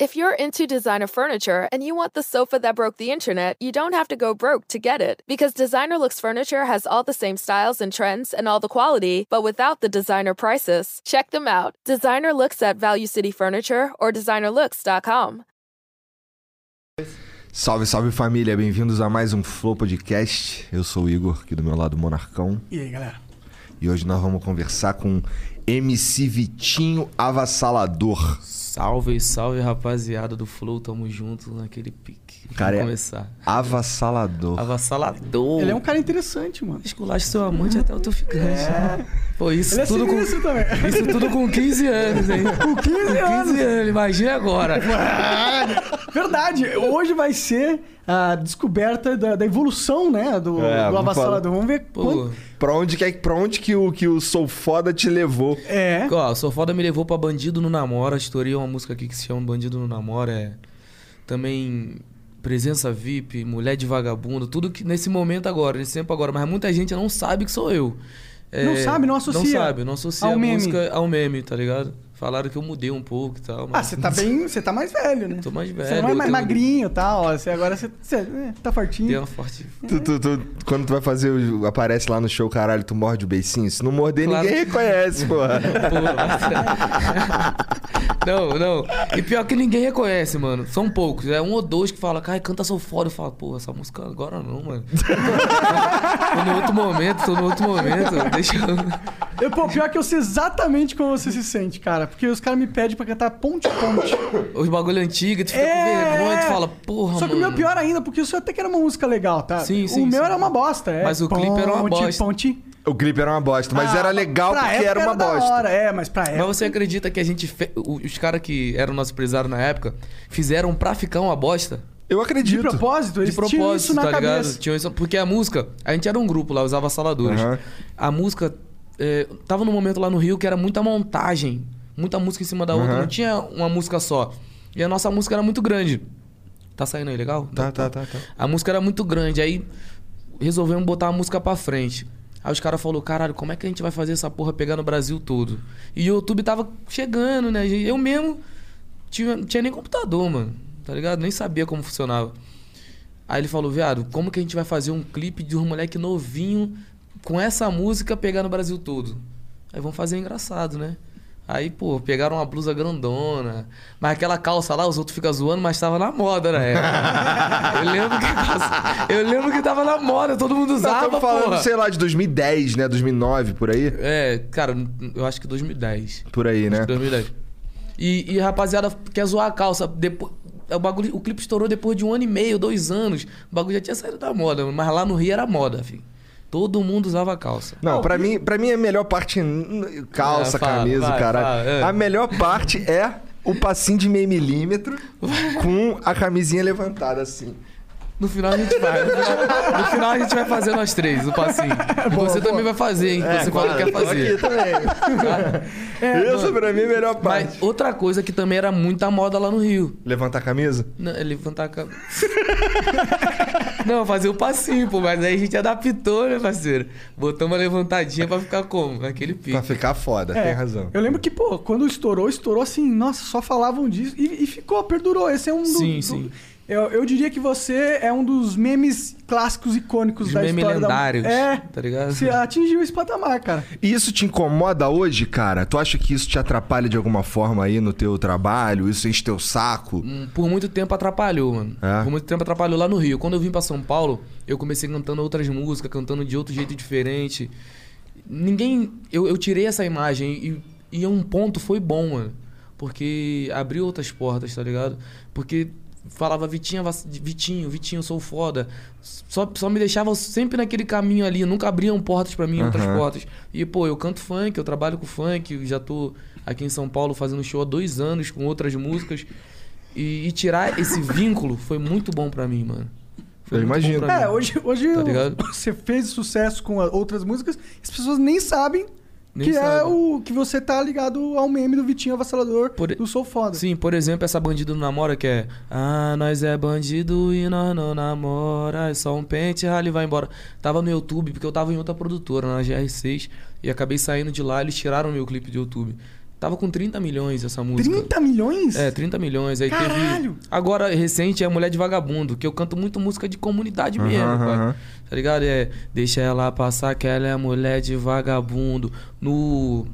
If you're into designer furniture and you want the sofa that broke the internet, you don't have to go broke to get it. Because Designer Looks Furniture has all the same styles and trends and all the quality, but without the designer prices. Check them out. Designer Looks at Value City Furniture or designerlooks.com. Salve, salve família, bem-vindos a mais um Flow Podcast. Eu sou o Igor, aqui do meu lado Monarcão, E aí, galera? e hoje nós vamos conversar com MC Vitinho Avassalador. Salve, salve rapaziada do Flow, tamo junto naquele pique. Vamos Cara, é- começar. Avassalador. Avassalador. Ele é um cara interessante, mano. Esculacha seu amante até o teu ficante. Pô, isso Ele é tudo com. sinistro também. Isso tudo com 15 anos, hein? Com 15 anos. imagina agora. Verdade, hoje vai ser a descoberta da, da evolução, né? Do, É, do vamos avassalador. Vamos ver Pô, quanto. Pra onde, que, é, pra onde que, o, que o Sou Foda te levou? É. ó, o Sofoda me levou pra Bandido no Namora. Estourei é uma música aqui que se chama Bandido no Namora. É... Também Presença VIP, Mulher de Vagabundo, tudo que nesse momento agora, nesse tempo agora. Mas muita gente não sabe que sou eu. É, Não sabe, não associa Não sabe, não associa ao a meme. música ao meme, tá ligado? Falaram que eu mudei um pouco e tal. Ah, Mas você tá bem. Você tá mais velho, né? tô mais velho. Você não é eu mais tenho- magrinho e tal. ó, Você, agora você, você, é, tá Dei fortinho. uma forte. Tu, tu- tu- quando tu vai fazer, o- aparece lá no show, caralho, tu morde o beicinho? Se não morder, Claro ninguém que- reconhece, porra. Pô, mas- não, não. E pior que ninguém reconhece, mano. São poucos. É um ou dois que fala, cara, canta sou foda. Eu falo, pô, essa música agora não, mano. tô no outro momento, tô no outro momento. Deixa eu. Eu, pô, pior que eu sei exatamente como você se sente, cara. Porque os caras me pedem pra cantar ponte ponte. Os bagulho antigo, tu fica É. com vergonha, tu fala, porra, Só que o mano. meu é pior ainda, porque isso até que era uma música legal, tá? Sim, o sim, meu sim. era uma bosta, é. Mas o clipe era uma Ponte, bosta. Ponte. O clipe era uma bosta, mas Ah, era legal pra porque época era uma da bosta. hora, é, mas pra época. Mas você acredita que a gente. Fe... o- Os caras que eram nosso empresário na época fizeram pra ficar uma bosta? Eu De acredito. propósito, Tipo, De eles tinham isso propósito, na tá cabeça. ligado? Tinham isso, porque a música, a gente era um grupo lá, usava assaladores. Aham. A música. é, tava num momento lá no Rio que era muita montagem, muita música em cima da outra, Aham. não tinha uma música só. E a nossa música era muito grande. Tá saindo aí legal? Tá, tá, tá, tá. A música era muito grande, aí resolvemos botar a música pra frente. Aí os caras falaram, caralho, como é que a gente vai fazer essa porra pegar no Brasil todo? E o YouTube tava chegando, né? gente? Eu mesmo tinha, não tinha nem computador, mano, tá ligado? Nem sabia como funcionava. Aí ele falou, viado, como que a gente vai fazer um clipe de um moleque novinho com essa música pegar no Brasil todo? Aí vamos fazer engraçado, né? Aí, pô, pegaram uma blusa grandona. Mas aquela calça lá, os outros ficam zoando, mas tava na moda, né? eu, lembro que a calça- eu lembro que tava na moda, todo mundo Nós usava, estamos falando, porra. sei lá, de 2010, né? 2009, por aí? É, cara, eu acho que 2010. Por aí, né? 2010. E, e a rapaziada quer zoar a calça. Depois, o, bagulho, o clipe estourou depois de um ano e meio, dois anos. O bagulho já tinha saído da moda, mas lá no Rio era moda, filho. Todo mundo usava calça. Não, Não, pra mim, pra mim a melhor parte. é n- Calça, Ah, fala, camisa, vai, caralho. fala, é. A melhor parte é o passinho de meio milímetro com a camisinha levantada assim. No final a gente vai. No final, no final a gente vai fazer nós três, o passinho. E você também vai fazer, hein? você fala É, que quer fazer. Aqui também. Essa pra mim é a melhor parte. Mas outra coisa que também era muita moda lá no Rio. Levantar a camisa? Não, é levantar a cama. Não, fazer o passinho, pô. Mas aí a gente adaptou, né, parceiro? Botou uma levantadinha pra ficar como? Naquele pique. Pra ficar foda, tem razão. É, Eu lembro que, pô, quando estourou, estourou assim, nossa, só falavam disso. E, e ficou, perdurou. Esse é um do- Sim, do- sim. Eu, eu diria que você é um dos memes clássicos icônicos Os da memes história. da- lendários, É. tá ligado? Você atingiu esse patamar, cara. E isso te incomoda hoje, cara? Tu acha que isso te atrapalha de alguma forma aí no teu trabalho? Isso enche teu saco? Hum, Por muito tempo atrapalhou, mano. É? Por muito tempo atrapalhou lá no Rio. Quando eu vim pra São Paulo, eu comecei cantando outras músicas, cantando de outro jeito diferente. Ninguém. Eu, eu tirei essa imagem e, e um ponto foi bom, mano. Porque abriu outras portas, tá ligado? Porque falava Vitinho, avass- Vitinho, Vitinho, eu sou foda. Só, só me deixava sempre naquele caminho ali, nunca abriam portas pra mim, outras Aham. portas. E, pô, eu canto funk, eu trabalho com funk, eu já tô aqui em São Paulo fazendo show há dois anos com outras músicas. E, e tirar esse vínculo foi muito bom pra mim, mano. Foi Eu muito bom imagino. pra É, mim. hoje, hoje Tá o- ligado? você fez sucesso com a- outras músicas, as pessoas nem sabem Nem que é sabe. o que você tá ligado ao meme do Vitinho Avassalador Por- do Sou Foda. Sim, por exemplo, essa bandido não namora que é Ah, nós é bandido e nós não namora É só um pente, rali vai embora Tava no YouTube, porque eu tava em outra produtora, na GR6 E acabei saindo de lá, eles tiraram meu clipe do YouTube Tava com 30 milhões essa música. 30 milhões? É, 30 milhões. Aí Caralho! teve. Agora, recente, é Mulher de Vagabundo, que eu canto muito música de comunidade Aham, mesmo, cara. aham. Tá ligado? É. Deixa ela passar que ela é mulher de vagabundo. No.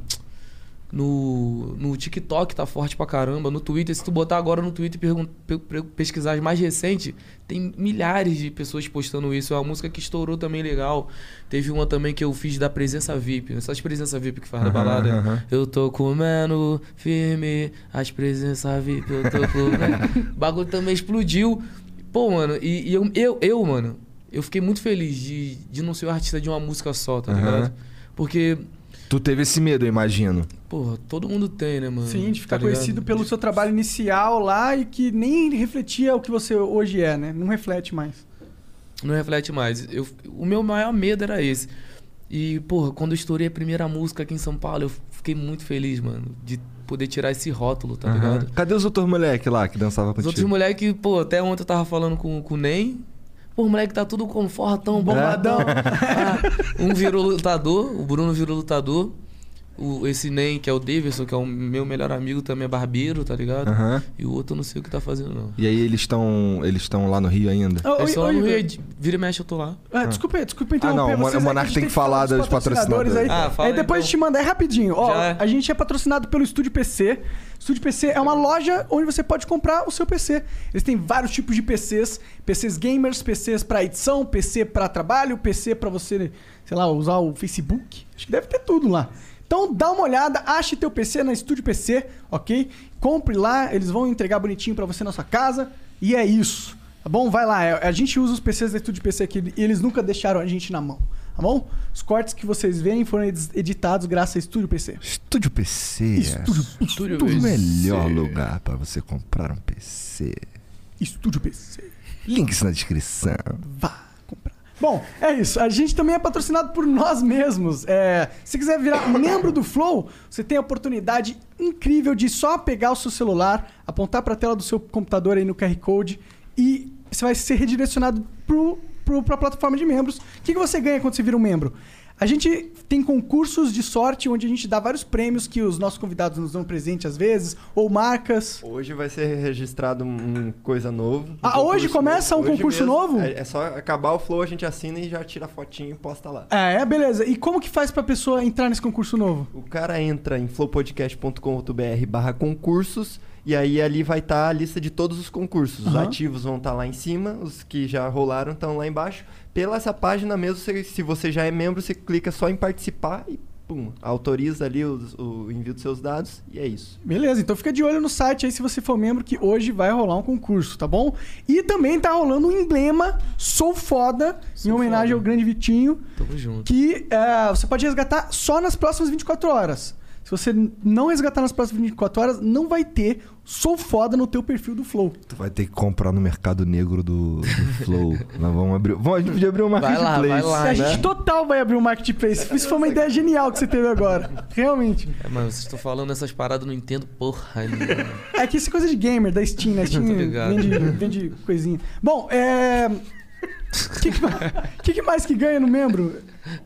No, no TikTok tá forte pra caramba. No Twitter, se tu botar agora no Twitter e pergun- pe- pe- pesquisar as mais recentes, tem milhares de pessoas postando isso. É uma música que estourou também legal. Teve uma também que eu fiz da presença VIP. Essas presença VIP que faz da Aham, balada. aham. Eu tô comendo firme, as presenças VIP, eu tô comendo. o bagulho também explodiu. Pô, mano, e, e eu, eu, eu, mano, eu fiquei muito feliz de, de não ser o artista de uma música só, tá Aham. ligado? Porque, Tu teve esse medo, eu imagino. porra, todo mundo tem, né, mano? Sim, de ficar Tá ligado? conhecido pelo seu trabalho inicial lá e que nem refletia o que você hoje é, né? Não reflete mais. Não reflete mais. Eu, o meu maior medo era esse. E, porra, quando eu estourei a primeira música aqui em São Paulo, eu fiquei muito feliz, mano, de poder tirar esse rótulo, tá Aham. ligado? Cadê os outros moleques lá que dançava Os outros contigo? moleques, pô, até ontem eu tava falando com, com o Ney. Pô, o moleque tá tudo É. confortão, bombadão. Ah, um virou lutador, o Bruno virou lutador. O, esse Ney, que é o Davidson, que é o meu melhor amigo, também é barbeiro, tá ligado? Aham. E o outro eu não sei o que tá fazendo, não. E aí eles estão eles estão lá no Rio ainda? Ah, Eu oi, sou lá oi, É no Igor. Rio, de- vira e mexe, eu tô lá. Ah, desculpa, desculpa Ah, interromper não, o Mon- vocês, é que o Monark a gente tem que falar dos patrocinadores. aí. Ah, fala aí depois então. eu te mandar rapidinho. Ó, Já é. a gente é patrocinado pelo Estúdio PC. Estúdio PC é uma loja onde você pode comprar o seu PC. Eles têm vários tipos de PCs, PCs gamers, PCs pra edição, PC pra trabalho, PC pra você, sei lá, usar o Facebook. Acho que deve ter tudo lá. Então dá uma olhada, ache teu PC na Estúdio PC, ok? Compre lá, eles vão entregar bonitinho pra você na sua casa. E é isso. Tá bom? Vai lá. A gente usa os PCs da Estúdio PC aqui e eles nunca deixaram a gente na mão. Tá bom? Os cortes que vocês verem foram edi- editados graças a Estúdio PC. Estúdio PC. Estúdio, Estúdio O PC. melhor lugar pra você comprar um PC. Estúdio PC. Links na descrição. Vá comprar. Bom, é isso. A gente também é patrocinado por nós mesmos. É, se quiser virar membro do Flow, você tem a oportunidade incrível de só pegar o seu celular, apontar para a tela do seu computador aí no QR Code e você vai ser redirecionado para a plataforma de membros. O que, que você ganha quando você vira um membro? A gente tem concursos de sorte onde a gente dá vários prêmios que os nossos convidados nos dão presente às vezes, ou marcas. Hoje vai ser registrado um um coisa novo. um Ah, hoje concurso começa um concurso novo? É, é só acabar o flow, a gente assina e já tira a fotinho e posta lá. Ah, é, beleza. E como que faz para a pessoa entrar nesse concurso novo? O cara entra em flowpodcast.com.br barra concursos e aí ali vai estar a lista de todos os concursos. Os Aham. ativos vão estar lá em cima, os que já rolaram estão lá embaixo. Pela essa página mesmo, você- se você já é membro, você clica só em participar e pum, autoriza ali os- o envio dos seus dados e é isso. Beleza, então fica de olho no site aí se você for membro que hoje vai rolar um concurso, tá bom? E também tá rolando um emblema Sou Foda, em Sou homenagem foda. ao grande Vitinho, Tamo junto. que é, você pode resgatar só nas próximas 24 horas. Se você n- não resgatar nas próximas 24 horas, não vai ter Sou Foda no teu perfil do Flow. Tu vai ter que comprar no mercado negro do, do Flow. Nós vamos abrir. Vamos, a gente podia abrir um Vai lá, marketplace. vai lá, a né? gente total vai abrir um marketplace. Isso foi uma ideia genial que você teve agora. Realmente. É, mano, vocês estão falando essas paradas, eu não entendo porra nenhuma. É que isso é coisa de gamer, da Steam, né? Steam Tô ligado. vende, vende coisinha. Bom, é. O que, que ma- que que mais que ganha no membro?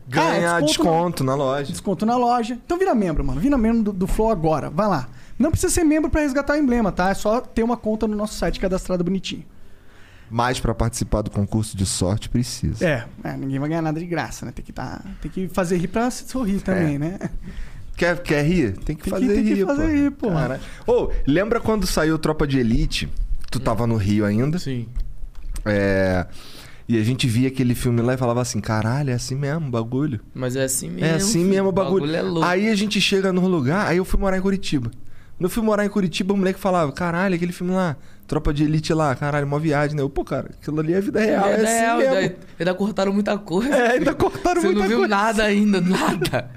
Ganhar Ah, desconto, desconto na loja. Desconto na loja. Então vira membro, mano. Vira membro do, do Flow agora. Vai lá. Não precisa ser membro pra resgatar o emblema, tá? É só ter uma conta no nosso site cadastrada bonitinho. Mas pra participar do concurso de sorte precisa. É, é, ninguém vai ganhar nada de graça, né? Tem que, tá, tem que fazer rir pra se É. sorrir também, né? Quer, quer rir? Tem que que- fazer tem que rir. fazer rir, pô. Caralho. Ô, lembra quando saiu Tropa de Elite? Tu tava no Rio ainda. Sim. É. E a gente via aquele filme lá e falava assim: caralho, é assim mesmo o bagulho. Mas é assim mesmo. É assim mesmo o bagulho. é louco. Aí a gente chega num lugar, aí eu fui morar em Curitiba. Quando eu fui morar em Curitiba, o moleque falava, caralho, aquele filme lá, Tropa de Elite lá, caralho, mó viagem, né? Eu, pô, cara, aquilo ali é vida real, é, Ainda assim é, mesmo. Ainda, ainda cortaram muita coisa. É, ainda cortaram Você muita não viu coisa. nada ainda, nada.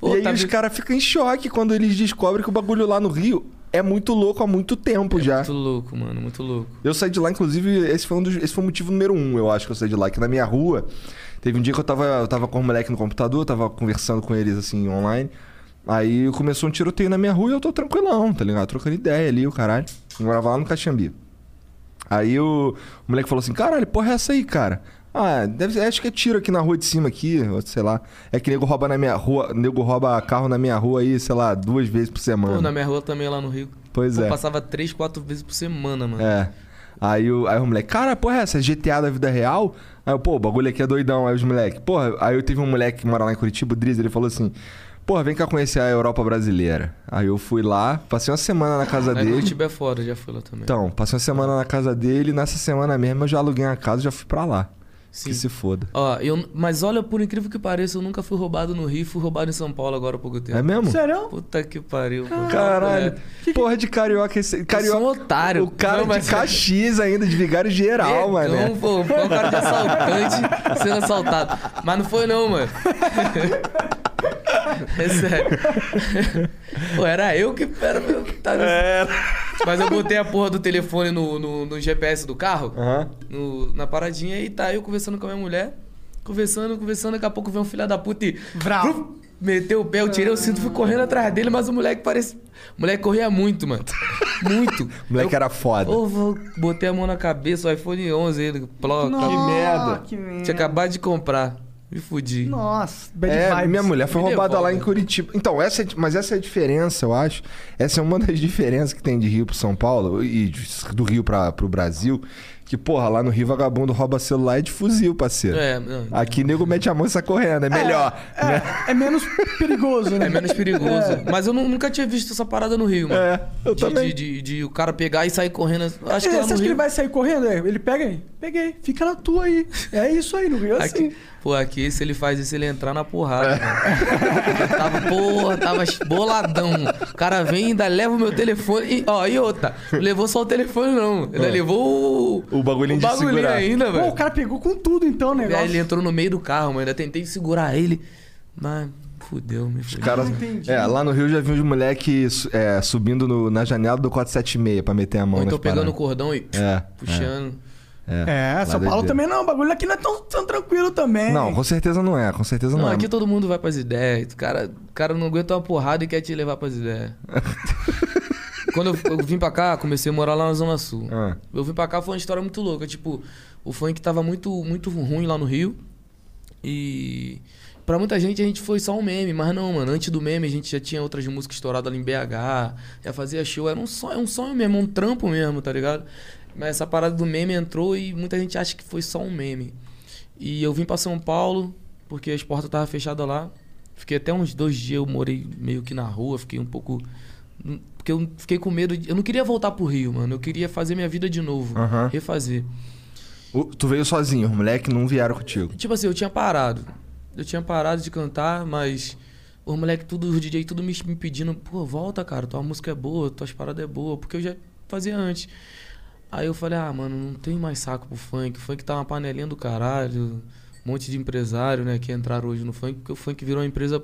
Pô, e aí tá os muito caras ficam em choque quando eles descobrem que o bagulho lá no Rio é muito louco há É muito tempo já. louco, mano, muito louco. Eu saí de lá, inclusive, esse foi, um dos- esse foi o motivo número um, eu acho que eu saí de lá. Que na minha rua, teve um dia que eu tava, eu tava com um moleque no computador, eu tava conversando com eles, assim, online. Aí começou um tiroteio na minha rua e eu tô tranquilão, tá ligado? Trocando ideia ali, o caralho. Eu morava lá no Caxambi. Aí o, o moleque falou assim, caralho, porra é essa aí, cara? Ah, deve ser- acho que é tiro aqui na rua de cima aqui, ou sei lá. É que nego rouba na minha rua, nego rouba carro na minha rua aí, sei lá, duas vezes por semana. Pô, na minha rua também lá no Rio. Pois Pô, é. passava três, quatro vezes por semana, mano. É. Aí o, aí o moleque, cara, porra, essa é GTA da vida real? Aí eu, pô, o bagulho aqui é doidão. Aí os moleque, porra, aí eu teve um moleque que mora lá em Curitiba, o Driz, ele falou assim: porra, vem cá conhecer a Europa brasileira. Aí eu fui lá, passei uma semana na casa Aí dele. Curitiba é fora, já fui lá também. Então, passei uma semana na casa dele, e nessa semana mesmo eu já aluguei uma casa e já fui pra lá. Sim. Que se foda. Ó, eu, mas olha, por incrível que pareça, eu nunca fui roubado no Rio, fui roubado em São Paulo agora há pouco tempo. É mesmo? Sério? Puta que pariu. pô. Caralho. É. Porra de carioca. Esse... Eu sou carioca um otário. o cara Não, mas- de Caxias ainda, de vigário geral, Não, mano. pô, foi um cara de assaltante sendo assaltado. Mas não foi não, mano. É sério. Pô, era eu que era meu que tá nesse- É. Mas eu botei a porra do telefone no, no, no GPS do carro, Aham. no- na paradinha, e tá eu conversando com a minha mulher. Conversando, conversando, daqui a pouco vem um filho da puta e. Vral. Meteu o pé, eu tirei o cinto, fui correndo atrás dele, mas o moleque parece. O moleque corria muito, mano. Muito. O moleque Eu- era foda. Ô, vou- botei a mão na cabeça, o iPhone 11, ele, ploca. Nossa, merda. Que merda. Tinha acabado de comprar. Me fudi. Nossa, bad é, vibes. minha mulher foi Me roubada lá devolve. em Curitiba. Então, essa é, mas essa é a diferença, eu acho. Essa é uma das diferenças que tem de Rio pro São Paulo e de- do Rio pra, pro Brasil. Que, porra, lá no Rio, vagabundo rouba celular e de fuzil, parceiro. É, não, Aqui, nego mete a mão e sai correndo. É melhor. É, é menos perigoso, né? é menos perigoso. Mas eu nu- nunca tinha visto essa parada no Rio, mano. É, eu de, também. De, de- de o cara pegar e sair correndo. Acho que É, lá no você acha que Rio- ele vai sair correndo? É, ele pega aí. Peguei. Fica na tua aí. É isso aí, no Rio é assim. É. Aqui, pô, aqui se ele faz isso, ele entrar na porrada. mano. Eu tava, porra, tava boladão. O cara vem e ainda leva o meu telefone. E, ó, e outra. Não levou só o telefone, não. É. Ainda levou o. O bagulhinho o de bagulhinho segurar. ainda, Pô, o velho. cara pegou com tudo, então, o negócio. Aí ele entrou no meio do carro, mano. Ainda tentei segurar ele. Mas fudeu, me fudeu. Os Ah, caras. é, lá no Rio eu já vi uns moleque su- é, subindo no- na janela do 476 pra meter a mão nas Ou então pegando o paradas. cordão e É, puxando. É, lá São Paulo doideira. também não. O bagulho aqui não é tão, tão tranquilo também. Não, com certeza não é, com certeza não, Não, é. aqui todo mundo vai pras ideias. O cara, o cara não aguenta uma porrada e quer te levar pras ideias. Quando eu, eu vim pra cá, comecei a morar lá na Zona Sul. Ah. Eu vim pra cá, foi uma história muito louca. Tipo, o funk tava muito, muito ruim lá no Rio. E pra muita gente a gente foi só um meme, mas não, mano. Antes do meme a gente já tinha outras músicas estouradas ali em BH, já fazia show. Era um sonho, um sonho mesmo, um trampo mesmo, tá ligado? Mas essa parada do meme entrou e muita gente acha que foi só um meme. E eu vim pra São Paulo, porque as portas estavam fechadas lá. Fiquei até uns dois dias, eu morei meio que na rua, fiquei um pouco. Porque eu fiquei com medo. de- Eu não queria voltar pro Rio, mano. Eu queria fazer minha vida de novo. Aham. Refazer. O- Tu veio sozinho, os moleque não vieram contigo. Tipo assim, eu tinha parado. Eu tinha parado de cantar, mas os moleque, tudo, os DJ, tudo me, me pedindo, pô, volta, cara, tua música é boa, tuas paradas é boa, porque eu já fazia antes. Aí eu falei, ah, mano, não tem mais saco pro funk. O funk tá uma panelinha do caralho. Um monte de empresário, né, que entraram hoje no funk, porque o funk virou uma empresa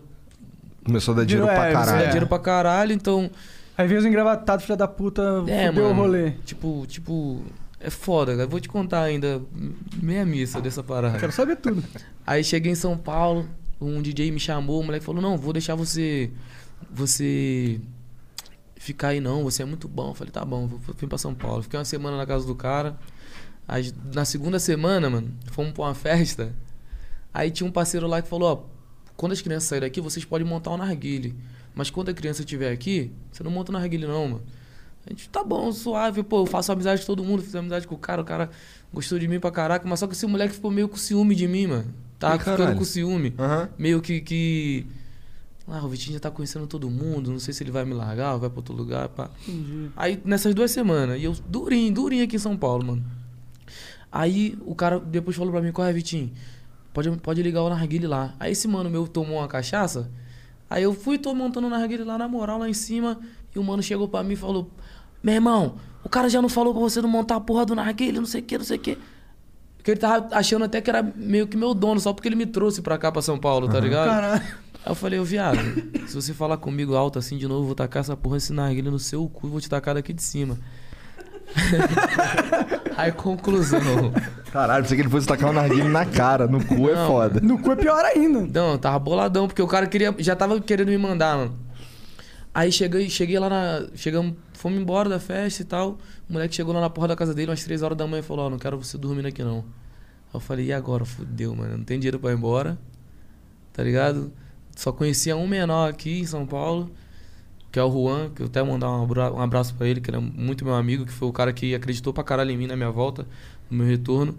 Começou a dar dinheiro Virou, pra é, isso que dá caralho. né? dinheiro pra caralho, então. Aí veio os engravatados, filha da puta, É, fudeu mano. o rolê. Tipo, tipo. É foda, cara. Vou te contar ainda meia missa dessa parada. Quero saber tudo. Aí cheguei em São Paulo, um DJ me chamou, o moleque falou, não, vou deixar você. Você ficar aí não, você é muito bom. Eu falei, tá bom, vou vim pra São Paulo. Fiquei uma semana na casa do cara. Aí, na segunda semana, mano, fomos pra uma festa. Aí tinha um parceiro lá que falou, ó, quando as crianças saírem daqui, vocês podem montar o narguile. Mas quando a criança estiver aqui, você não monta o narguile não, mano. A gente, tá bom, suave, pô, eu faço amizade com todo mundo, fiz amizade com o cara, o cara gostou de mim pra caraca, mas só que esse moleque ficou meio com ciúme de mim, mano. Tava Ih, ficando caralho. com ciúme. Aham. Meio que, que. Ah, o Vitinho já tá conhecendo todo mundo, não sei se ele vai me largar ou vai pra outro lugar. Pá. Aí, nessas duas semanas, e eu durinho, durinho aqui em São Paulo, mano. Aí o cara depois falou pra mim, corre, Vitinho, pode, pode ligar o narguile lá. Aí esse mano meu tomou uma cachaça, aí eu fui tô montando o narguile lá, na moral, lá em cima, e o mano chegou pra mim e falou, meu irmão, o cara já não falou pra você não montar a porra do narguile, não sei o que, não sei o que. Porque ele tava achando até que era meio que meu dono, só porque ele me trouxe pra cá, pra São Paulo, tá ligado? Caralho. Aí eu falei, ô viado, se você falar comigo alto assim de novo, eu vou tacar essa porra, esse narguilha no seu cu e vou te tacar daqui de cima. Aí, conclusão. Caralho, pensei que ele fosse tacar o narguilho na cara, no cu é Não. foda. No cu é pior ainda. Não, eu tava boladão, porque o cara queria, já tava querendo me mandar, mano. Aí cheguei, cheguei lá na. Chegamos, fomos embora da festa e tal. O moleque chegou lá na porra da casa dele, umas três horas da manhã, e falou: Ó, não quero você dormindo aqui não. Aí eu falei, e agora? Fudeu, mano. Não tem dinheiro pra ir embora. Tá ligado? Só conhecia um menor aqui em São Paulo, que é o Juan, que eu até mandar um abra- um abraço pra ele, que ele é muito meu amigo, que foi o cara que acreditou pra caralho em mim na minha volta, no meu retorno.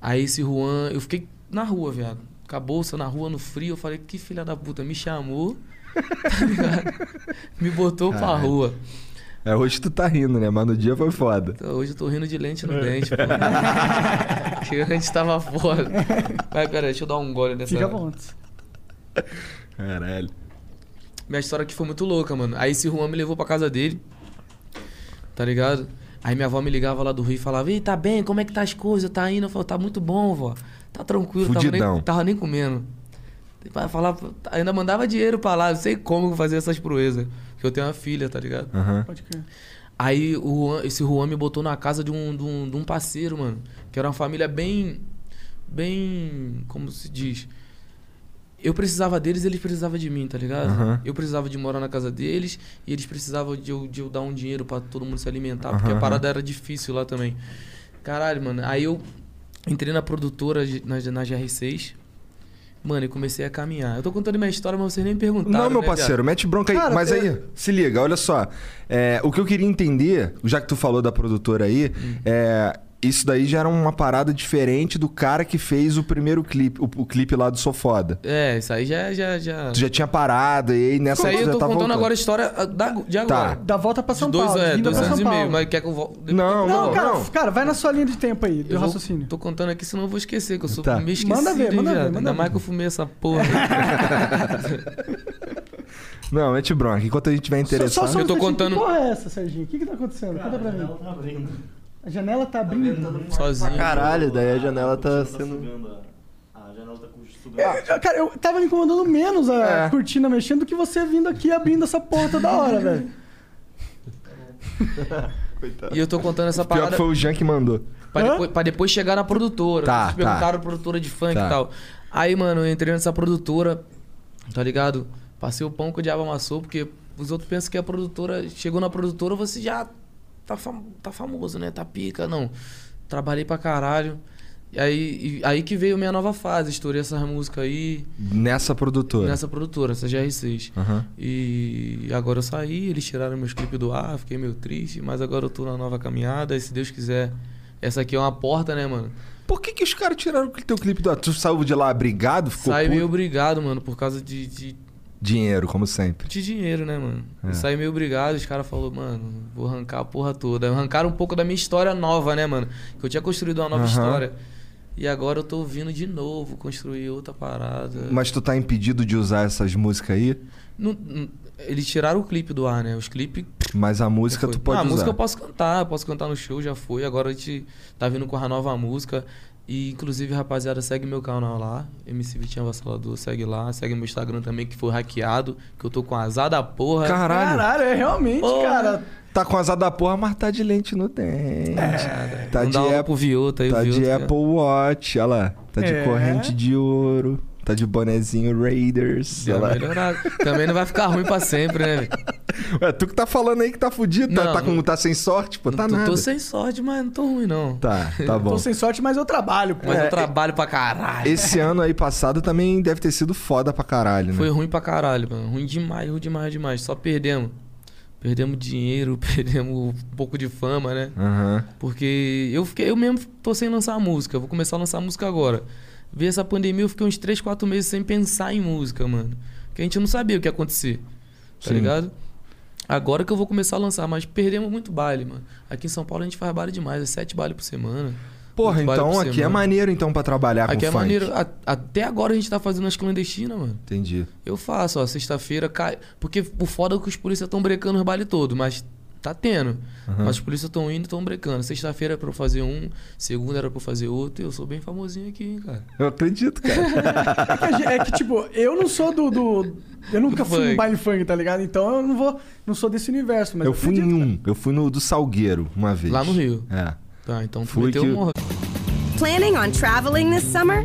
Aí esse Juan, eu fiquei na rua, viado. Com a bolsa na rua, no frio, eu falei, que filha da puta, me chamou, tá ligado? Me botou pra Caralho. rua. É, hoje tu tá rindo, né? Mas no dia foi foda. Então, hoje eu tô rindo de lente no dente, pô. que antes tava fora. Mas pera, deixa eu dar um gole nessa. Fica bom. antes. Caralho. Minha história aqui foi muito louca, mano. Aí esse Juan me levou pra casa dele. Tá ligado? Aí minha avó me ligava lá do Rio e falava: Ei, tá bem? Como é que tá as coisas? Tá indo? Eu falava: Tá muito bom, vó. Tá tranquilo, tava Fudidão. nem, tava nem comendo. Aí Falava, ainda mandava dinheiro pra lá, não sei como fazer essas proezas. Porque eu tenho uma filha, tá ligado? Aham. Pode crer. Aí o Juan- esse Juan me botou na casa de um, de, um, de um parceiro, mano. Que era uma família bem. Bem. Como se diz? Eu precisava deles, eles precisavam de mim, tá ligado? Aham. Eu precisava de morar na casa deles e eles precisavam de eu, de eu dar um dinheiro pra todo mundo se alimentar, porque a Aham. parada era difícil lá também. Caralho, mano. Aí eu entrei na produtora, na, na GR6. Mano, e comecei a caminhar. Eu tô contando minha história, mas vocês nem me perguntaram. Não, meu né, parceiro, mete bronca aí. Cara, Mas aí, eu- se liga, olha só. É, o que eu queria entender, já que tu falou da produtora aí, Hum. é. Isso daí já era uma parada diferente do cara que fez o primeiro clipe, o, o clipe lá do Sou Foda. viado? É, isso aí já. já, já... Tu já tinha parado e aí nessa Isso aí tu eu já tô tá contando voltando. Tá. agora a história ah, da, de agora. Da volta pra São de dois, Paulo. é, de ida dois pra anos São e meio. Paulo. Mas quer que eu volte? Não, Não, não, cara, não. cara, vai na sua linha de tempo aí, do Eu vou- raciocínio. Tô contando aqui, senão eu vou esquecer, que eu sou Tá. meio esquecido. Manda ver, hein, manda ver, viado? manda Ainda ver. mais que eu fumei essa porra. Não, mete bronca. Enquanto a gente tiver interessado. só- Eu tô um instantinho, contando- Que porra é essa, Serginho? O que que tá acontecendo? Conta pra mim. tá abrindo. A janela tá abrindo. Sozinho. Caralho, daí a janela tá cortina sendo- sugando a- A janela tá com- sugando. Eu- eu- É, cara, eu tava me incomodando menos a É. cortina mexendo do que você vindo aqui abrindo essa porra toda hora, velho. E eu tô contando essa Pior parada que foi o Jean que mandou. pra, Hã? depois, pra depois chegar na produtora. Tá, tá. Vocês perguntaram produtora de funk Tá. e tal. Aí, mano, eu entrei nessa produtora, tá ligado? Passei o pão que o diabo amassou, porque os outros pensam que a produtora... Chegou na produtora, você já tá, fam- tá famoso, né? Tá pica, não. Trabalhei pra caralho. E aí, e aí que veio minha nova fase. Estourei essa música aí Nessa produtora. nessa produtora, essa GR6. Aham. E agora eu saí, eles tiraram meus clipes do ar, fiquei meio triste, mas agora eu tô na nova caminhada e se Deus quiser. Essa aqui é uma porta, né, mano? Por que, que os caras tiraram o teu clipe do. Tu saiu de lá abrigado? Ficou Saí puto? meio obrigado, mano, por causa de, de, Dinheiro, como sempre. de dinheiro, né, mano? É. Saí meio obrigado, os caras falaram, mano, vou arrancar a porra toda. Arrancaram um pouco da minha história nova, né, mano? Que eu tinha construído uma nova Aham. história. E agora eu tô vindo de novo, construir outra parada. Mas tu tá impedido de usar essas músicas aí, Não- não- eles tiraram o clipe do ar, né? Os clipes mas a música Foi. tu pode Ah, A usar. música eu posso cantar, eu posso cantar no show, já foi. Agora a gente tá vindo com a nova música. E inclusive, rapaziada, segue meu canal lá, MC Vitinho Avassalador, segue lá, segue meu Instagram também, que foi hackeado, que eu tô com azar da porra. Caralho. Caralho, é realmente, Porra. cara. Tá com azar da porra, mas tá de lente no dente. tá Não de, dá aula Apple, pro Viota aí, o tá de Vioto, que- Apple Watch, olha lá. Tá de É. corrente de ouro. Tá de bonezinho Raiders. deu Olha uma lá. melhorada. Também não vai ficar ruim pra sempre, né? velho? Ué, tu que tá falando aí que tá fudido, tá, Não, tá, com- não- tá sem sorte, pô, tá tô, nada. tô sem sorte, mas não tô ruim, não. Tá, tá bom. Tô sem sorte, mas eu trabalho, pô. Mas É, eu trabalho pra caralho. Esse ano aí passado também deve ter sido foda pra caralho, né? Foi ruim pra caralho, mano. Ruim demais, ruim demais, demais. Só perdemos. Perdemos dinheiro, perdemos um pouco de fama, né? Aham. Porque eu fiquei, eu mesmo tô sem lançar música, vou começar a lançar música agora. Ver essa pandemia, eu fiquei uns 3, 4 meses sem pensar em música, mano. Porque a gente não sabia o que ia acontecer. Tá Sim. ligado? Agora que eu vou começar a lançar, mas perdemos muito baile, mano. Aqui em São Paulo a gente faz baile demais, é 7 baile por semana. Porra, oito baile então por aqui é semana. maneiro então pra trabalhar né? Aqui com é funk. maneiro. A- até agora a gente tá fazendo as clandestinas, mano. Entendi. Eu faço, ó, sexta-feira cai. Porque o foda é que os polícias estão brecando os baile todo, mas tá tendo. Aham. Mas os polícias estão indo e estão brecando. Sexta-feira era pra eu fazer um, segunda era pra eu fazer outro. E eu sou bem famosinho aqui, hein, cara. Eu acredito, cara. É que a gente- É que, tipo, eu não sou do. do- eu nunca Do fui no funk. baile funk, tá ligado? Então eu não vou. Não sou desse universo, mas. eu fui em acredito. um. Eu fui no do Salgueiro uma vez. Lá no Rio. É. Tá, então tu Fui meteu que- um... Planning on traveling this summer?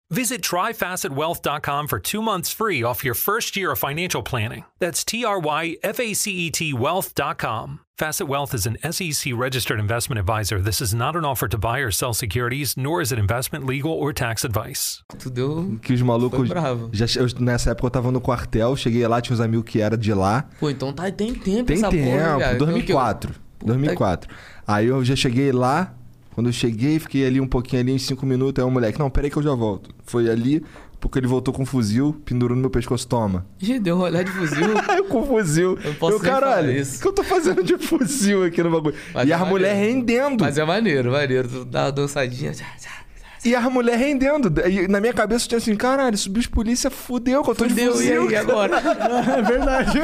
Visit tryfacetwealth.com for two months free off your first year of financial planning. That's T R Y F A C E T wealth.com. Facet Wealth is an SEC registered investment advisor. This is not an offer to buy or sell securities, nor is it investment, legal, or tax advice. Tu deu. Que os malucos. Foi bravo. Já, che- eu- nessa época eu tava no quartel, cheguei lá, tinha uns amigos que era de lá. Pô, então tá, tem tempo Tem essa tempo, porra, viado. Então, que eu- 2004. 2004. Aí eu já cheguei lá. Quando eu cheguei, fiquei ali um pouquinho ali, em cinco minutos. Aí o moleque, não, peraí que eu já volto. Foi ali, porque ele voltou com um fuzil, pendurou no meu pescoço, toma. Ih, deu um olhar de fuzil. Aí com fuzil. Eu posso eu, nem falar caralho, isso. o que eu tô fazendo de fuzil aqui no bagulho? Mas e é as mulheres maneiro. rendendo. Mas é maneiro, maneiro. Tu dá uma dançadinha. já, já. E as mulheres rendendo. E na minha cabeça eu tinha assim, caralho, subiu os polícia, fudeu que eu tô de Fudeu, e fuzil. aí agora? É verdade.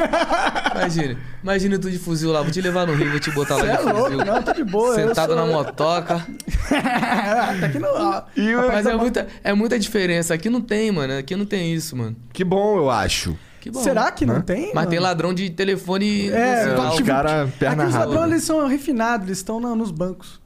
Imagina, imagina tu de fuzil lá, vou te levar no rio, vou te botar é lá de fuzil. Não, tá de boa. eu Sentado sou- na motoca. tá aqui no. E eu- Mas é muita, é muita diferença. Aqui não tem, mano. Aqui não tem isso, mano. Que bom, eu acho. Que bom. Será que não tem? Mas tem mano? ladrão de telefone. É, no sinal. os Os caras, perna Aqui os rápida. ladrões eles são refinados, eles estão na- nos bancos.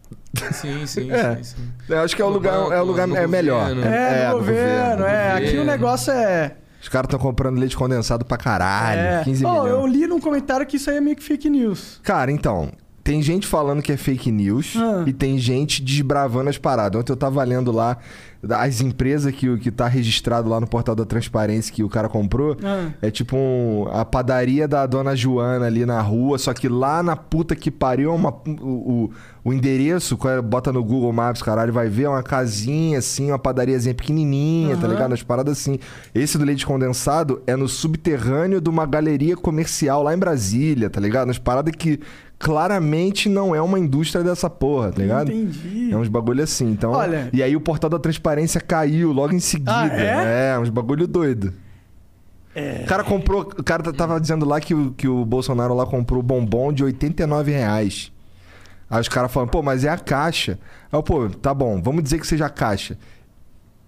Sim, sim, É. sim, sim. Eu acho que é o No lugar, é o banco, lugar no é melhor. governo. É, no, governo, é. Aqui o governo. negócio é. Os caras estão comprando leite condensado pra caralho. é. 15 Pô, milhões. eu li num comentário que isso aí é meio que fake news. Cara, então, tem gente falando que é fake news Ah. e tem gente desbravando as paradas. Ontem eu tava lendo lá as empresas que, que tá registrado lá no portal da transparência que o cara comprou. Ah. É tipo um- a padaria da dona Joana ali na rua, só que lá na puta que pariu é uma- o, o- o endereço, qual é- bota no Google Maps, caralho, vai ver é uma casinha assim, uma padariazinha pequenininha, tá ligado? As paradas assim. Esse do leite condensado é no subterrâneo de uma galeria comercial lá em Brasília, tá ligado? As paradas que claramente não é uma indústria dessa porra, tá ligado? Entendi. É uns bagulho assim, então. Olha- E aí o portal da transparência caiu logo em seguida. Ah, é? é, uns bagulho doido. O cara comprou. O cara t- tava dizendo lá que o, que o Bolsonaro lá comprou bombom de R$ 89 reais. Aí os caras falam, pô, mas é a caixa. Aí eu, pô, tá bom, vamos dizer que seja a caixa.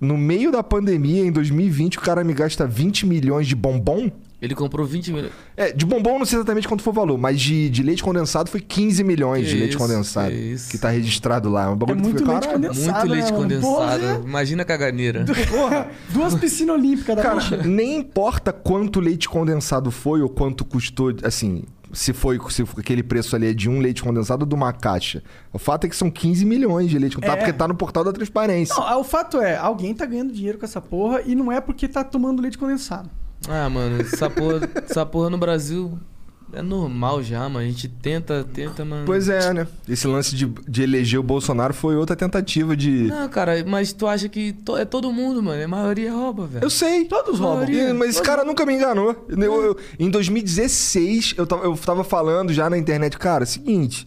No meio da pandemia, em 2020, o cara me gasta 20 milhões de bombom? Ele comprou 20 mil. É, de bombom eu não sei exatamente quanto foi o valor, mas de, de leite condensado foi 15 milhões de Que leite isso, condensado. que Que, isso. tá registrado lá. É um bagulho É muito que leite caralho. condensado. Muito Cansado, leite né, mano? condensado. Porra. Imagina a caganeira. Porra, duas piscinas olímpicas da Cara, Mancha. nem importa quanto leite condensado foi ou quanto custou, assim, se foi se aquele preço ali é de um leite condensado ou de uma caixa. O fato é que são 15 milhões de leite condensado, É. porque tá no portal da transparência. Não, o fato é, alguém tá ganhando dinheiro com essa porra e não é porque tá tomando leite condensado. Ah, mano, essa porra, essa porra no Brasil é normal já, mano. A gente tenta, tenta, mano. Pois é, né? Esse lance de, de eleger o Bolsonaro foi outra tentativa de. Não, cara, mas tu acha que to- é todo mundo, mano. A maioria rouba, velho. Eu sei. Todos roubam. É. E- mas esse Todos- cara nunca me enganou. Eu- eu- em 2016, eu tava, eu tava falando já na internet, cara, é seguinte.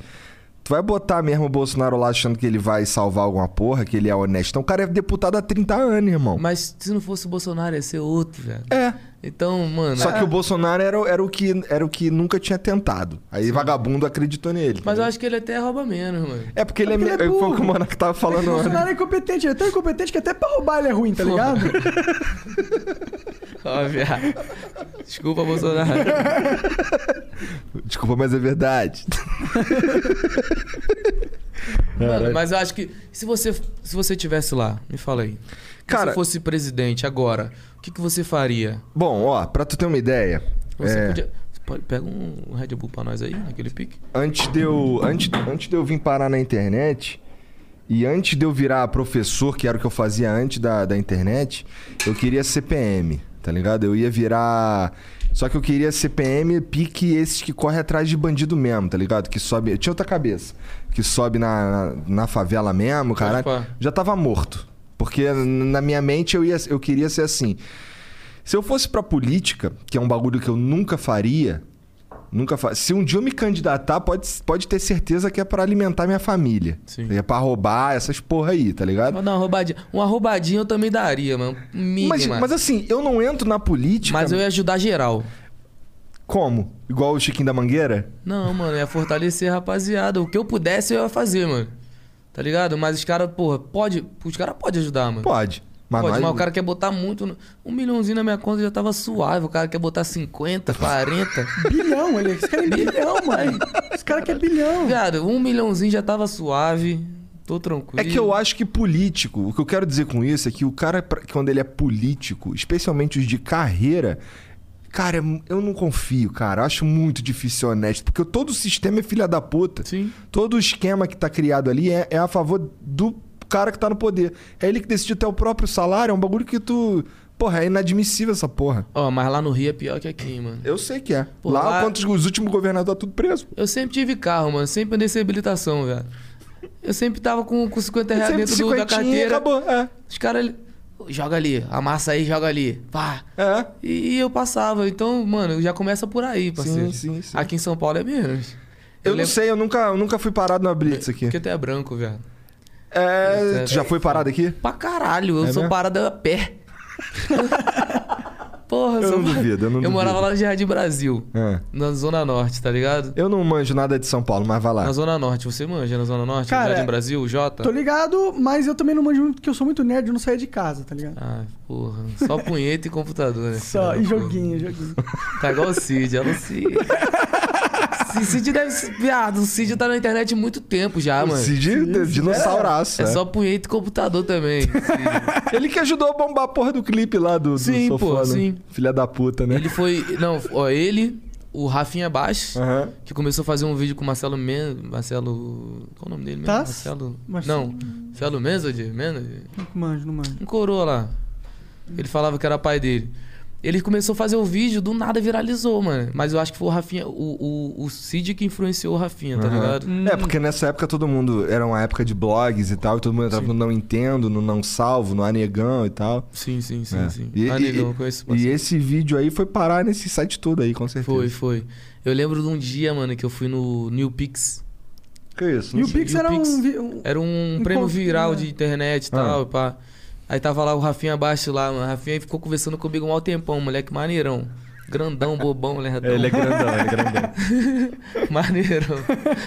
Tu vai botar mesmo o Bolsonaro lá achando que ele vai salvar alguma porra, que ele é honesto. Então o cara é deputado há 30 anos, irmão. Mas se não fosse o Bolsonaro, ia ser outro, velho. É. Então, mano. Só é- que o Bolsonaro era, o- era, o que, era o que nunca tinha tentado. Aí vagabundo acreditou nele. Mas eu entendeu? acho que ele até rouba menos, mano. É porque ele é, porque ele me- é Foi o que burro. o Monark tava O falando antes. Bolsonaro é incompetente, ele é tão incompetente que até pra roubar ele é ruim, tá ligado? Ó, viado. Desculpa, Bolsonaro. Desculpa, mas é verdade. Mano, Caralho. mas eu acho que se você se você tivesse lá, me fala aí. Cara- se fosse presidente agora, o que, que você faria? Bom, ó, pra tu ter uma ideia. Você é, podia- pode- pega um Red Bull pra nós aí, naquele pique. antes de eu antes, antes de eu vir parar na internet e antes de eu virar professor, que era o que eu fazia antes da, da internet, eu queria ser PM, tá ligado? Eu ia virar só que eu queria ser PM pique esses que corre atrás de bandido mesmo, tá ligado? Que sobe. Eu tinha outra cabeça. Que sobe na, na, na favela mesmo, caralho. pá. Já tava morto. Porque n- na minha mente eu, ia, eu queria ser assim. Se eu fosse pra política, que é um bagulho que eu nunca faria, nunca fa... se um dia eu me candidatar, pode, pode ter certeza que é pra alimentar minha família. Sim. É pra roubar essas porra aí, tá ligado? Vou dar uma roubadinha. Uma roubadinha Um eu também daria, é mano. Mínima. Mas, mas assim, eu não entro na política Mas eu ia ajudar geral. como? Igual o Chiquinho da Mangueira? Não, mano, eu ia fortalecer a rapaziada. O que eu pudesse eu ia fazer, mano. Tá ligado? Mas os caras, porra, pode. Os caras podem ajudar, mano. Pode. Mas, Pode, nós- mas o cara quer botar muito. no- Um milhãozinho na minha conta já tava suave. O cara quer botar 50, 40. Bilhão, ele. Esse cara é bilhão, mano. Esse cara quer bilhão. Viado, um milhãozinho já tava suave. Tô tranquilo. É que eu acho que político, o que eu quero dizer com isso é que o cara, pra- quando ele é político, especialmente os de carreira, cara, é mu- eu não confio, cara. Eu acho muito difícil ser honesto, porque todo o sistema é filha da puta. Sim. Todo o esquema que tá criado ali é, é a favor do cara que tá no poder. É ele que decide até o próprio salário, é um bagulho que tu. Porra, é inadmissível essa porra. Ó, mas lá no Rio é pior que aqui, mano. Eu sei que é. Pô, lá, lá- quantos os últimos governadores tá tudo preso. Eu sempre tive carro, mano. Sempre andei sem habilitação, velho. Eu sempre tava com, com 50 reais Sempre dentro É, do, da cinquentinha e carteira. acabou. É. Os caras. ali, Joga ali, amassa aí, joga ali. Pá. É. E, e eu passava. Então, mano, já começa por aí, parceiro. sim, sim. Aqui em São Paulo é menos. Eu, não lembro- sei, eu nunca, eu nunca fui parado na Blitz aqui. Porque tu é branco, velho. É, tu já foi parado aqui? Pra caralho, eu É sou mesmo? parado a pé. Porra, Eu sou não par- duvido, eu não duvido. morava lá no Jardim Brasil, É. na Zona Norte, tá ligado? Eu não manjo nada de São Paulo, mas vai lá. Na Zona Norte, você manja na Zona Norte? Cara, no Jardim Brasil, Jota? Tô ligado, mas eu também não manjo muito, porque eu sou muito nerd, eu não saía de casa, tá ligado? Ah, porra, só punheta e computador, É, né? Só, Filha e da porra. joguinho, joguinho. Tá igual o Cid, olha o Cid. Ci- Cid deve. ser- Viado, o Cid tá na internet há muito tempo já, mano. Cid, dinossauraço. É é. só punheta e computador também. Cid. Ele que ajudou a bombar a porra do clipe lá do, do Sim, Sou pô, Foda. sim. Filha da puta, né? Ele foi. Não, ó, ele, o Rafinha Baixo. Aham. Que começou a fazer um vídeo com o Marcelo Men... Marcelo... Qual o nome dele mesmo? Tass? Marcelo... Marcelo- Não. Marcelo Menzode? Menzode? Não manjo, não manjo. Um coroa lá. Ele falava que era pai dele. Ele começou a fazer o vídeo, do nada viralizou, mano. Mas eu acho que foi o Rafinha... O, o, o Cid que influenciou o Rafinha, tá Aham. ligado? É, porque nessa época todo mundo. Era uma época de blogs e tal, e todo mundo entrava no Não Entendo, no Não Salvo, no Anegão e tal. Sim, sim, sim, É. sim. E, ah, e- negão, eu conheço e bastante. esse vídeo aí foi parar nesse site todo aí, com certeza. Foi, foi. Eu lembro de um dia, mano, que eu fui no New Pix. Que isso? E não o sei. Pix e o era Pix? um, vi- É. um- Era um Um prêmio convite, viral né? de internet e Ah. tal, e pá. Aí tava lá o Rafinha Baixo lá, mano. O Rafinha ficou conversando comigo um mau tempão, moleque maneirão. Grandão, bobão, lerdão. Ele é grandão, ele é grandão. Maneirão.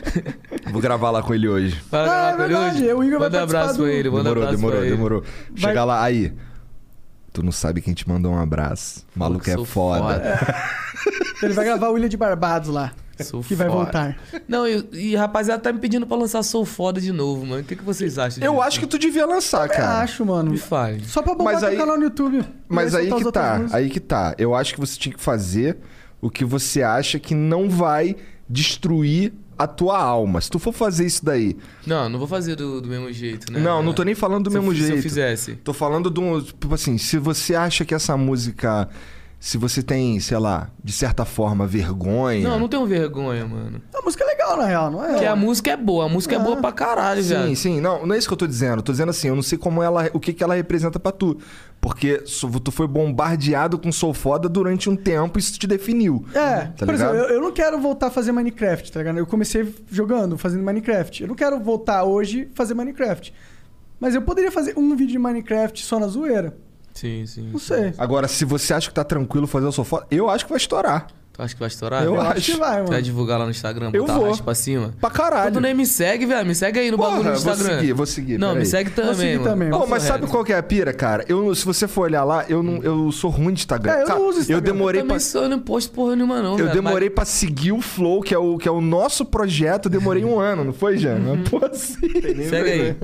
Vou gravar lá com ele hoje. Vai Ah, lá é com ele verdade, hoje? o Igor vai Manda um participar abraço do- pra ele, manda um demorou, abraço demorou, pra ele. demorou. Vai- Chega lá, aí. Tu não sabe quem te mandou um abraço. O maluco é Sou foda. Ele vai gravar o Ilha de Barbados lá, É. Sou que vai foda. voltar. Não, e, e rapaziada tá me pedindo pra lançar Sou Foda de novo, mano. O que, que vocês acham? Eu disso? acho que tu devia lançar, cara. Acho, mano. Me fale. Só pra bombar Mas teu aí- canal no YouTube. Mas E aí É, soltar que as outras tá, músicas. aí que tá. Eu acho que você tinha que fazer o que você acha que não vai destruir a tua alma. Se tu for fazer isso daí. Não, não vou fazer do, do mesmo jeito, né? Não, não tô nem falando do Se eu mesmo fi- jeito. Se eu fizesse. Tô falando de um. Tipo assim, se você acha que essa música. Se você tem, sei lá, de certa forma, vergonha. Não, eu não tenho vergonha, mano. A música é legal, na real, não é? Porque a música é boa, a música é boa pra caralho, Sim, velho. sim. Não, não é isso que eu tô dizendo. Eu Tô dizendo assim, eu não sei como ela, o que, que ela representa pra tu. Porque so- tu foi bombardeado com sou foda durante um tempo e isso te definiu. É, Uhum. Tá por ligado? exemplo, eu, eu não quero voltar a fazer Minecraft, tá ligado? Eu comecei jogando, fazendo Minecraft. Eu não quero voltar hoje a fazer Minecraft. Mas eu poderia fazer um vídeo de Minecraft só na zoeira. Sim, sim. Não sei. Agora, se você acha que tá tranquilo fazer o sou foda, eu acho que vai estourar. Tu acha que vai estourar? Eu Eu acho. acho que vai, Tu vai mano. divulgar lá no Instagram, Eu botar vou. arraste pra cima? Pra caralho. Tu nem me segue, velho. Me segue aí no Porra, bagulho no vou Instagram. seguir, vou seguir, Não, me peraí. segue também, seguir mano. Tá também. Pô, Papo mas reto. sabe qual que é a pira, cara? Eu, se você for olhar lá, eu, não, eu sou ruim de Instagram. É, eu Cara, não uso Instagram. Eu né, demorei Eu pra também sou, eu Tá não posto porra nenhuma, não. Eu velho, demorei pra seguir o Flow, que é o, que é o nosso projeto, eu demorei um ano, não foi, Jean? Uma Porra, assim. mas- Segue aí.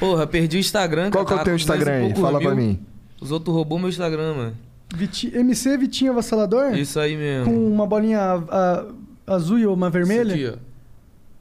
Porra, perdi o Instagram. né? Qual que é cara, o teu com dois e Instagram aí? poucos Fala mil. pra mim. Os outros roubou meu Instagram, mano. Viti- MC Vitinho Avassalador? É. Isso aí mesmo. Com uma bolinha a- a- azul e uma vermelha? Isso aqui, ó.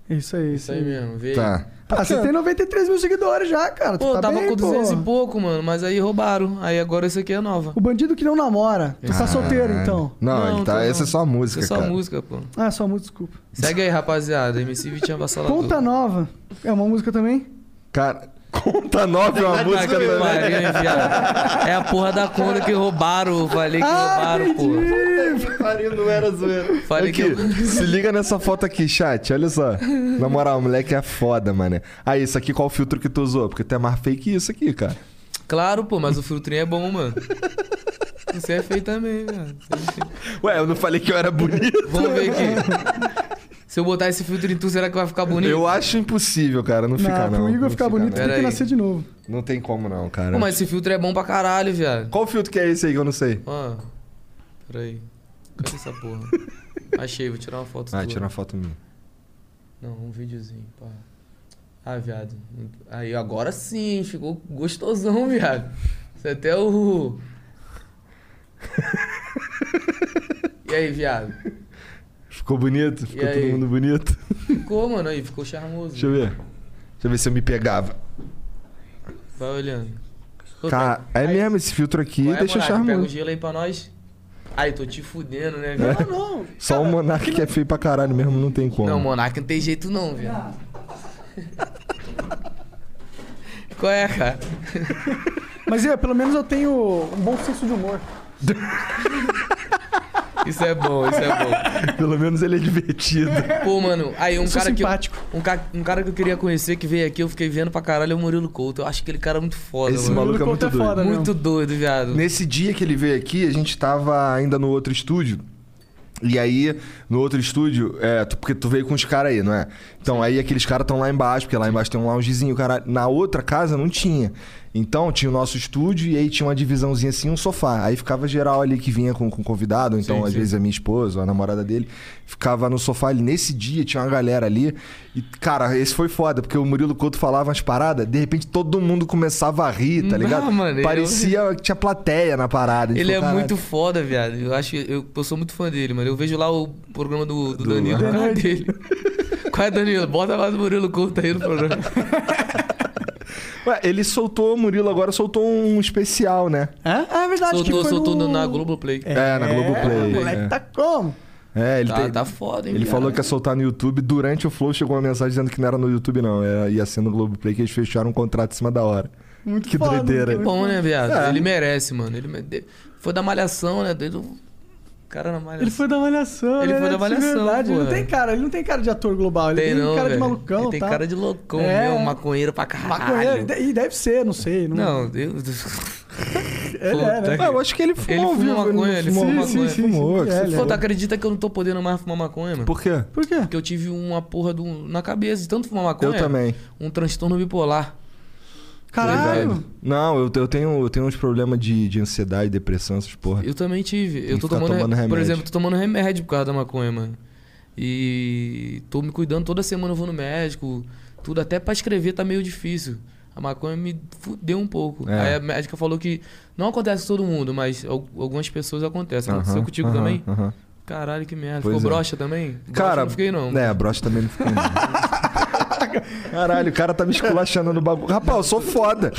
Isso aí, Isso aí mesmo. Vê. aí. Tá. Ah, você tem 93 mil seguidores já, cara. Tu Pô, tá tava bem, com 200 pô. e pouco, mano. Mas aí roubaram. Aí agora isso aqui é nova. O bandido que não namora. Tu Ah. tá solteiro, então. Não, Não, ele tá- tô não. essa é só a Isso música, é só cara. música, pô. Ah, só muito desculpa. Segue aí, rapaziada. MC Vitinho Avassalador. Ponta Nova. É uma música também? Cara, conta nove é uma Puta música que também. pariu, hein, viado. É a porra da conta que roubaram. Falei que Ah, roubaram, pô. entendi! Pariu, não era zoeira. Falei que. Aqui, se liga nessa foto aqui, chat. Olha só. Na moral, o moleque é foda, mano. Aí, isso aqui, qual o filtro que tu usou? Porque tu é mais fake que isso aqui, cara. Claro, pô, mas o filtrinho é bom, mano. Você é feio também, velho. Ué, eu não falei que eu era bonito? Vamos ver aqui. Se eu botar esse filtro em tu, será que vai ficar bonito? Eu acho impossível, cara. Não fica, Não, não. pro Não Igor ficar fica, bonito, não. tem que Pera aí. nascer de novo. Não tem como, não, cara. Pô, mas esse filtro é bom pra caralho, viado. Qual filtro que é esse aí que eu não sei? Ó, peraí. Cadê essa porra? Achei, vou tirar uma foto Ah, tua. tira uma foto minha. Não, um videozinho, pá. Ah, viado. Aí, agora sim, ficou gostosão, viado. Você até o... E aí, viado? Ficou bonito? Ficou todo aí? mundo bonito? Ficou, mano, aí, ficou charmoso. Deixa eu ver. Deixa eu ver se eu me pegava. Vai olhando. Cara, é mesmo esse filtro aqui, Qual é, deixa eu Monark? Pega o charmoso. É, gelo aí pra nós. Ai, tô te fudendo, né, viado? Não, Só o Monark que é feio pra caralho mesmo, não tem como. Não, Monark não tem jeito não, viado. Qual é, cara? mas é, pelo menos eu tenho um bom senso de humor. Isso é bom, isso é bom. Pelo menos ele é divertido. Pô, mano, aí um é Sou cara que eu, simpático. um, ca, um cara que eu queria conhecer que veio aqui, eu fiquei vendo pra caralho, é o Murilo Couto. Eu acho aquele cara muito foda, Esse mano. maluco é muito Conta doido. foda, né? mesmo. Muito doido, viado. Nesse dia que ele veio aqui, a gente tava ainda no outro estúdio. E aí, no outro estúdio, é, tu- porque tu veio com os caras aí, não é? Então aí aqueles caras estão lá embaixo, porque lá embaixo tem um loungezinho, cara. Na outra casa não tinha. Então tinha o nosso estúdio e aí tinha uma divisãozinha assim, um sofá. Aí ficava geral ali que vinha com, com convidado, ou então às vezes a minha esposa, ou a namorada dele, ficava no sofá ali. Nesse dia tinha uma galera ali. E, cara, esse foi foda, porque o Murilo Couto falava umas paradas, de repente todo mundo começava a rir, tá Ah, ligado? maneiro. Parecia tinha, tinha plateia na parada. a gente Ele é falou, "Caralho". muito foda, viado. Eu acho, eu, eu sou muito fã dele, mano. Eu vejo lá o programa do, do Do- Danilo, cara dele. Qual é, Danilo? Bota lá do Murilo Couto aí no programa. Ué, ele soltou, o Murilo agora soltou um especial, né? Hã? Ah, é verdade soltou, que foi soltou no... no... na Globoplay. É, na É, Globoplay. moleque, é. tá como? É, ele, Tá, tem- tá foda, hein, ele viado. falou que é ia soltar no YouTube. Durante o Flow chegou uma mensagem dizendo que não era no YouTube, não. Era, ia ser no Globoplay, que eles fecharam um contrato em cima da hora. Muito Que foda. doideira. muito Bom, né, viado? É. Ele merece, mano. Ele mere- Foi da malhação, né? Desde o cara na malhação. Ele foi da malhação, Ele né? foi da De Malhação, verdade. Ele não pô. tem cara, ele não tem cara de ator global, ele tem, não, cara de velho. malucão, Ele tem tá? Ah, cara de loucão É. mesmo, maconheiro pra caralho. Maconheiro, e deve ser, não sei. Não, Não, Deus. do- ele Puta é, né? que- Ué, eu acho que ele Ele fumou ao fumou vivo. maconha, não ele fumou, fumou maconha. Sim, É. fumou. Sim, que sim, você sim. Pô, falou. tu acredita que eu não tô podendo mais fumar maconha, mano? né? Por quê? Por quê? Porque eu tive uma porra do, na cabeça de tanto fumar maconha. Eu também. Um transtorno bipolar. Caralho. Não, eu, eu tenho, eu tenho uns problemas de, de ansiedade, depressão, essas porra. Eu também tive. eu que tô ficar tomando, tomando Por remédio. exemplo, tô tomando remédio por causa da maconha, mano. E tô me cuidando toda semana, eu vou no médico, tudo até pra escrever tá meio difícil. A maconha me fudeu um pouco. É. Aí a médica falou que não acontece com todo mundo, mas al- algumas pessoas acontecem. Aconteceu Aham, contigo aham, também? aham. Caralho, que merda. Pois Ficou é. broxa também? Broxa Cara, eu não fiquei não. É, a brocha também não ficou. não. Caralho, o cara tá me esculachando no bagulho. Rapaz, eu sou foda.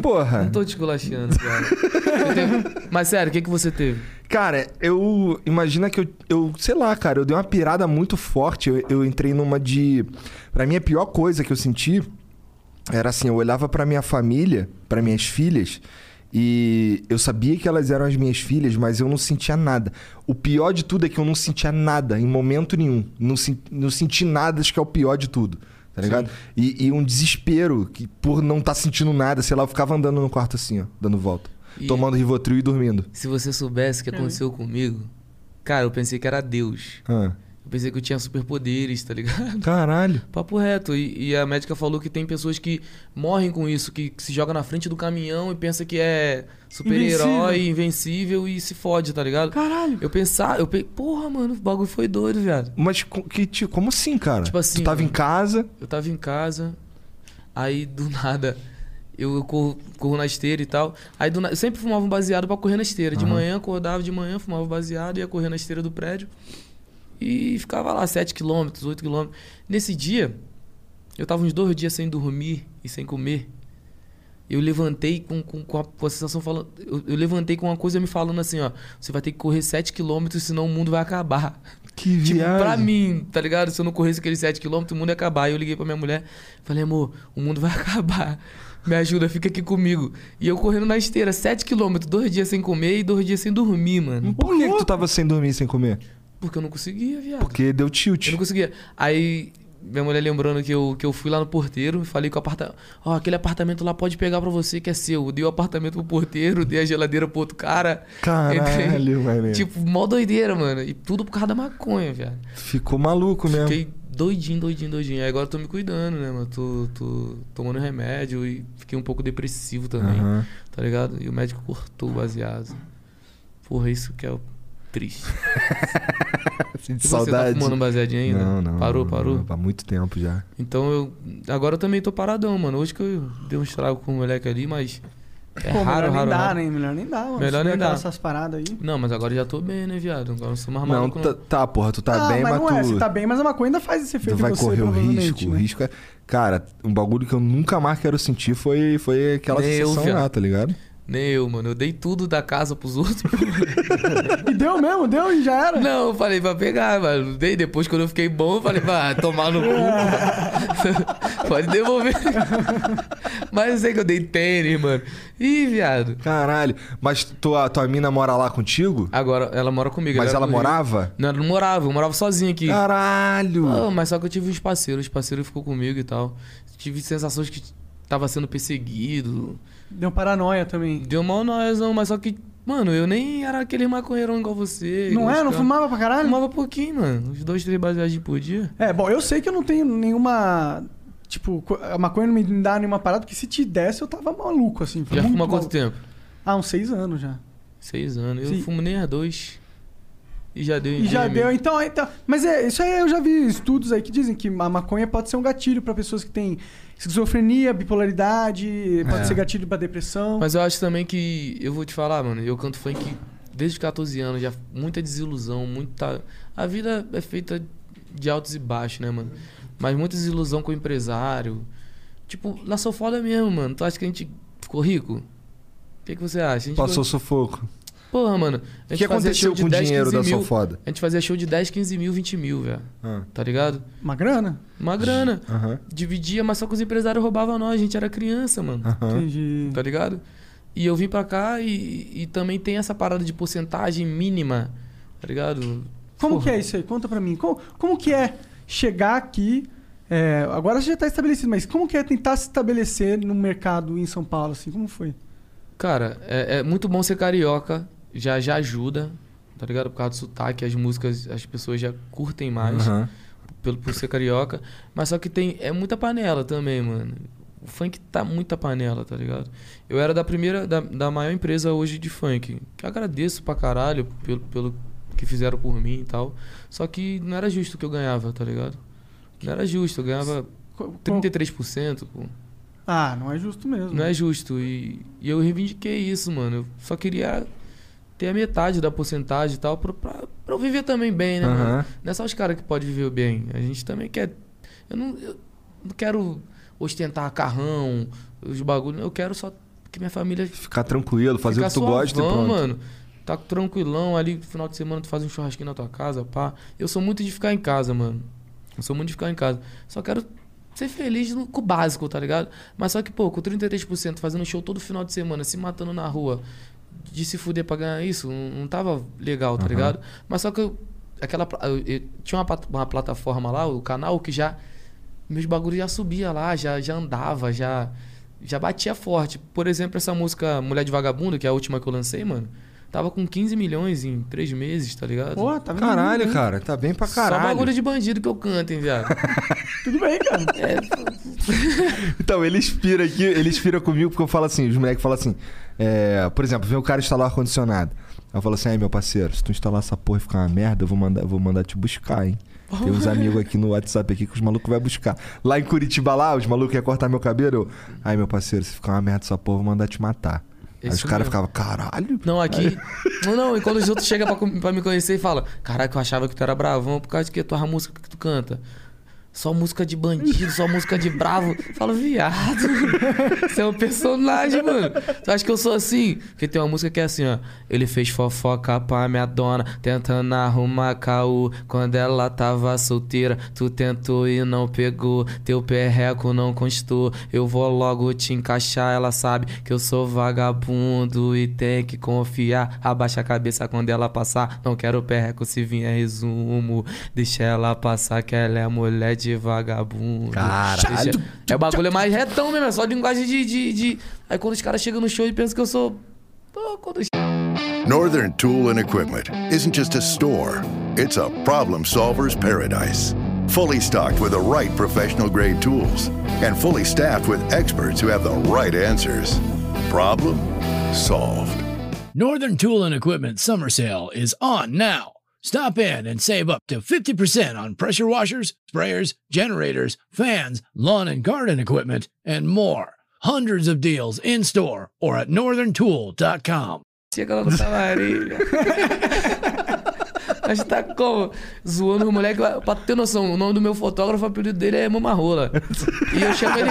Porra. Não tô te esculachando, cara. Eu tenho- Mas sério, o que, que você teve? Cara, eu. Imagina que eu, eu. Sei lá, cara, eu dei uma pirada muito forte. Eu, eu entrei numa de. Pra mim, a pior coisa que eu senti era assim: eu olhava pra minha família, pra minhas filhas, e eu sabia que elas eram as minhas filhas, mas eu não sentia nada. O pior de tudo é que eu não sentia nada em momento nenhum. Não, sen- não senti nada, acho que é o pior de tudo. Tá ligado? E, e um desespero que por não estar sentindo nada, sei lá, eu ficava andando no quarto assim, ó, dando volta. E- Tomando Rivotril e dormindo. Se você soubesse o que aconteceu comigo, Cara, eu pensei que era Deus. Ah, Eu pensei que eu tinha superpoderes, tá ligado? caralho. Papo reto. E, e a médica falou que tem pessoas que morrem com isso, que, que se joga na frente do caminhão e pensa que é super-herói, invencível. e se fode, tá ligado? Caralho. Eu pensava, eu pe... porra, mano, o bagulho foi doido, viado. Mas co- que, ti- como assim, cara? Tipo assim, Tu tava em mano. casa. Eu tava em casa, aí do nada eu corro, corro na esteira e tal. Aí do nada, eu sempre fumava um baseado pra correr na esteira. De manhã, acordava de manhã, fumava baseado, ia correr na esteira do prédio. E ficava lá 7 km, 8 km. Nesse dia, eu tava uns dois dias sem dormir e sem comer. Eu levantei com, com, com, a, com a sensação falando. Eu, eu levantei com uma coisa me falando assim, ó. Você vai ter que correr 7 km, senão o mundo vai acabar. Que Tipo, viagem. pra mim, tá ligado? Se eu não corresse aqueles 7km, o mundo ia acabar. Aí eu liguei pra minha mulher, falei, amor, o mundo vai acabar. Me ajuda, fica aqui comigo. E eu correndo na esteira, 7km, dois dias sem comer e dois dias sem dormir, Uhum. mano. Por que, que tu tava sem dormir, sem comer? Porque eu não conseguia, viado. Porque deu Eu tilt. não conseguia. Aí, minha mulher lembrando que eu, que eu fui lá no porteiro, falei que o apartamento. Ó, aquele apartamento lá pode pegar pra você que é seu. Eu Dei o apartamento pro porteiro, dei a geladeira pro outro cara. Caralho, Entrei. mano. Tipo, mó doideira, mano. E tudo por causa da maconha, viado. Ficou maluco mesmo. Fiquei doidinho, doidinho, doidinho. Aí agora eu tô me cuidando, né, mano? Tô, tô tomando remédio e fiquei um pouco depressivo também, Aham. tá ligado? E o médico cortou o baseado. Porra, isso que é o triste. E Você tá Saudade. fumando um baseadinho ainda? Não, não. Parou, não, parou? não, Há muito tempo já. Então eu. Agora eu também tô paradão, mano. Hoje que eu dei um estrago com o moleque ali, mas. É Pô, raro, melhor nem raro. dá, raro. né? Melhor nem dá, mano. Melhor Você nem vê dá. aquelas- Essas paradas aí. Não, mas agora eu já tô bem, né, viado? Agora eu não sou mais não, maluco. né? tá, tá, porra, tu tá ah, bem, mas mas, não tu, é. Você tá bem, mas a maconha ainda faz esse efeito tu vai em você, correr o provavelmente, risco. O né? risco é. Cara, um bagulho que eu nunca mais quero sentir foi, foi aquela Nem eu, sensação lá, viado. tá ligado? Nem eu, mano. Eu dei tudo da casa pros outros. E deu mesmo, deu e já era. Não, eu falei pra pegar, mano. Dei, depois quando eu fiquei bom, eu falei, vai tomar no cu. Pode devolver. Mas eu sei que eu dei tênis, mano. Ih, viado. Caralho. Mas tua, tua mina mora lá contigo? Agora, ela mora comigo. mas era ela do Rio. morava? Não, ela não morava. Eu morava sozinho aqui. Caralho! Ah, mas só que eu tive uns parceiros. Os parceiros ficou comigo e tal. Tive sensações que tava sendo perseguido. Deu paranoia também. Deu mal nós, não. Mas só que, mano, eu nem era aquele maconheirão igual você. Não é? igual Não os caras. fumava pra caralho? Fumava pouquinho, mano. Uns dois, três baseados por dia. É, bom, eu sei que eu não tenho nenhuma. Tipo, co- a maconha não me dá nenhuma parada, porque se te desse eu tava maluco, assim. Já muito fuma há maluco. quanto tempo? Ah, uns seis anos já. Seis anos. Eu Sim. não fumo nem a dois. E já deu em E já mim. deu, então, então. Mas é, isso aí eu já vi estudos aí que dizem que a maconha pode ser um gatilho pra pessoas que têm esquizofrenia, bipolaridade, pode É. ser gatilho pra depressão. Mas eu acho também que. Eu vou te falar, mano. Eu canto funk desde os 14 anos. Já muita desilusão, muita. A vida é feita de altos e baixos, né, mano? Mas muita desilusão com o empresário. Tipo, na foda mesmo, mano. Tu acha que a gente ficou rico? O que, que você acha? A gente Passou sufoco. ficou- Porra, mano. A O gente que fazia show aconteceu de com o 10, dinheiro 15 da mil. sua foda? A gente fazia show de 10, 15 mil, 20 mil, velho. Ah, Tá ligado? Uma grana? Uma grana. Aham. Dividia, mas só que os empresários roubavam nós, a gente era criança, mano. Aham. Entendi. Tá ligado? E eu vim pra cá e, e também tem essa parada de porcentagem mínima, tá ligado? Como Porra. que é isso aí? Conta pra mim. Como, como que é chegar aqui? é, agora você já tá estabelecido, mas como que é tentar se estabelecer no mercado em São Paulo, assim? Como foi? Cara, é, é muito bom ser carioca, já, já ajuda, tá ligado? Por causa do sotaque, as músicas as pessoas já curtem mais Aham. pelo, por ser carioca. Mas só que tem. É muita panela também, mano. O funk tá muita panela, tá ligado? Eu era da primeira, da, da maior empresa hoje de funk. Que agradeço pra caralho pelo, pelo que fizeram por mim e tal. Só que não era justo o que eu ganhava, tá ligado? Não era justo, eu ganhava Co- co- 33%, pô. Ah, não é justo mesmo. Não é justo. E, e eu reivindiquei isso, mano. Eu só queria ter a metade da porcentagem e tal pra, pra, pra eu viver também bem, né, mano? Aham. Não é só os caras que podem viver bem. A gente também quer. Eu não, eu não quero ostentar carrão, os bagulhos. Eu quero só que minha família Ficar tranquilo, fazer ficar o que tu gosta e suavão, pronto. mano. Tá tranquilão ali, no final de semana tu faz um churrasquinho na tua casa, pá. Eu sou muito de ficar em casa, mano. Eu sou muito de ficar em casa. Só quero ser feliz no, com o básico, tá ligado? Mas só que, pô, com 33% fazendo show todo final de semana, se matando na rua, de se fuder pra ganhar isso, não, não tava legal, tá ligado? Mas só que eu, aquela. pla- eu- eu- tinha uma, pat- uma plataforma lá, o canal, que já. Meus bagulhos já subia lá, já, já andava, já. Já batia forte. Por exemplo, essa música Mulher de Vagabundo, que é a última que eu lancei, mano. Tava com 15 milhões em três meses, tá ligado? Porra, tá vendo? Caralho, cara, tá bem pra Só caralho. bagulho de bandido que eu canto, hein, viado? Tudo bem, cara. É, Então, ele inspira aqui, ele inspira comigo, porque eu falo assim, os moleques falam assim, é, por exemplo, vem o cara instalar o ar-condicionado. Aí eu falo assim, ai meu parceiro, se tu instalar essa porra e ficar uma merda, eu vou mandar, eu vou mandar te buscar, hein? Tem uns amigos aqui no WhatsApp aqui que os malucos vão buscar. Lá em Curitiba, lá, os malucos iam cortar meu cabelo. eu, Ai, meu parceiro, se ficar uma merda essa porra, eu vou mandar te matar. Aí os Isso caras mesmo. ficavam, caralho. Não, aqui. Não, não. E quando os outros chegam pra, com- pra me conhecer e falam: Caraca, eu achava que tu era bravão por causa de que tu a música que tu canta. Só música de bandido, só música de bravo. Eu Falo, viado. Você é um personagem, mano. Tu acha que eu sou assim? Porque tem uma música que é assim, ó. Ele fez fofoca pra minha dona, tentando arrumar caô. Quando ela tava solteira, tu tentou e não pegou. Teu perreco não constou. Eu vou logo te encaixar. Ela sabe que eu sou vagabundo e tem que confiar. Abaixa a cabeça quando ela passar. Não quero perreco se vier resumo. Deixa ela passar que ela é mulher de vagabundo. Caralho. Deixa- é o bagulho é mais retão mesmo, é só linguagem de, de, de- Aí quando os caras chegam no show e pensam que eu sou. Pô, quando os- Ah. Northern Tool and Equipment isn't just a store, it's a problem solver's paradise. Fully stocked with the right professional grade tools and fully staffed with experts who have the right answers. Problem solved. Northern Tool and Equipment summer sale is on now. Stop in and save up to 50% on pressure washers, sprayers, generators, fans, lawn and garden equipment, and more. Hundreds of deals in store or at northerntool.com. Chega lá no Samaria. A gente tá como? Zoando o moleque. Pra ter noção, o nome do meu fotógrafo, o apelido dele é Mamarrola. E eu chamo ele.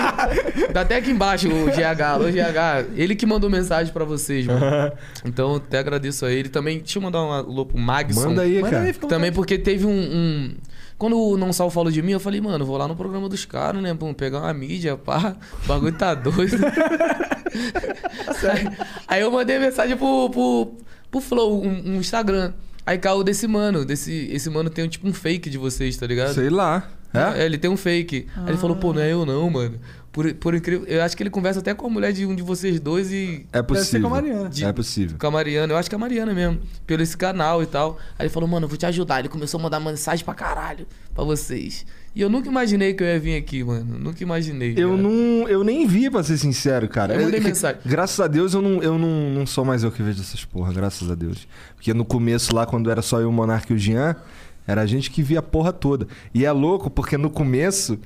Tá até aqui embaixo o GH. Alô, GH. Ele que mandou mensagem pra vocês, mano. Então eu até agradeço a ele. Também, deixa eu mandar um alô pro Magson. Manda aí, Manda cara. aí, fica à Também porque teve um. um- Quando o Não Sal falou de mim, eu falei, mano, vou lá no programa dos caras, né? Pum, pegar uma mídia, pá. O bagulho tá doido. aí, aí eu mandei mensagem pro, pro, pro Flow, um, um Instagram. Aí caiu desse mano. Desse, esse mano tem um, tipo um fake de vocês, tá ligado? Sei lá. É, É? ele tem um fake. Aí ele falou, pô, não é eu não, mano. Por, por incrível. Eu acho que ele conversa até com a mulher de um de vocês dois e É Deve ser possível. com a Mariana. É possível. com a Mariana, eu acho que é a Mariana mesmo, pelo esse canal e tal. Aí ele falou, mano, eu vou te ajudar. Ele começou a mandar mensagem pra caralho pra vocês. E eu nunca imaginei que eu ia vir aqui, mano. Nunca imaginei. Eu cara. não. Eu nem vi, pra ser sincero, cara. Eu mandei que- mensagem. Graças a Deus eu, não, eu não, não sou mais eu que vejo essas porra, graças a Deus. Porque no começo lá, quando era só eu, o Monarca e o Jean, era a gente que via a porra toda. E é louco, porque no começo,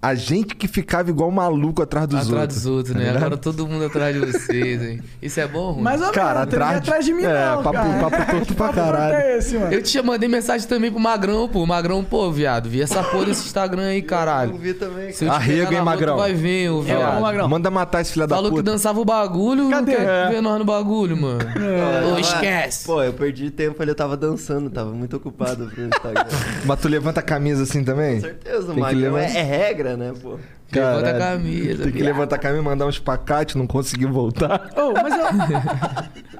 a gente que ficava igual maluco atrás dos Atrás outros. dos outros, tá né? ligado? Agora todo mundo atrás de vocês, hein? Isso é bom, ruim? Mais ou menos, Cara, não tem ninguém atrás de- Tá atrás de mim, é, não. papo- cara. papo torto Que pra papo torto caralho. é esse, mano? Eu te mandei mensagem também pro Magrão, pô. Magrão, pô, viado, vi essa porra desse Instagram aí, Eu caralho. vi também. Se eu te Arrega, pegar na hein, rua, Magrão? Tu vai ver, ô, É, viado. vamos lá, Magrão. Manda matar esse filho da Falou que puta. dançava o bagulho, Cadê? não quer É. ver nós no bagulho, mano. É. cara. Ô, Ah, esquece. Pô, eu perdi tempo ali, eu tava dançando, tava muito ocupado pro Instagram. Mas tu levanta a camisa assim também? Com certeza, que Magrão. levantar- É, é regra, né, pô? Levanta a Caralho. camisa, Tem que viado. levantar a camisa, mandar um espacate, não conseguir voltar. Ô, mas eu...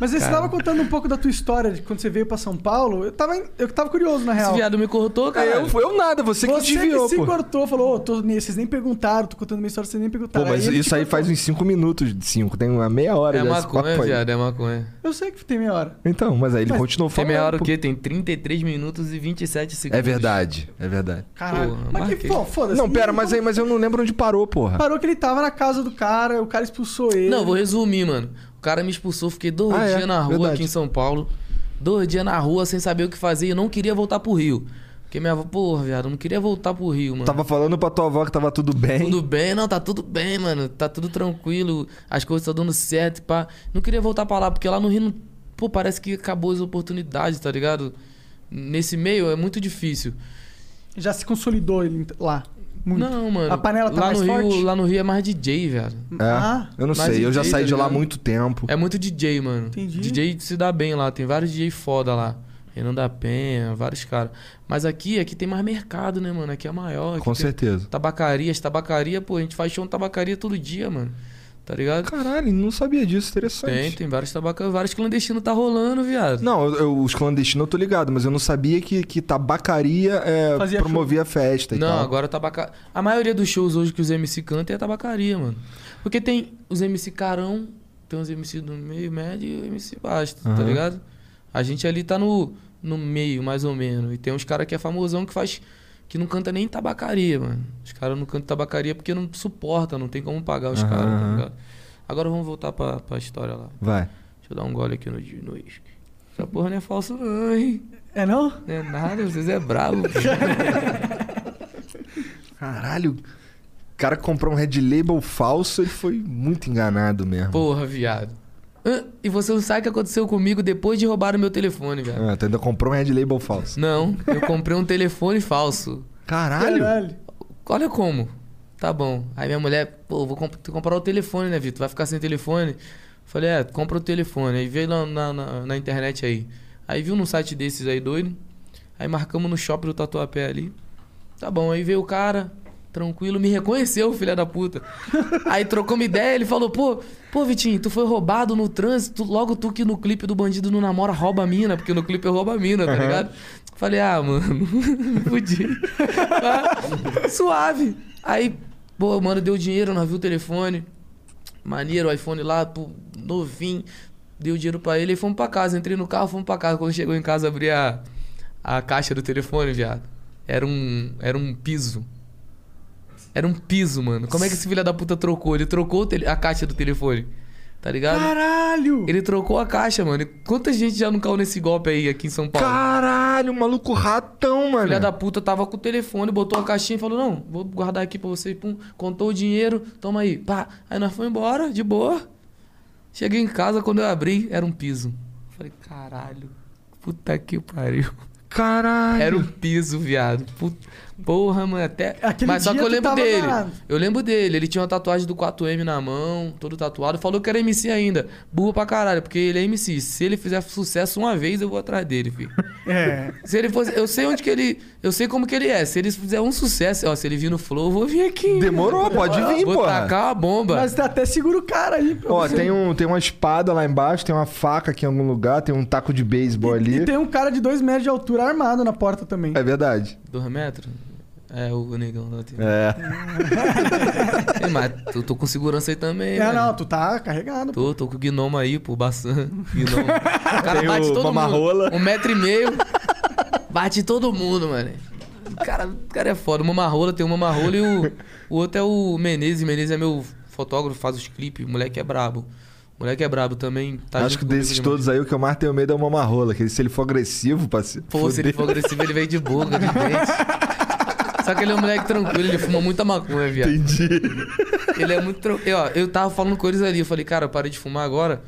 Mas você estava contando um pouco da tua história de quando você veio pra São Paulo. Eu tava, em- eu tava curioso, na real. Esse viado me cortou, cara. Eu, eu nada, você, que Você desviou, se pô. cortou, falou, ô, tô- vocês nem perguntaram, tô contando minha história, vocês nem é tipo, Pô, perguntaram. mas ele isso te aí cortou. faz uns 5 minutos, 5, tem uma meia hora É já esse maconha, papo aí. viado, é maconha. Eu sei que tem meia hora. Então, mas aí ele Mas continuou Tem falando. meia hora o pô. quê? Tem 33 minutos e 27 segundos. um É verdade, é verdade. Caralho. Pô, mas que marquei. pô, foda-se. Não, pera, mas, aí, mas eu não lembro onde parou, porra. Parou que ele tava na casa do cara, o cara expulsou ele. Não, vou resumir, mano. O cara me expulsou, fiquei dois Ah, é? dias na rua Verdade. aqui em São Paulo. Dois dias na rua sem saber o que fazer. Eu não queria voltar pro Rio. Porque minha avó, porra, viado, eu não queria voltar pro Rio, mano. Tava falando pra tua avó que tava tudo bem. Tudo bem, não, tá tudo bem, mano. Tá tudo tranquilo, as coisas estão dando certo, pá. Não queria voltar pra lá, porque lá no Rio, não- pô, parece que acabou as oportunidades, tá ligado? Nesse meio é muito difícil. Já se consolidou ele lá. Muito. Não, mano. A panela tá lá mais no Rio, forte? Lá no Rio é mais DJ, velho. É, Ah, eu não mas sei, eu já entendi, saí tá de lá há ligado? muito tempo. É muito DJ, Hum. mano. Entendi. DJ se dá bem lá, tem vários DJ foda lá. Renan da Penha, vários caras. Mas aqui, aqui tem mais mercado, né, mano? Aqui é maior. Aqui Com tem certeza. Tabacarias, tabacaria, pô, a gente faz show na tabacaria todo dia, mano. Tá ligado? Caralho, não sabia disso, interessante. Tem, tem vários tabacarias, vários clandestinos tá rolando, viado. Não, eu, eu- os clandestinos eu tô ligado, mas eu não sabia que, que tabacaria é, Fazia promovia festa e Não, tal. agora tabacaria. A maioria dos shows hoje que os MC cantam é tabacaria, mano. Porque tem os MC Carão, tem uns MC do meio médio e o MC Basta, tá Aham. ligado? A gente ali tá no, no meio, mais ou menos. E tem uns caras que é famosão que faz. que não canta nem tabacaria, mano. Os caras não cantam tabacaria porque não suporta, não tem como pagar os Aham, caras, tá aham. ligado? Agora vamos voltar pra, pra história lá. Vai. Deixa eu dar um gole aqui no, no uísque. Essa porra não é falso, não, hein? É não? Não é nada, vocês é brabo. pô. Caralho. O cara comprou um red label falso e foi muito enganado mesmo. Porra, viado. Hã? E você não sabe o que aconteceu comigo depois de roubar o meu telefone, viado. Ah, tu ainda comprou um red label falso. Não, eu comprei um telefone falso. Caralho. Olha como. Tá bom. Aí minha mulher, pô, vou comp- tu comprar o telefone, né, Vitor? Vai ficar sem telefone? Falei, é, compra o telefone. Aí veio lá na, na, na internet aí. Aí viu num site desses aí doido. Aí marcamos no shopping do Tatuapé ali. Tá bom, aí veio o cara, tranquilo, me reconheceu, filha da puta. Aí trocou uma ideia, ele falou, pô, pô, Vitinho, tu foi roubado no trânsito, logo tu que no clipe do Bandido não namora rouba a mina, porque no clipe eu roubo a mina, tá Aham. ligado? Falei, ah, mano, fudi. Ah, Suave. Aí, pô, mano, deu dinheiro, nós viu o telefone. Maneiro, o iPhone lá, pô, novinho. Deu dinheiro pra ele e fomos pra casa. Entrei no carro, fomos pra casa. Quando chegou em casa, abri a, a caixa do telefone, viado. Era um, era um piso. Era um piso, mano. Como é que esse filho da puta trocou? Ele trocou o tele- a caixa do telefone. Tá ligado? Caralho! Ele trocou a caixa, mano. E Quanta gente já não caiu nesse golpe aí aqui em São Paulo? Caralho, um maluco ratão, mano. Filha Né? da puta tava com o telefone, botou a caixinha e falou: Não, vou guardar aqui pra você. Pum, contou o dinheiro, toma aí. Pá. Aí nós fomos embora, de boa. Cheguei em casa, quando eu abri, era um piso. Falei: Caralho, puta que pariu. Caralho. Era um piso, viado. Puta, porra, mano, até. Aquele Mas só dia que eu tu lembro tava dele. na- Eu lembro dele. Ele tinha uma tatuagem do 4M na mão, todo tatuado. Falou que era MC ainda. Burro pra caralho, porque ele é MC. Se ele fizer sucesso uma vez, eu vou atrás dele, filho. É. Se ele fosse. Eu sei onde que ele. Eu sei como que ele é. Se ele fizer um sucesso, ó, se ele vir no Flow, eu vou vir aqui. Demorou, pode vir, Vou porra. tacar uma bomba. Mas tá até segura o cara aí. pra Ó, você. tem, um, tem uma espada lá embaixo, tem uma faca aqui em algum lugar, tem um taco de beisebol ali. E tem um cara de dois metros de altura armado na porta também. É verdade. Dois metros? É, o negão lá tem. É. Ei, Mas eu tô com segurança aí também, É, mano. não, tu tá carregado. Tô, tô com o gnomo aí, pô, Bassan. Gnomo. O cara Tem bate o todo mundo. mamarrola. Um metro e meio. Bate todo mundo, mano. O cara, o cara é foda. Uma marrola, tem uma marrola e o, o outro é o Menezes. Menezes é meu fotógrafo, faz os clipes. O moleque é brabo. O moleque é brabo também. Tá Acho junto que comigo desses demais. todos aí, o que eu mais tenho medo é uma marrola. Que se ele for agressivo, parceiro. Pô, se ele for agressivo, ele vem de boca, de dente. Só que ele é um moleque tranquilo, ele fuma muita maconha, viado. Entendi. Ele é muito. tro- Eu, ó, eu tava falando com eles ali. Eu falei, cara, eu parei de fumar agora.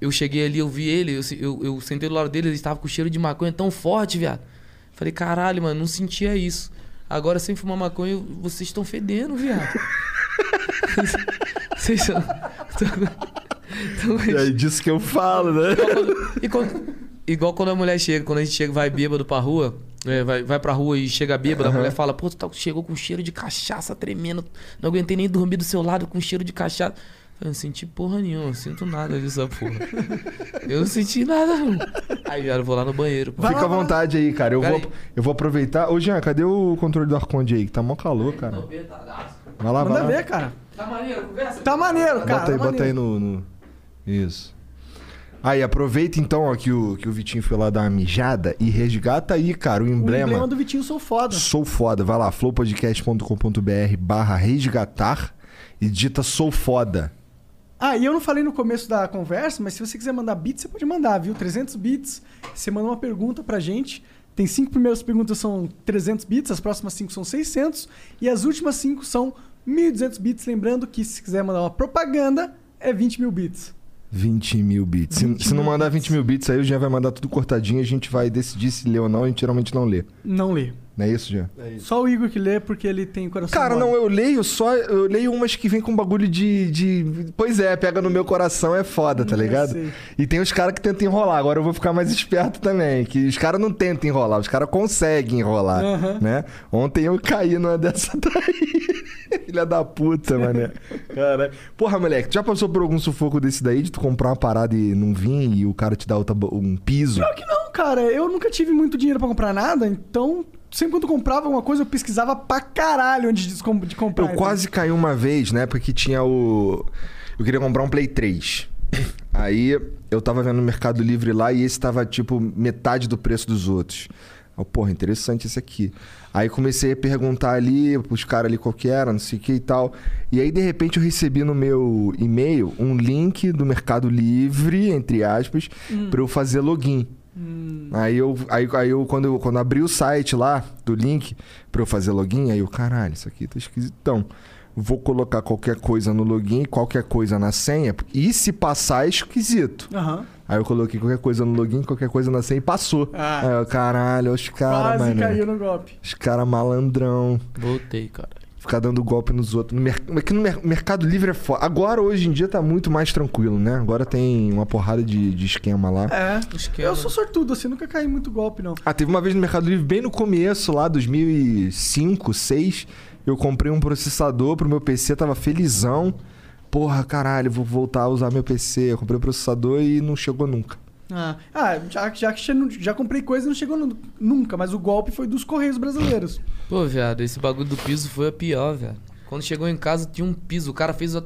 Eu cheguei ali, eu vi ele, eu, se- eu, eu sentei do lado dele, ele tava com cheiro de maconha tão forte, viado. Falei, caralho, mano, não sentia isso. Agora sem fumar maconha, eu- vocês estão fedendo, viado. vocês estão. É disso que eu falo, né? E quando- igual quando a mulher chega, quando a gente chega, vai bêbado pra rua, é, vai, vai pra rua e chega bêbado, a mulher fala, pô, tu tá- chegou com cheiro de cachaça tremendo, não aguentei nem dormir do seu lado com cheiro de cachaça. Eu não senti porra nenhuma, eu não sinto nada disso, porra. Eu não senti nada, não. Aí, viado, eu vou lá no banheiro. pô. Fica à vontade aí, cara. Eu Pera vou, aí. eu vou aproveitar. Ô, Jean, cadê o controle do Arconde aí? Que tá mó calor, cara. Vai lá, vai Manda lá. ver, cara. Tá maneiro, conversa? Tá maneiro, cara. Bota aí, tá bota aí maneiro. no, no- Isso. Aí, aproveita então ó, que, o, que o Vitinho foi lá dar uma mijada e resgata aí, cara, o O emblema. emblema do Vitinho Sou Foda. Sou foda. Vai lá, flowpodcast.com.br barra resgatar e digita sou foda. Ah, e eu não falei no começo da conversa, mas se você quiser mandar bits, você pode mandar, viu? 300 bits. Você manda uma pergunta pra gente. Tem cinco primeiras perguntas são 300 bits, as próximas cinco são 600 e as últimas cinco são 1.200 bits. Lembrando que se quiser mandar uma propaganda, é 20 mil bits. 20 mil bits. Se- se, não mandar 20 mil bits aí, o Jean vai mandar tudo cortadinho e a gente vai decidir se lê ou não. A gente geralmente não lê. Não lê. Não é isso, Jean? Só o Igor que lê porque ele tem coração Cara, mole. não, eu leio só. Eu leio umas que vem com bagulho de. de- Pois é, pega no meu coração, é foda, tá Eu ligado? Hum, sei. E tem os caras que tentam enrolar. Agora eu vou ficar mais esperto também. Que os caras não tentam enrolar, os caras conseguem enrolar. Aham. Né? Ontem eu caí numa dessa daí. Filha da puta, mané. Caralho. Porra, moleque, tu já passou por algum sufoco desse daí de tu comprar uma parada e não vir e o cara te dá outra bo- um piso? Pior que não, cara. Eu nunca tive muito dinheiro pra comprar nada, então sempre quando eu comprava alguma coisa, eu pesquisava pra caralho antes de com- de comprar. né, Eu quase caí uma vez, na época que tinha o. Eu queria comprar um Play 3. Aí eu tava vendo no Mercado Livre lá e esse tava tipo metade do preço dos outros. Eu, porra, interessante esse aqui. Aí comecei a perguntar ali pros caras ali qual que era, não sei o que e tal. E aí, de repente, eu recebi no meu e-mail um link do Mercado Livre, entre aspas, Hum. pra eu fazer login. Aí eu, aí, aí eu quando, eu- quando abri o site lá do link pra eu fazer login, aí eu, caralho, isso aqui tá esquisitão. Vou colocar qualquer coisa no login, qualquer coisa na senha, e se passar é esquisito. Aham. Aí eu coloquei qualquer coisa no login, qualquer coisa na senha e passou. Ah. Aí eu, caralho, os caras, Quase mano. caiu no golpe. Os caras malandrão. Voltei, cara. Ficar dando golpe nos outros. No mer- Aqui no mer- Mercado Livre é foda. Agora, hoje em dia, tá muito mais tranquilo, né? Agora tem uma porrada de, de esquema lá. É. Esquema. Eu sou sortudo, assim, nunca caí em muito golpe, não. Ah, teve uma vez no Mercado Livre, bem no começo, lá 2005, 6, eu comprei um processador pro meu PC, tava felizão. Porra, caralho, vou voltar a usar meu PC. Eu comprei o processador e não chegou nunca. Ah, ah, já, já, que che- já comprei coisa e não chegou nu- nunca, mas o golpe foi dos Correios brasileiros. Pô, viado, esse bagulho do piso foi a pior, velho. Quando chegou em casa, tinha um piso. O cara fez a-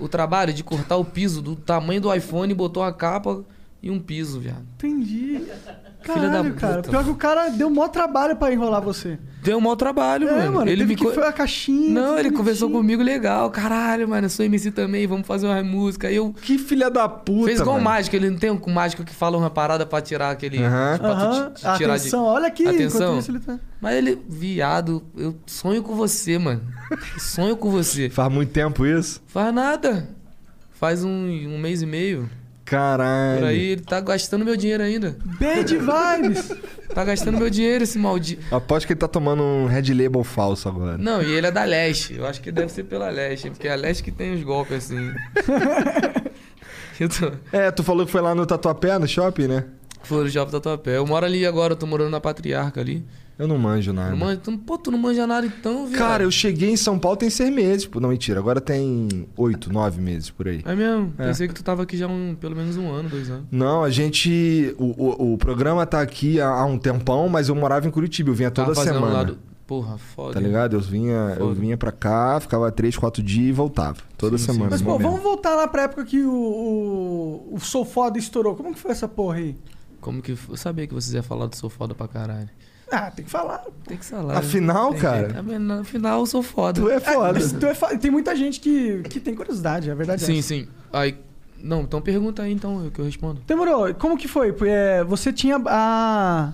o trabalho de cortar o piso do tamanho do iPhone, botou a capa e um piso, viado. Entendi. Filha da Caralho, puta, cara. Pior que o cara deu mó trabalho pra enrolar você. Deu um mau trabalho, É, mano. mano. Ele teve me que co- foi a caixinha. Não, tudo ele bonitinho. conversou comigo legal. Caralho, mano, eu sou MC também, vamos fazer uma música. Aí eu. Que filha da puta, Fez igual o mano. mágico, ele não tem um mágico que fala uma parada pra tirar aquele. Aham. Pra tu Aham. ti- ti- tirar de- Atenção, olha aqui. enquanto Atenção. isso ele tá- Mas ele, viado, eu sonho com você, mano. sonho com você. Faz muito tempo isso? Faz nada. Faz um, um mês e meio. Caralho. Por aí ele tá gastando meu dinheiro ainda. Bad vibes. Tá gastando meu dinheiro esse maldito. Aposto que ele tá tomando um Red Label falso agora. Não, e ele é da Leste. Eu acho que deve ser pela Leste, porque é a Leste que tem os golpes assim. Eu tô... É, tu falou que foi lá no Tatuapé, no shopping, né? Foram os jogos da tua pé. Eu moro ali agora, eu tô morando na Patriarca ali. Eu não manjo nada. Não manja, tu, pô, tu não manja nada então, viado. É, né? Cara, eu cheguei em São Paulo tem seis meses. pô. Não, mentira. Agora tem oito, nove meses por aí. É mesmo? É. Pensei que tu tava aqui já um, pelo menos um ano, dois anos. Não, a gente. O, o, o programa tá aqui há, há um tempão, mas eu morava em Curitiba. Eu vinha toda fazendo semana. lá do- Porra, foda. Tá ligado? Eu vinha, eu Foda. vinha pra cá, ficava três, quatro dias e voltava. Toda Sim, semana. Mas, bom pô, mesmo. vamos voltar lá pra época que o, o, o Sou Foda estourou. Como que foi essa porra aí? Como que. Eu sabia que vocês iam falar do sou foda pra caralho. Ah, tem que falar. Tem que falar. né? Afinal, Tem cara. jeito. Ah, mas no final eu sou foda. Tu é É, foda. mas tu é fa- tem muita gente que, que tem curiosidade, é né? verdade. é Sim, essa. sim. Aí. Não, então pergunta aí então, eu que eu respondo. Demorou. Como que foi? Pô, é, Você tinha a...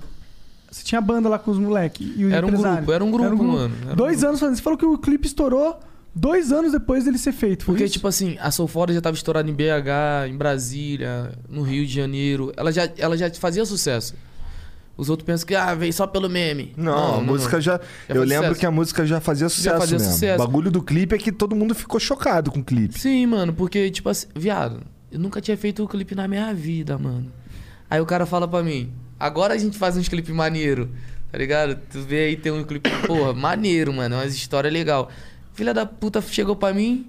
Você tinha a banda lá com os moleques e o Era um empresário. grupo, era um grupo, mano. Era um dois anos fazendo. Você falou que o clipe estourou dois anos depois dele ser feito. foi Porque, isso? tipo assim, a Soul Foda já tava estourada em BH, em Brasília, no Rio de Janeiro. Ela já, ela já fazia sucesso. Os outros pensam que, ah, veio só pelo meme. Não, a música já. eu faz lembro sucesso. que a música já fazia sucesso fazia mesmo. sucesso. O bagulho do clipe é que todo mundo ficou chocado com o clipe. Sim, mano, porque, tipo assim, viado, eu nunca tinha feito um clipe na minha vida, mano. Aí o cara fala pra mim, agora a gente faz uns clipes maneiro, tá ligado? Tu vê aí tem um clipe, porra, maneiro, mano, umas histórias legal. Filha da puta chegou pra mim,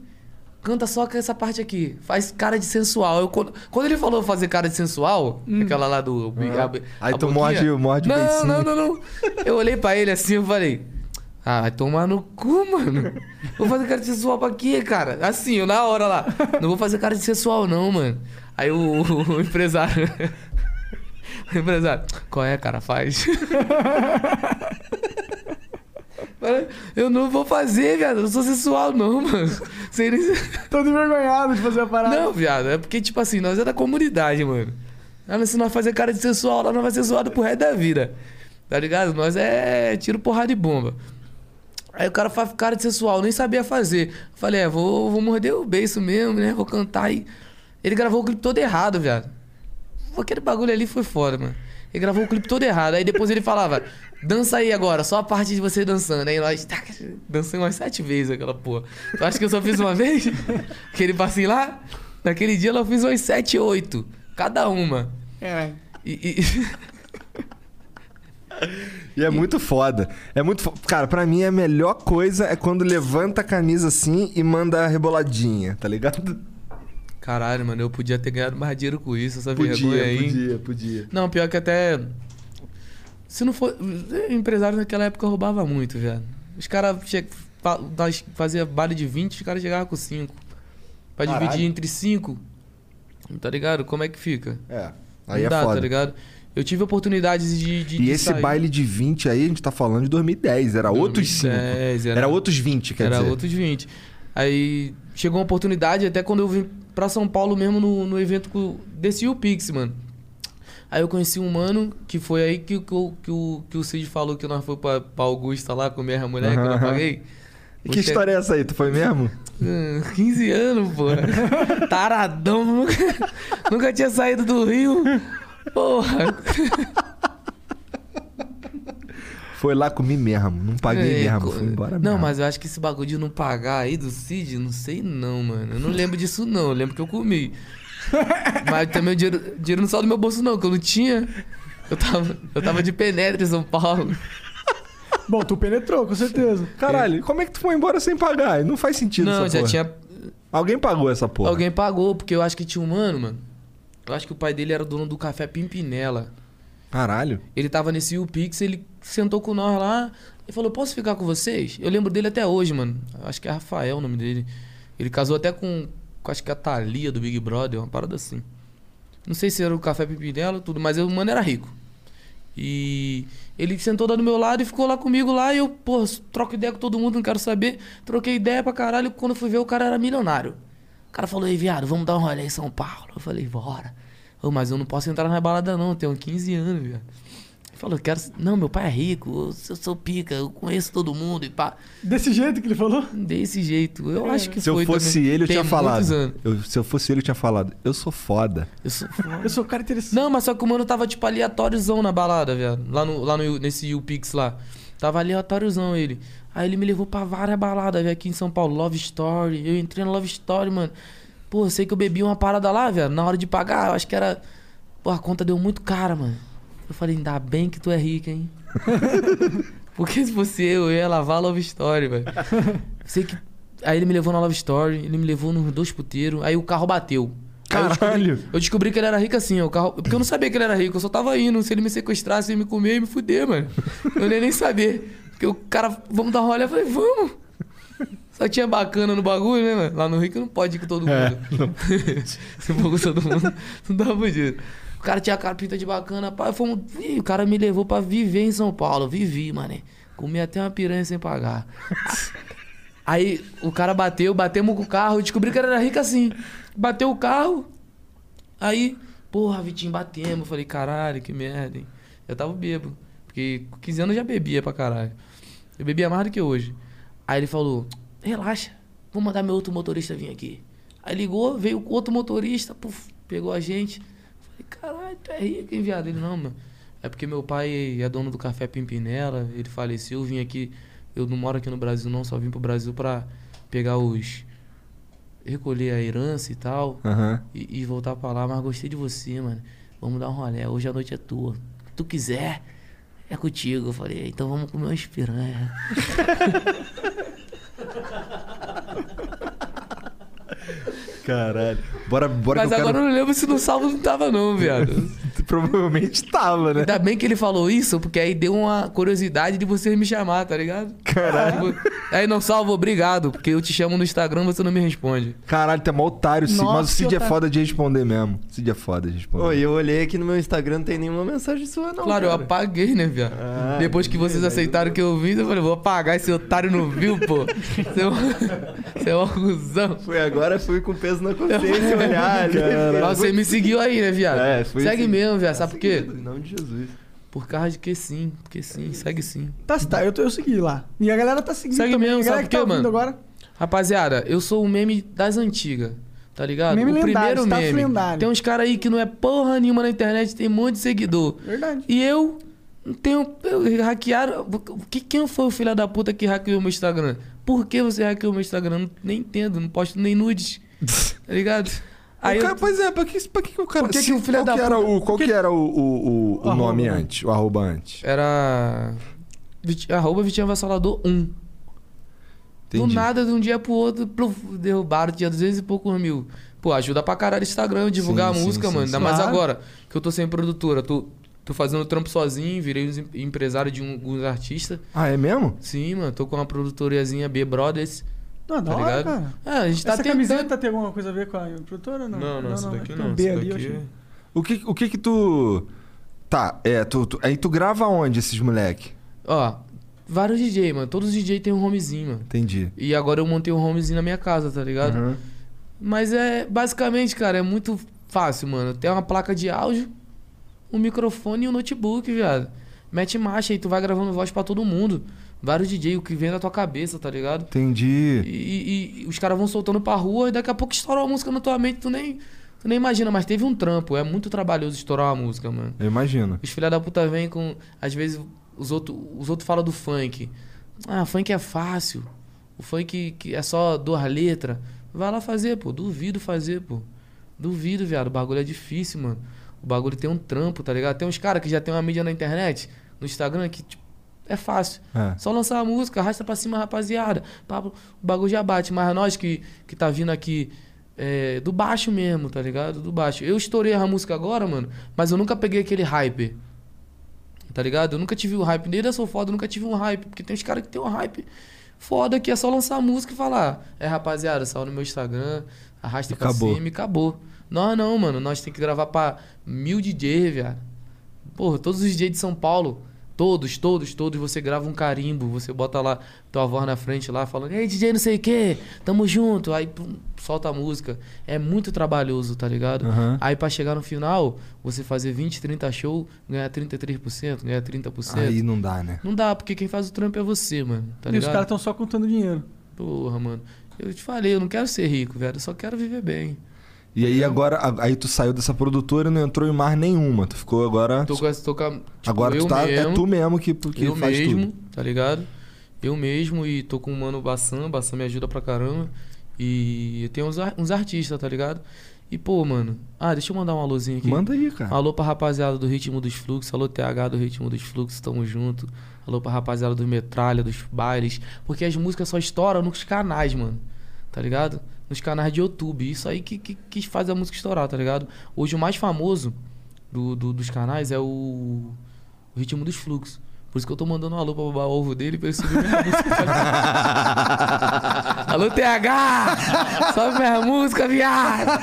canta só com essa parte aqui, faz cara de sensual. Eu, quando, quando ele falou fazer cara de sensual, aquela lá do. Ah. Aí tu morde- boquinha- morde o não, beicinho. não, não, não. Eu olhei pra ele assim e falei. Ah, vai tomar no cu, mano. Vou fazer cara de sensual pra quê, cara? Assim, eu na hora lá. Não vou fazer cara de sensual, não, mano. Aí o, o- o empresário. O empresário. Qual é, cara? Faz. Falei, Eu não vou fazer, viado. Eu não sou sensual, não, mano. Sem nem- Todo envergonhado de fazer a parada. não, viado, é porque, tipo assim, nós é da comunidade, mano. Ah, mas Se nós fazer cara de sensual, lá nós vai ser zoado pro resto da vida. Tá ligado? Nós é tiro, porrada e bomba. Aí o cara faz cara de sensual, nem sabia fazer. Falei, é, vou, vou morder o beiço mesmo, né? Vou cantar e. Ele gravou o clipe todo errado, viado. Aquele bagulho ali foi foda, mano. Ele gravou o clipe todo errado. Aí depois ele falava, dança aí agora, só a parte de você dançando. Aí nós tac, dançamos umas sete vezes aquela porra. Tu acha que eu só fiz uma vez? Aquele passinho lá? Naquele dia eu fiz umas sete, oito. Cada uma. É. E- e... E é muito foda. É muito fo... Cara, pra mim a melhor coisa é quando levanta a camisa assim e manda a reboladinha, tá ligado? Caralho, mano, eu podia ter ganhado mais dinheiro com isso, essa vergonha Podia, aí. podia, podia. Não, pior que até. Se não for. Empresário naquela época roubava muito, velho. Os caras che... fa- nós fazia baile de 20, os caras chegavam com 5. Pra Caralho. dividir entre 5. Tá ligado? Como é que fica? É. Aí Não é dá, foda. tá ligado? Eu tive oportunidades de. de E de esse sair. É, baile é de 20 aí, a gente tá falando de 2010. Era outros 5. 2010, Era... era- outros 20, quer Era dizer. outros 20. Aí chegou uma oportunidade, até quando eu vim pra São Paulo mesmo no, no evento co- desse UPix, mano. Aí eu conheci um mano que foi aí que, que, o- que, o, que o Cid falou que nós foi pra, pra Augusta lá com a minha mulher que eu não Aham. paguei. E que história é essa aí? Tu foi mesmo? Hum, 15 anos, pô. Taradão. Nunca, nunca tinha saído do Rio. Porra. Foi lá, comi mesmo. Não paguei É, mesmo. co- Fui embora Não, mesmo. mas eu acho que esse bagulho de não pagar aí do Cid, não sei não, mano. Eu não lembro disso não, eu lembro que eu comi. mas também o dinheiro, dinheiro não saiu do meu bolso não, que eu não tinha. Eu tava, eu tava de penetra em São Paulo. Bom, tu penetrou, com certeza. Caralho, como é que tu foi embora sem pagar? Não faz sentido Não, essa já porra. tinha... Alguém pagou essa porra. Alguém pagou, porque eu acho que tinha um mano, mano. Eu acho que o pai dele era dono do café Pimpinela. Caralho. Ele tava nesse UPix, ele sentou com nós lá e falou: Posso ficar com vocês? Eu lembro dele até hoje, mano. Acho que é Rafael o nome dele. Ele casou até com, com acho que a Thalia do Big Brother, uma parada assim. Não sei se era o Café Pimpinela, tudo, mas o mano era rico. E ele sentou lá do meu lado e ficou lá comigo lá. E eu, pô, troco ideia com todo mundo, não quero saber. Troquei ideia pra caralho. Quando eu fui ver, o cara era milionário. O cara falou, ei, viado, vamos dar um rolê em São Paulo. Eu falei, bora. Ô, mas eu não posso entrar na balada, não. Eu tenho 15 anos, viado. Ele falou, eu quero. Não, meu pai é rico, eu sou, sou pica, eu conheço todo mundo e pá. Desse jeito que ele falou? Desse jeito. Eu acho que Se foi eu fosse também. ele, eu Tem tinha muitos falado. anos. Eu- se eu fosse ele, eu tinha falado. Eu sou foda. Eu sou Eu sou um cara interessante. Não, mas só que o mano tava tipo aleatóriozão na balada, viado. Lá, no, lá no, nesse UPix lá. Tava aleatóriozão ele. Aí ele me levou pra várias baladas, velho, aqui em São Paulo. Love Story. Eu entrei na Love Story, mano. Pô, eu sei que eu bebi uma parada lá, velho. Na hora de pagar, eu acho que era. Pô, a conta deu muito cara, mano. Eu falei, ainda bem que tu é rico, hein? Porque se fosse eu, eu ia lavar a Love Story, velho. Sei que. Aí ele me levou na Love Story, ele me levou nos dois puteiros, aí o carro bateu. Aí eu descobri- Eu Caralho. descobri, que ele era rico assim, ó, o carro. Porque eu não sabia que ele era rico, eu só tava indo. Se ele me sequestrasse, ele me comer e me fuder, mano. Eu não ia nem saber. Porque o cara, vamos dar rolê, eu falei, vamos. Só tinha bacana no bagulho, né, mano? Lá no Rio que não pode ir com todo mundo. É, Se for com todo mundo, não dá fudido. O cara tinha a cara pinta de bacana, pá, fomos. Ih, o cara me levou pra viver em São Paulo. Vivi, mané. Comi até uma piranha sem pagar. Aí o cara bateu, batemos com o carro, descobri que ele era rico assim. Bateu o carro, aí, porra, Vitinho, batemos. Eu falei, caralho, que merda, hein? Eu tava bebo. Porque com 15 anos eu já bebia pra caralho. Eu bebia mais do que hoje. Aí ele falou, relaxa, vou mandar meu outro motorista vir aqui. Aí ligou, veio com outro motorista, puf, pegou a gente. Eu falei, caralho, tu é rico, hein, viado? Ele, não, mano. É porque meu pai é dono do Café Pimpinela, ele faleceu, eu vim aqui... Eu não moro aqui no Brasil, não, só vim pro Brasil pra pegar os... Recolher a herança e tal Aham. e, e voltar pra lá, mas gostei de você, mano. Vamos dar um rolê, hoje a noite é tua. Se tu quiser, é contigo. Eu falei, então vamos comer umas piranha. Caralho. Bora, bora Mas que eu agora quero... eu não lembro se no salvo não tava, não, viado. Provavelmente tava, né? Ainda bem que ele falou isso, porque aí deu uma curiosidade de vocês me chamar, tá ligado? Caralho. Aí não salvo, obrigado, porque eu te chamo no Instagram você não me responde. Caralho, tu é mó otário, Cid. Nossa, Mas o Cid é otário. foda de responder mesmo. Cid é foda de responder. Oi, eu olhei aqui no meu Instagram, não tem nenhuma mensagem sua, não. Claro, eu cara. apaguei, né, viado? Ah, Depois que vocês beleza. aceitaram que eu vim, eu falei, vou apagar esse otário não viu, pô. Você é um- você é um acusão. Fui agora, fui com peso na consciência olhar ali. Mas você me seguiu aí, né, viado? É, fui Segue sim. Tá mesmo, viado. Sabe por quê? Em nome de Jesus. Por causa de que sim. Porque sim, segue sim. Tá, tá, eu, tô- eu segui lá. E a galera tá seguindo Segue também. mesmo, a galera sabe que tá por quê, ouvindo mano? agora. Rapaziada, eu sou o meme das antigas. Tá ligado? Meme o lendário, primeiro status meme. lendário. Tem uns caras aí que não é porra nenhuma na internet, tem um monte de seguidor. Verdade. E eu não tenho. Eu, hackearam. Que, quem foi o filho da puta que hackeou meu Instagram? Por que você hackeou meu Instagram? Não- Nem entendo, não posto nem nudes. Tá ligado? Aí o eu- cara, Pois é, pra que, pra que, que o cara. Por que que Cid, o filho qual da que era o Qual que era o, o, o, o Arroba, nome né? antes? O arroba antes? Era. Vit- Arroba Vitinho Avassalador 1. Do Entendi. nada, de um dia pro outro, pluf, derrubaram, tinha 200 e poucos mil. Pô, ajuda pra caralho o Instagram, divulgar Sim, a sim, música, sim, mano. sim. Ainda mais Claro. agora, que eu tô sem produtora. Tô, tô fazendo trampo sozinho, virei um em- empresário de um- alguns artistas. Ah, é mesmo? Sim, mano, tô com uma produtoriazinha B Brothers. Não, da Tá hora, ligado? cara. É, a gente tá Essa tentando- camiseta tem alguma coisa a ver com a produtora ou não? Não, não, essa daqui tem não. um B Essa ali, eu daqui- tá achei. O que o que, que tu. Tá, é, tu, tu- aí tu grava onde esses moleque? Ó, vários DJ, mano. Todos os DJ tem um homezinho, mano. Entendi. E agora eu montei um homezinho na minha casa, tá ligado? Uhum. Mas é basicamente, cara, é muito fácil, mano. Tem uma placa de áudio, um microfone e um notebook, viado. Mete marcha aí, tu vai gravando voz pra todo mundo. Vários DJ, o que vem na tua cabeça, tá ligado? Entendi. E, e- e os caras vão soltando pra rua e daqui a pouco estourou a música na tua mente, tu nem, tu nem imagina, mas teve um trampo. É muito trabalhoso estourar uma música, mano. Eu imagino. Os filha da puta vêm com. Às vezes os outros os outro falam do funk. Ah, funk é fácil. O funk que é só duas letras. Vai lá fazer, pô. Duvido fazer, pô. Duvido, viado. O bagulho é difícil, mano. O bagulho tem um trampo, tá ligado? Tem uns caras que já tem uma mídia na internet, no Instagram, que tipo, é fácil. É. Só lançar a música, arrasta pra cima, rapaziada. Papo, o bagulho já bate. Mas é nós que, que tá vindo aqui é, do baixo mesmo, tá ligado? Do baixo. Eu estourei a música agora, mano, mas eu nunca peguei aquele hype. Tá ligado? Eu nunca tive o hype. Desde a Sou Foda, eu nunca tive um hype. Porque tem uns caras que tem um hype foda que é só lançar a música e falar: É, rapaziada, saiu no meu Instagram, arrasta pra Acabou. cima e acabou. Nós não, mano. Nós tem que gravar pra mil DJ, viado. Porra, todos os DJs de São Paulo, todos, todos, todos, você grava um carimbo, você bota lá tua voz na frente lá, falando, ei, DJ não sei o quê, tamo junto, aí pum, solta a música. É muito trabalhoso, tá ligado? Aham. Aí pra chegar no final, você fazer 20, 30 show, ganhar 33%, ganhar 30%. Aí não dá, né? Não dá, porque quem faz o trampo é você, mano, tá E os ligado? caras estão só contando dinheiro. tá Porra, mano. Eu te falei, eu não quero ser rico, velho, eu só quero viver bem. E aí agora, a- aí tu saiu dessa produtora e não entrou em mais nenhuma. Tu ficou agora. Tô com essa, tô com a- tipo, agora eu tu tá. mesmo. É tu mesmo que, que eu faz mesmo, tudo. tá ligado? Eu mesmo e tô com o mano Bassan, Bassan me ajuda pra caramba. E tem uns, ar- uns artistas, tá ligado? E pô, mano. Ah, deixa eu mandar um alôzinho aqui. Manda aí, cara. Alô pra rapaziada do Ritmo dos Fluxos, alô TH do Ritmo dos Fluxos, tamo junto. Alô pra rapaziada dos Metralha, dos bailes. Porque as músicas só estouram nos canais, mano. Tá ligado? Nos canais de YouTube. Isso aí que, que, que faz a música estourar, tá ligado? Hoje o mais famoso do, do- dos canais é o, o Ritmo dos Fluxos. Por isso que eu tô mandando um alô pra babar o ovo dele pra ele subir minha música. alô TH! Sobe minha música, viado!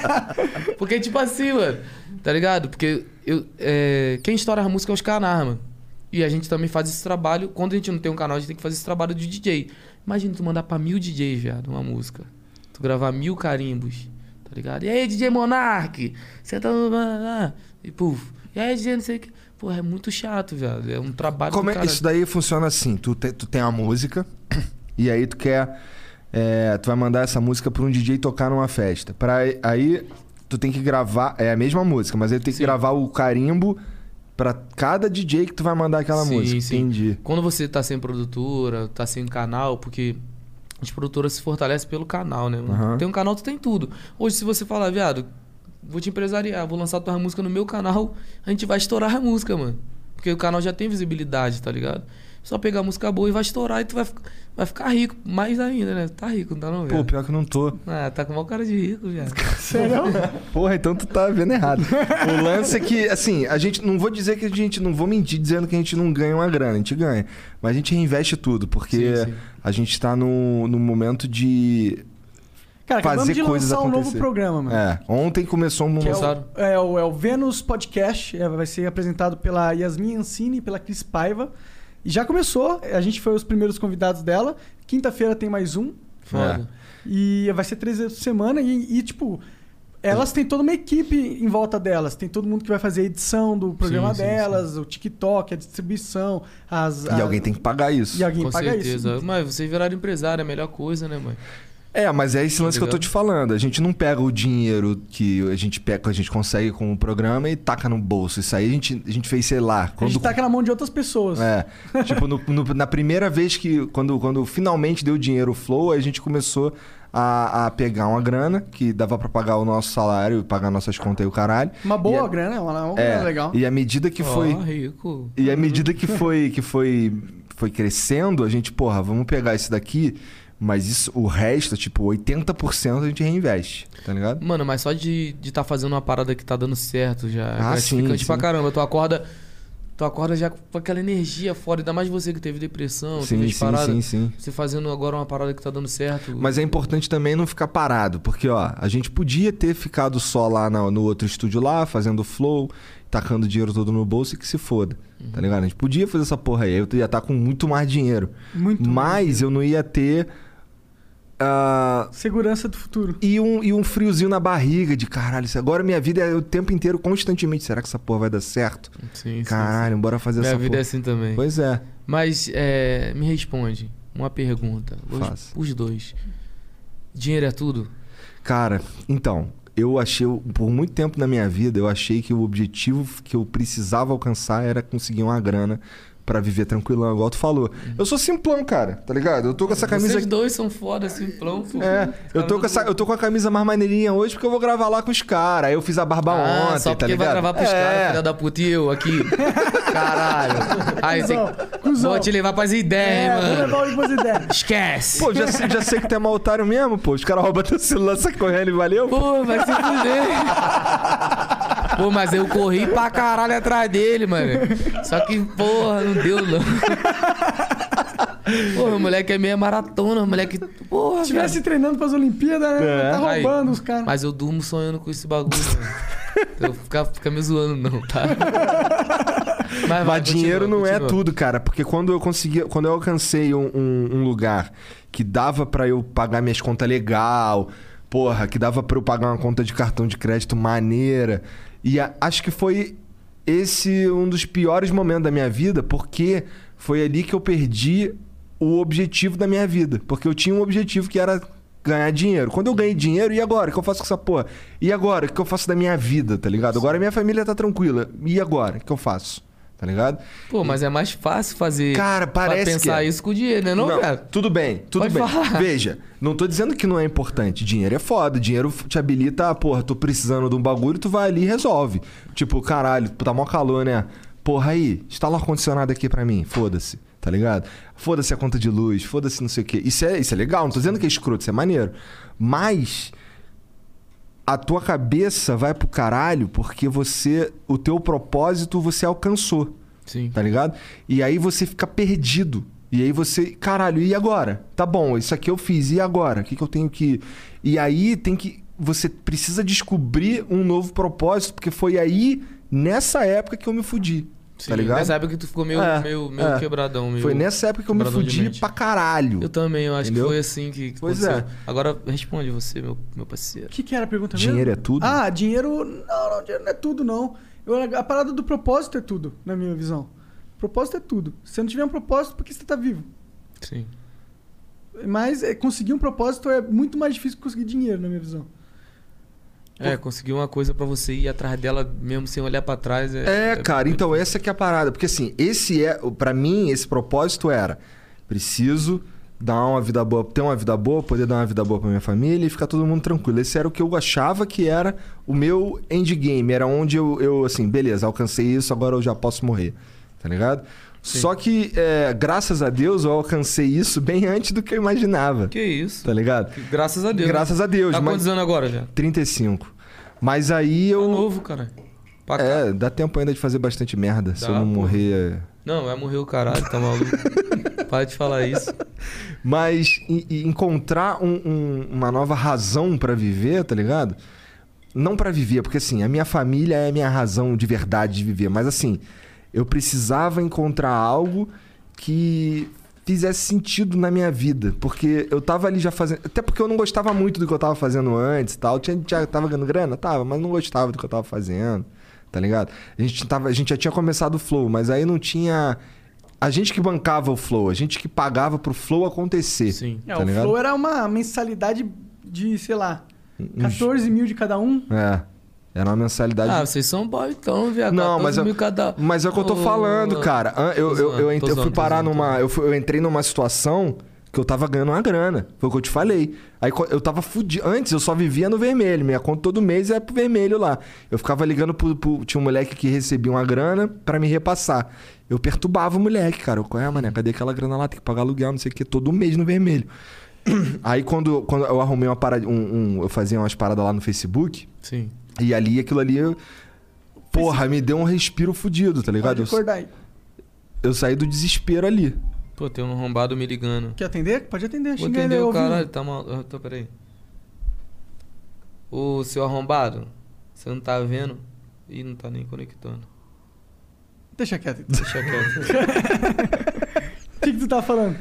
Porque, tipo assim, mano, tá ligado? Porque eu, é, quem estoura as músicas é os canais, mano. E a gente também faz esse trabalho. Quando a gente não tem um canal, a gente tem que fazer esse trabalho de DJ. Imagina tu mandar pra mil DJs, viado, uma música. Tu gravar mil carimbos, tá ligado? E aí, DJ Monark? Você tá. E puf. E aí, DJ não sei o que. Pô, é muito chato, viado. É um trabalho Como do é, cara. isso daí funciona assim: tu, te- tu tem a música, e aí tu quer. é, tu vai mandar essa música pra um DJ tocar numa festa. Pra, aí tu tem que gravar. É a mesma música, mas aí tu tem que gravar o carimbo pra cada DJ que tu vai mandar aquela Sim, música. sim. Entendi. Quando você tá sem produtora, tá sem canal, porque as produtoras se fortalecem pelo canal, né? Aham. Tem um canal, tu tem tudo. Hoje, se você falar, viado, vou te empresariar, vou lançar tua música no meu canal, a gente vai estourar a música, mano. Porque o canal já tem visibilidade, tá ligado? Só pegar a música boa e vai estourar e tu vai, fi- vai ficar rico. Mais ainda, né? Tá rico, não tá não, Pô, É. velho? pior que eu não tô. Ah, tá com mal cara de rico, viado. Porra, então tu tá vendo errado. O lance é que, assim, a gente não vou dizer que a gente não vou mentir dizendo que a gente não ganha uma grana, a gente ganha. Mas a gente reinveste tudo, porque Sim, sim. a gente tá no, no momento de Cara, acabamos fazer de coisas lançar um acontecer. novo programa, mano. É, ontem começou um Que é, Lançaram? o, é, o, é o Vênus Podcast, é, vai ser apresentado pela Yasmin Ancini e pela Cris Paiva. E já começou, é, a gente foi os primeiros convidados dela. Quinta-feira tem mais um. Foda. E vai ser três vezes por semana. E, e, tipo, elas têm toda uma equipe em volta delas. Tem todo mundo que vai fazer a edição do programa Sim, sim, delas, o TikTok, a distribuição, as. E alguém tem que pagar isso. E alguém Com paga certeza. isso. Mas vocês viraram empresário, é a melhor coisa, né, mãe? É, mas é esse lance que eu tô ligado? te falando. A gente não pega o dinheiro que a gente pega, que a gente consegue com o programa e taca no bolso. Isso aí a gente, a gente fez, sei lá, A gente quando tá na mão de outras pessoas. É. Tipo, no- no- na primeira vez que. Quando, quando finalmente deu dinheiro o Flow, a gente começou a, a pegar uma grana que dava pra pagar o nosso salário, pagar nossas contas e o caralho. Uma boa E a- grana, uma, uma É, grana Ah, legal. E à medida que Ó, foi. rico. E à medida que foi que foi foi crescendo, a gente, porra, vamos pegar isso daqui, mas isso o resto, tipo, 80% a gente reinveste, tá ligado? Mano, mas só de estar de tá fazendo uma parada que tá dando certo já. é Ah, sim, gratificante sim. pra caramba. Tu acorda. Tu acorda já com aquela energia fora, ainda mais você que teve depressão, Sim, teve as sim, paradas. sim, sim. Você fazendo agora uma parada que tá dando certo. Mas é importante também não ficar parado, porque ó, a gente podia ter ficado só lá na- no outro estúdio lá, fazendo flow, tacando dinheiro todo no bolso e que se foda. Tá ligado? A gente podia fazer essa porra aí, eu ia estar com muito mais dinheiro. Muito Mas eu não ia ter. ah, Segurança do futuro. e, um, e um friozinho na barriga de caralho, isso- agora minha vida é o tempo inteiro, constantemente. Será que essa porra vai dar certo? Sim, sim, caralho, bora fazer Minha essa vida porra. é assim também. Pois é. Mas é, me responde uma pergunta. Os, Faça. os dois. Dinheiro é tudo? Cara, então, eu achei, por muito tempo na minha vida, eu achei que o objetivo que eu precisava alcançar era conseguir uma grana pra viver tranquilão, igual tu falou. Uhum. Eu sou simplão, cara, tá ligado? Eu tô com essa camisa Vocês dois são foda, simplão. pô. É, eu Cara, tô, com essa, eu tô com a camisa mais maneirinha hoje porque eu vou gravar lá com os caras. Aí eu fiz a barba Ah, ontem, só tá porque ligado? vai gravar pros tá É. caras, filha da puta, e eu aqui. Caralho. Aí você. cuzão. Vou te levar pras ideias, É, vou hein, mano. levar algumas ideias. Esquece. Pô, já, sei- já sei que tu é mal otário mesmo, pô. Os caras roubam teu celular, sai correndo e valeu. Pô, vai se fuder. Pô, mas eu corri pra caralho atrás dele, mano. Só que, porra, não deu, não. Porra, o moleque é meia maratona, o moleque. Porra, Tá Se tivesse cara. treinando pras Olimpíadas, né? É. Tá Aí, roubando os caras. Mas eu durmo sonhando com esse bagulho, mano. Eu fica, fica me zoando, não, tá? Mas, vai, Mas continua, dinheiro não é continua. tudo, cara. Porque quando eu consegui, quando eu alcancei um, um- um lugar que dava pra eu pagar minhas contas legal, porra, que dava pra eu pagar uma conta de cartão de crédito maneira. E a- acho que foi esse um dos piores momentos da minha vida, porque foi ali que eu perdi o objetivo da minha vida. Porque eu tinha um objetivo que era ganhar dinheiro. Quando eu ganhei dinheiro, e agora? O que eu faço com essa porra? E agora? O que eu faço da minha vida, tá ligado? Agora minha família tá tranquila. E agora? O que eu faço? Tá ligado? Pô, mas é mais fácil fazer. Cara, pra parece pensar que é. isso com dinheiro, né, não, cara? Tudo bem, tudo Pode bem. falar. Veja, não tô dizendo que não é importante. Dinheiro é foda. Dinheiro te habilita, ah, porra, tô precisando de um bagulho, tu vai ali e resolve. Tipo, caralho, tá mó calor, né? Porra, aí, instala o ar-condicionado aqui pra mim, foda-se, tá ligado? Foda-se a conta de luz, foda-se não sei o quê. Isso é, isso é legal, não tô dizendo que é escroto, isso é maneiro. Mas a tua cabeça vai pro caralho porque você, o teu propósito você alcançou. Sim. Tá ligado? E aí você fica perdido. E aí você, caralho, e agora? Tá bom, isso aqui eu fiz, e agora? O que, que eu tenho que. E aí tem que. Você precisa descobrir um novo propósito, porque foi aí, nessa época, que eu me fudi. tá ligado? Nessa época que tu ficou meio, É, meio, meio é. quebradão. Meio Foi nessa época que eu me quebradão de fudi mente. pra caralho. Eu também, eu acho Entendeu? que foi assim que, que Pois aconteceu. é. Agora responde você, meu, meu O parceiro. que, que era a pergunta mesmo? Dinheiro é tudo? Ah, dinheiro. Não, não, dinheiro não é tudo, não. Eu- a parada do propósito é tudo, na minha visão. Propósito é tudo. Se você não tiver um propósito, por que você tá vivo? Sim. Mas é, conseguir um propósito é muito mais difícil que conseguir dinheiro, na minha visão. É, conseguir uma coisa pra você ir atrás dela mesmo sem olhar pra trás. É, É, cara, então essa que é a parada, porque assim, esse é, Pra mim, esse propósito era preciso dar uma vida boa, ter uma vida boa, poder dar uma vida boa pra minha família e ficar todo mundo tranquilo. Esse era o que eu achava que era o meu endgame, era onde eu, eu assim, beleza, alcancei isso, agora eu já posso morrer, tá ligado? Só que, é, graças a Deus, eu alcancei isso bem antes do que eu imaginava, Que isso. tá ligado? Graças a Deus. Graças a Deus, Tá mas- quantos anos agora já? 35. Mas aí eu... Tá novo, cara. Pra cá. É, dá tempo ainda de fazer bastante merda, se Dá, eu não pô. morrer... é. Não, vai morrer o caralho, tá maluco. Para de falar isso. Mas e- e encontrar um- um- uma nova razão pra viver, tá ligado? Não pra viver, porque assim, a minha família é a minha razão de verdade de viver, mas assim, eu precisava encontrar algo que fizesse sentido na minha vida, porque eu tava ali já fazendo, até porque eu não gostava muito do que eu tava fazendo antes, e tal, tinha, já tava ganhando grana, tava, mas não gostava do que eu tava fazendo, tá ligado? A gente tava, a gente já tinha começado o flow, mas aí não tinha a gente que bancava o flow, a gente que pagava pro flow acontecer. Sim. É, tá o ligado? Flow era uma mensalidade de, sei lá, 14 mil de cada um. É. Era uma mensalidade. Ah, vocês são bom então, viado. não, 14 mas, eu- mil cada... mas é o que eu tô Ô, falando, cara. Ah, Eu, Tô eu, zoando, eu, entre- tô eu fui zoando, parar tô zoando, numa. tô Eu, fui- eu entrei numa situação que eu tava ganhando uma grana. Foi o que eu te falei. Aí co- eu tava fudido. Antes eu só vivia no vermelho. Minha conta todo mês era pro vermelho lá. Eu ficava ligando pro. pro- tinha um moleque que recebia uma grana pra me repassar. Eu perturbava o moleque, cara. Eu, é, mané, cadê aquela grana lá? Tem que pagar aluguel, não sei o quê, todo mês no vermelho. Aí quando, quando eu arrumei uma parada. um- um- eu fazia umas paradas lá no Facebook. Sim. E ali, aquilo ali, eu- Porra, me deu um respiro fudido, tá ligado? Pode Eu, acordar aí. eu saí do desespero ali. Pô, tem um arrombado me ligando. Quer atender? Pode atender. Vou Xinga ele atender o ouvindo. caralho, tá mal. Ah, Tô, peraí. Ô, seu arrombado, você não tá vendo? Ih, não tá nem conectando. Deixa quieto. O Deixa quieto. que, que tu tá falando?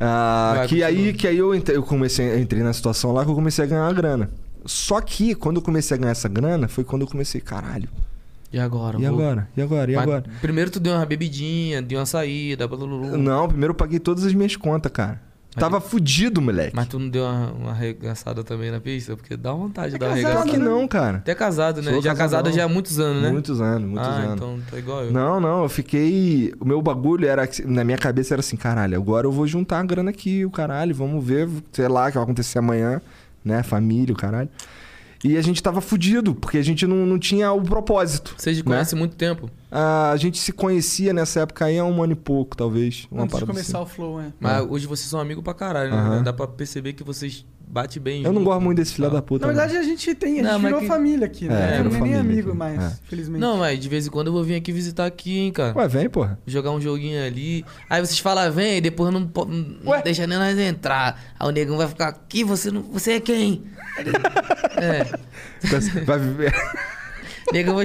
Ah, Vai, que aí continua. que aí eu entrei, eu comecei eu entrei na situação lá que eu comecei a ganhar uma grana. Só que quando eu comecei a ganhar essa grana foi quando eu comecei, caralho. E agora? E vou- agora? E agora? E Mas agora? Primeiro tu deu uma bebidinha, deu uma saída, blá, blá, blá, blá. Não, primeiro eu paguei todas as minhas contas, cara. Tava fudido, moleque. Mas tu não deu uma, uma arregaçada também na pista? Porque dá vontade de dar uma Claro arregaçada. que não, cara. Até casado, né? Sou já casadão. casado já há muitos anos, tá né? Muitos anos, muitos ah, anos. então tá igual eu. Não, não, eu fiquei. O meu bagulho era. que- Na minha cabeça era assim, caralho, agora eu vou juntar a grana aqui, o caralho, vamos ver, sei lá, o que vai acontecer amanhã, né? Família, o caralho. E a gente tava fudido, porque a gente não, não tinha o propósito. Vocês né? conhecem muito tempo. A gente se conhecia nessa época aí há um ano e pouco, talvez. Uma Antes de parada começar assim. o flow, é. Mas hoje vocês são amigos pra caralho, né? Aham. Dá pra perceber que vocês batem bem. Eu não junto. gosto muito desse filho da puta. Na verdade, a gente tem, a Não, gente mas virou que- família aqui, né? É, não virou é nem família amigo aqui. mais, É. felizmente. Não, mas de vez em quando eu vou vir aqui visitar aqui, hein, cara. Ué, vem, porra. Jogar um joguinho ali. Aí vocês falam, vem, e depois não, po- não Ué? deixa nem nós entrar. Aí o negão vai ficar aqui, você não. Você é quem? é. assim, Vai viver. O negão vai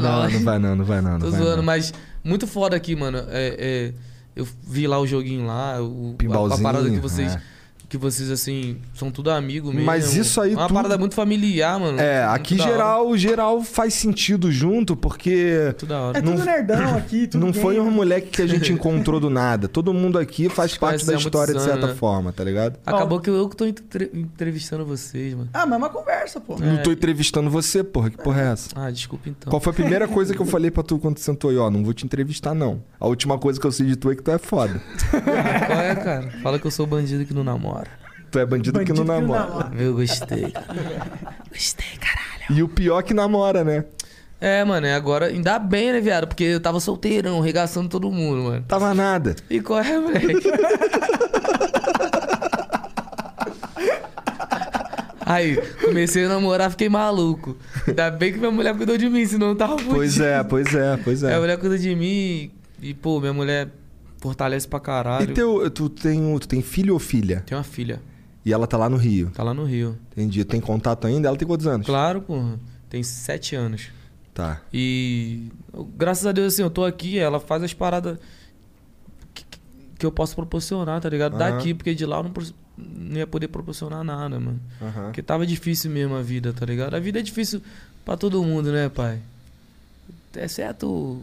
Não, agora. não vai não, não vai não. não Tô vai, né? zoando, não. mas muito foda aqui, mano. É, é, eu vi lá o joguinho lá, o, a, a Pinballzinho, parada que vocês. é. Que vocês, assim, são tudo amigo mesmo. Mas isso aí É uma tudo- parada muito familiar, mano. É, Muito aqui da hora, geral, geral faz sentido junto, porque. Muito da É hora. tudo Não- nerdão aqui, tudo Não gay, foi um né? moleque que a gente encontrou do nada. Todo mundo aqui faz parte conhece da há muitos história de anos, certa né? forma, tá ligado? Acabou que eu que tô entre- entrevistando vocês, mano. Ah, mas é uma conversa, pô. Não tô entrevistando você, porra. Que porra é essa? Ah, desculpa então. Qual foi a primeira coisa que eu falei pra tu quando tu sentou aí? Ó, não vou te entrevistar, não. A última coisa que eu sei de tu é que tu é foda. Qual é, cara? Fala que eu sou bandido que não namora. Tu é bandido, que não namora. Eu gostei. gostei, caralho. E o pior é que namora, né? É, mano, é agora ainda bem, né, viado? Porque eu tava solteirão, regaçando todo mundo, mano. Tava nada. E qual é, moleque? Aí, comecei a namorar, fiquei maluco. Ainda bem que minha mulher cuidou de mim, senão eu tava fudido. Pois é, pois é, pois Aí A é. mulher cuidou de mim e, pô, minha mulher fortalece pra caralho. E teu, tu tem, um, tu tem filho ou filha? Tem uma filha, E ela tá lá no Rio. tá lá no Rio. Entendi. Tem contato ainda? Ela tem quantos anos? Claro, porra. Tem sete anos. Tá. E eu- graças a Deus, assim, eu tô aqui, ela faz as paradas que, que eu posso proporcionar, tá ligado? Aham. Daqui, porque de lá eu não, pro- não ia poder proporcionar nada, mano. Aham. Porque tava difícil mesmo a vida, tá ligado? A vida é difícil pra todo mundo, né, pai? Exceto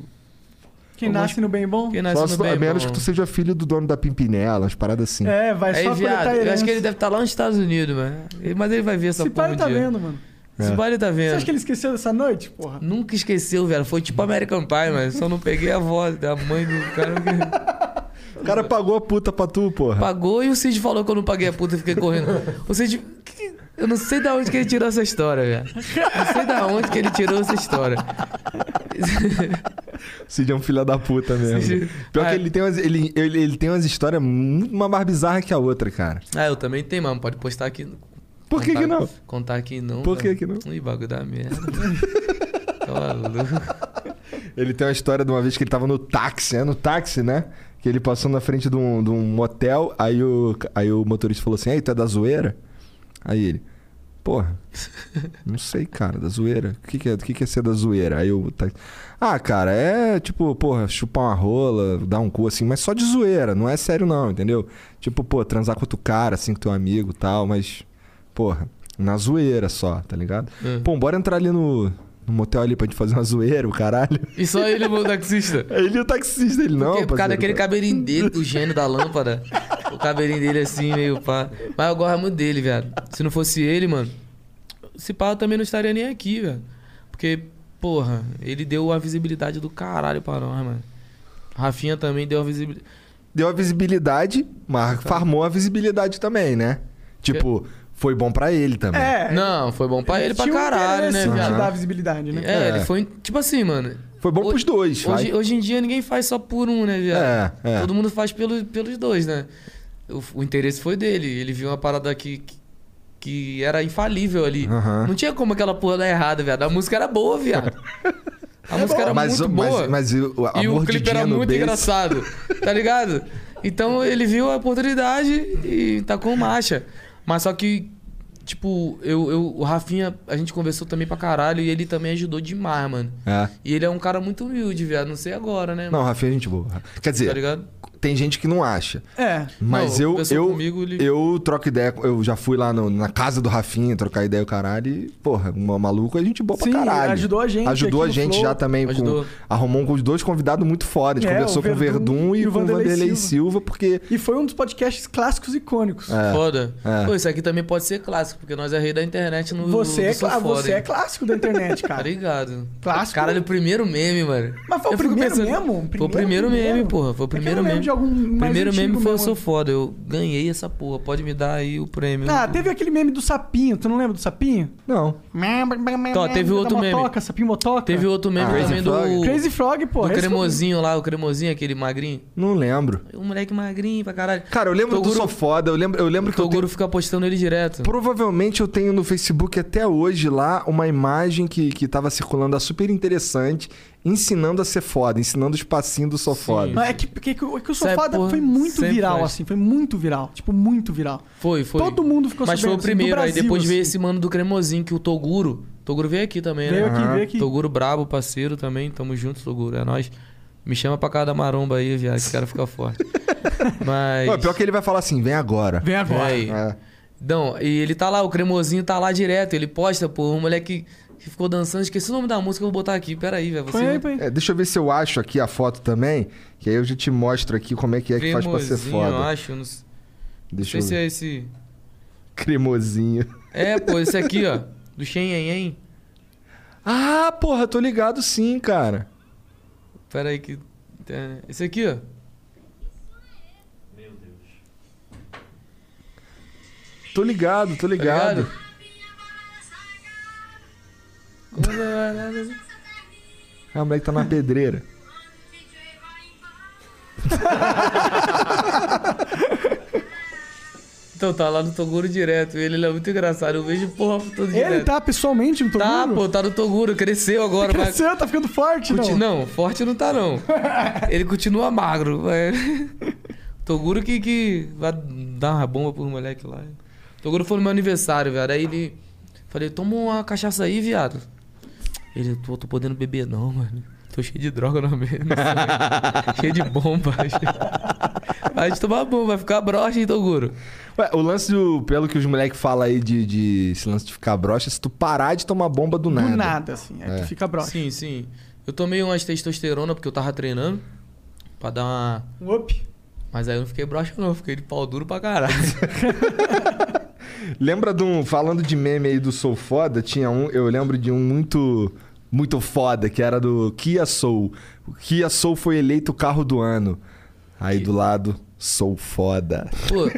Quem nasce no bem bom... quem Só nasce se no tu- bem, a menos irmão. que tu seja filho do dono da Pimpinela, as paradas assim. É, vai Aí, só viado, coletar eu herança. acho que ele deve estar lá nos Estados Unidos, mano. Ele- Mas ele vai ver essa né? Esse porra pai um tá dia. vendo, mano. Esse É. pai ele tá vendo. Você acha que ele esqueceu dessa noite, porra? Nunca esqueceu, velho. Foi tipo American Pie, mano. Só não peguei a voz da mãe do cara. O cara pagou a puta pra tu, porra. Pagou e o Cid falou que eu não paguei a puta e fiquei correndo. O Cid. que- Eu não sei da onde que ele tirou essa história, velho. Não sei da onde que ele tirou essa história. Cid é um filho da puta mesmo. Cid- Pior Ah. que ele tem, umas, ele, ele, ele tem umas histórias muito uma mais bizarra que a outra, cara. Ah, eu também tenho, mano. Pode postar aqui. Por que contar- que não? Contar aqui não. Por que velho. que não? Ih, bagulho da merda. Tá maluco. Ele tem uma história de uma vez que ele tava no táxi, é no táxi, né? Que ele passou na frente de um, de um motel, aí o, aí o motorista falou assim, aí, tu é da zoeira? Aí ele, porra, não sei, cara, da zoeira. O que, que, é, o que, que é ser da zoeira? Aí o táxi, ah, cara, é tipo, porra, chupar uma rola, dar um cu assim, mas só de zoeira, não é sério não, entendeu? Tipo, pô, transar com outro cara, assim, com teu amigo e tal, mas, porra, na zoeira só, tá ligado? Hum. Pô, bora entrar ali no, no motel ali pra gente fazer uma zoeira, o caralho. E só ele, meu taxista. Aí Ele é o taxista, ele não. Porque por causa parceiro, daquele cara. cabelinho dele, do gênio da lâmpada. O cabelinho dele assim, meio pá. Mas eu gosto muito dele, velho. Se não fosse ele, mano, esse pá eu também não estaria nem aqui, velho. Porque, porra, ele deu a visibilidade do caralho pra nós, mano. Rafinha também deu a visibilidade. Deu a visibilidade, mas farmou a visibilidade também, né? Tipo, foi bom pra ele também. É. Não, foi bom pra ele pra Tinha um caralho, né, interesse de te viado? dar visibilidade, né? É, É. ele foi. Tipo assim, mano. Foi bom Hoje- pros dois, vai. Hoje, hoje em dia ninguém faz só por um, né, viado? É, é. Todo mundo faz pelo, pelos dois, né? O, o interesse foi dele. Ele viu uma parada que, que, que era infalível ali. Aham. Não tinha como aquela porra dar errada, viado. A música era boa, viado. A música era É Mas- muito mas- boa. mas e o e o amor de clipe era Dino muito Bass? engraçado, tá ligado? Então ele viu a oportunidade e tacou marcha. Mas só que, tipo, eu, eu, o Rafinha, a gente conversou também pra caralho e ele também ajudou demais, mano. É. E ele é um cara muito humilde, viado. Não sei agora, né? Não, mano? Rafinha é gente boa. Quer Tá dizer, ligado? tem gente que não acha. É. Mas Não, eu conversou eu, comigo, ele- eu troco ideia, com- eu já fui lá no- na casa do Rafinha trocar ideia o caralho e, porra, um maluco é gente boa pra Sim, caralho. ajudou a gente Ajudou a aqui no gente Flow. já também. com- Ajudou. arrumou com os dois convidados muito foda. A gente É, conversou o com o Verdun e, com o Vanderlei Silva. porque... E foi um dos podcasts clássicos icônicos. Foda. É. Pô, isso aqui também pode ser clássico, porque nós é rei da internet no. Você, é, no cla- Sofora, você hein? é clássico da internet, Tá cara. ligado? Clássico. Caralho, o primeiro meme, mano. Mas foi o Eu fico primeiro mesmo? Foi o primeiro Primeiro, meme, primeiro? porra. Foi o É que eu primeiro não lembro meme. de algum mais primeiro antigo meme foi mesmo. Eu Sou Foda. Eu ganhei essa porra. Pode me dar aí o prêmio. Ah, teve aquele meme do sapinho. Tu não lembra do sapinho? Não. Tó, Tá, teve Da outro meme. Motoca, sapinho motoca. Teve outro meme Ah, também Crazy do. Frog. Crazy Frog, pô. do esse- cremosinho lá, o cremosinho, aquele magrinho. Não lembro. O moleque magrinho pra caralho. Cara, eu lembro Toguro, do Sou Foda, eu lembro, eu lembro O que eu tenho- Toguro fica postando ele direto. Provavelmente eu tenho no Facebook até hoje lá uma imagem que, que tava circulando lá, super interessante, ensinando a ser foda, ensinando os passinhos do sou foda. Não, é que, que, que o Sai, Sofada porra, foi muito sempre viral, faz. assim. Foi muito viral. Tipo, muito viral. Foi, foi. Todo mundo ficou Mas foi o sabendo, assim, do primeiro. aí Brasil, depois veio assim. esse mano do cremosinho, que o Toguro. Toguro veio aqui também, Veio né? aqui, veio aqui. Toguro brabo, parceiro também. Tamo junto, Toguro. É nóis. Me chama pra casa da maromba aí, viado. Esse cara fica forte. Mas. Não, pior que ele vai falar assim, vem agora. Vem agora. Véi. É. Não, e ele tá lá, o cremosinho tá lá direto. Ele posta, pô, um moleque que ficou dançando. Esqueci o nome da música, eu vou botar aqui. Pera aí, velho. Põe aí, Você põe aí. É, deixa eu ver se eu acho aqui a foto também, que aí eu já te mostro aqui como é que é que faz pra ser cremosinho, eu foda. acho. Não sei, não Deixa sei eu se ver. é esse. Cremosinho. É, pô, esse aqui, ó. Do Shen Yen Yen. Ah, porra, tô ligado sim, cara. Pera aí que. tá- Esse aqui, ó. Tô ligado, tô Tá ligado. ligado? ah, o moleque tá na pedreira. então tá lá no Toguro direto. Ele, ele é muito engraçado. Eu vejo porra todo direto. Ele tá pessoalmente no Tá, Toguro? pô, tá no Toguro. Cresceu agora. vai- Cresceu, tá ficando forte, Conti- não. Não, forte não tá, não. Ele continua magro. mas- Toguro que, que vai dar uma bomba pro moleque lá. Toguro foi no meu aniversário, velho. Aí ele. Falei, toma uma cachaça aí, viado. Ele, tô, tô podendo beber, não, mano. Tô cheio de droga no meio. cheio de bomba. Vai te tomar bomba, vai ficar broxa, hein, Toguro? Ué, o lance do. Pelo que os moleques falam aí de, de. Esse lance de ficar broxa, se tu parar de tomar bomba do nada. Do nada, assim. Aí tu fica broxa. Sim, sim. Eu tomei umas testosterona porque eu tava treinando. Pra dar uma. Um up. Mas aí eu não fiquei broxa, não. Eu Fiquei de pau duro pra caralho. Lembra de um. Falando de meme aí do Sou Foda, tinha um. Eu lembro de um muito. Muito foda, que era do Kia Soul. O Kia Soul foi eleito o carro do ano. Aí do lado, Sou Foda. Pô,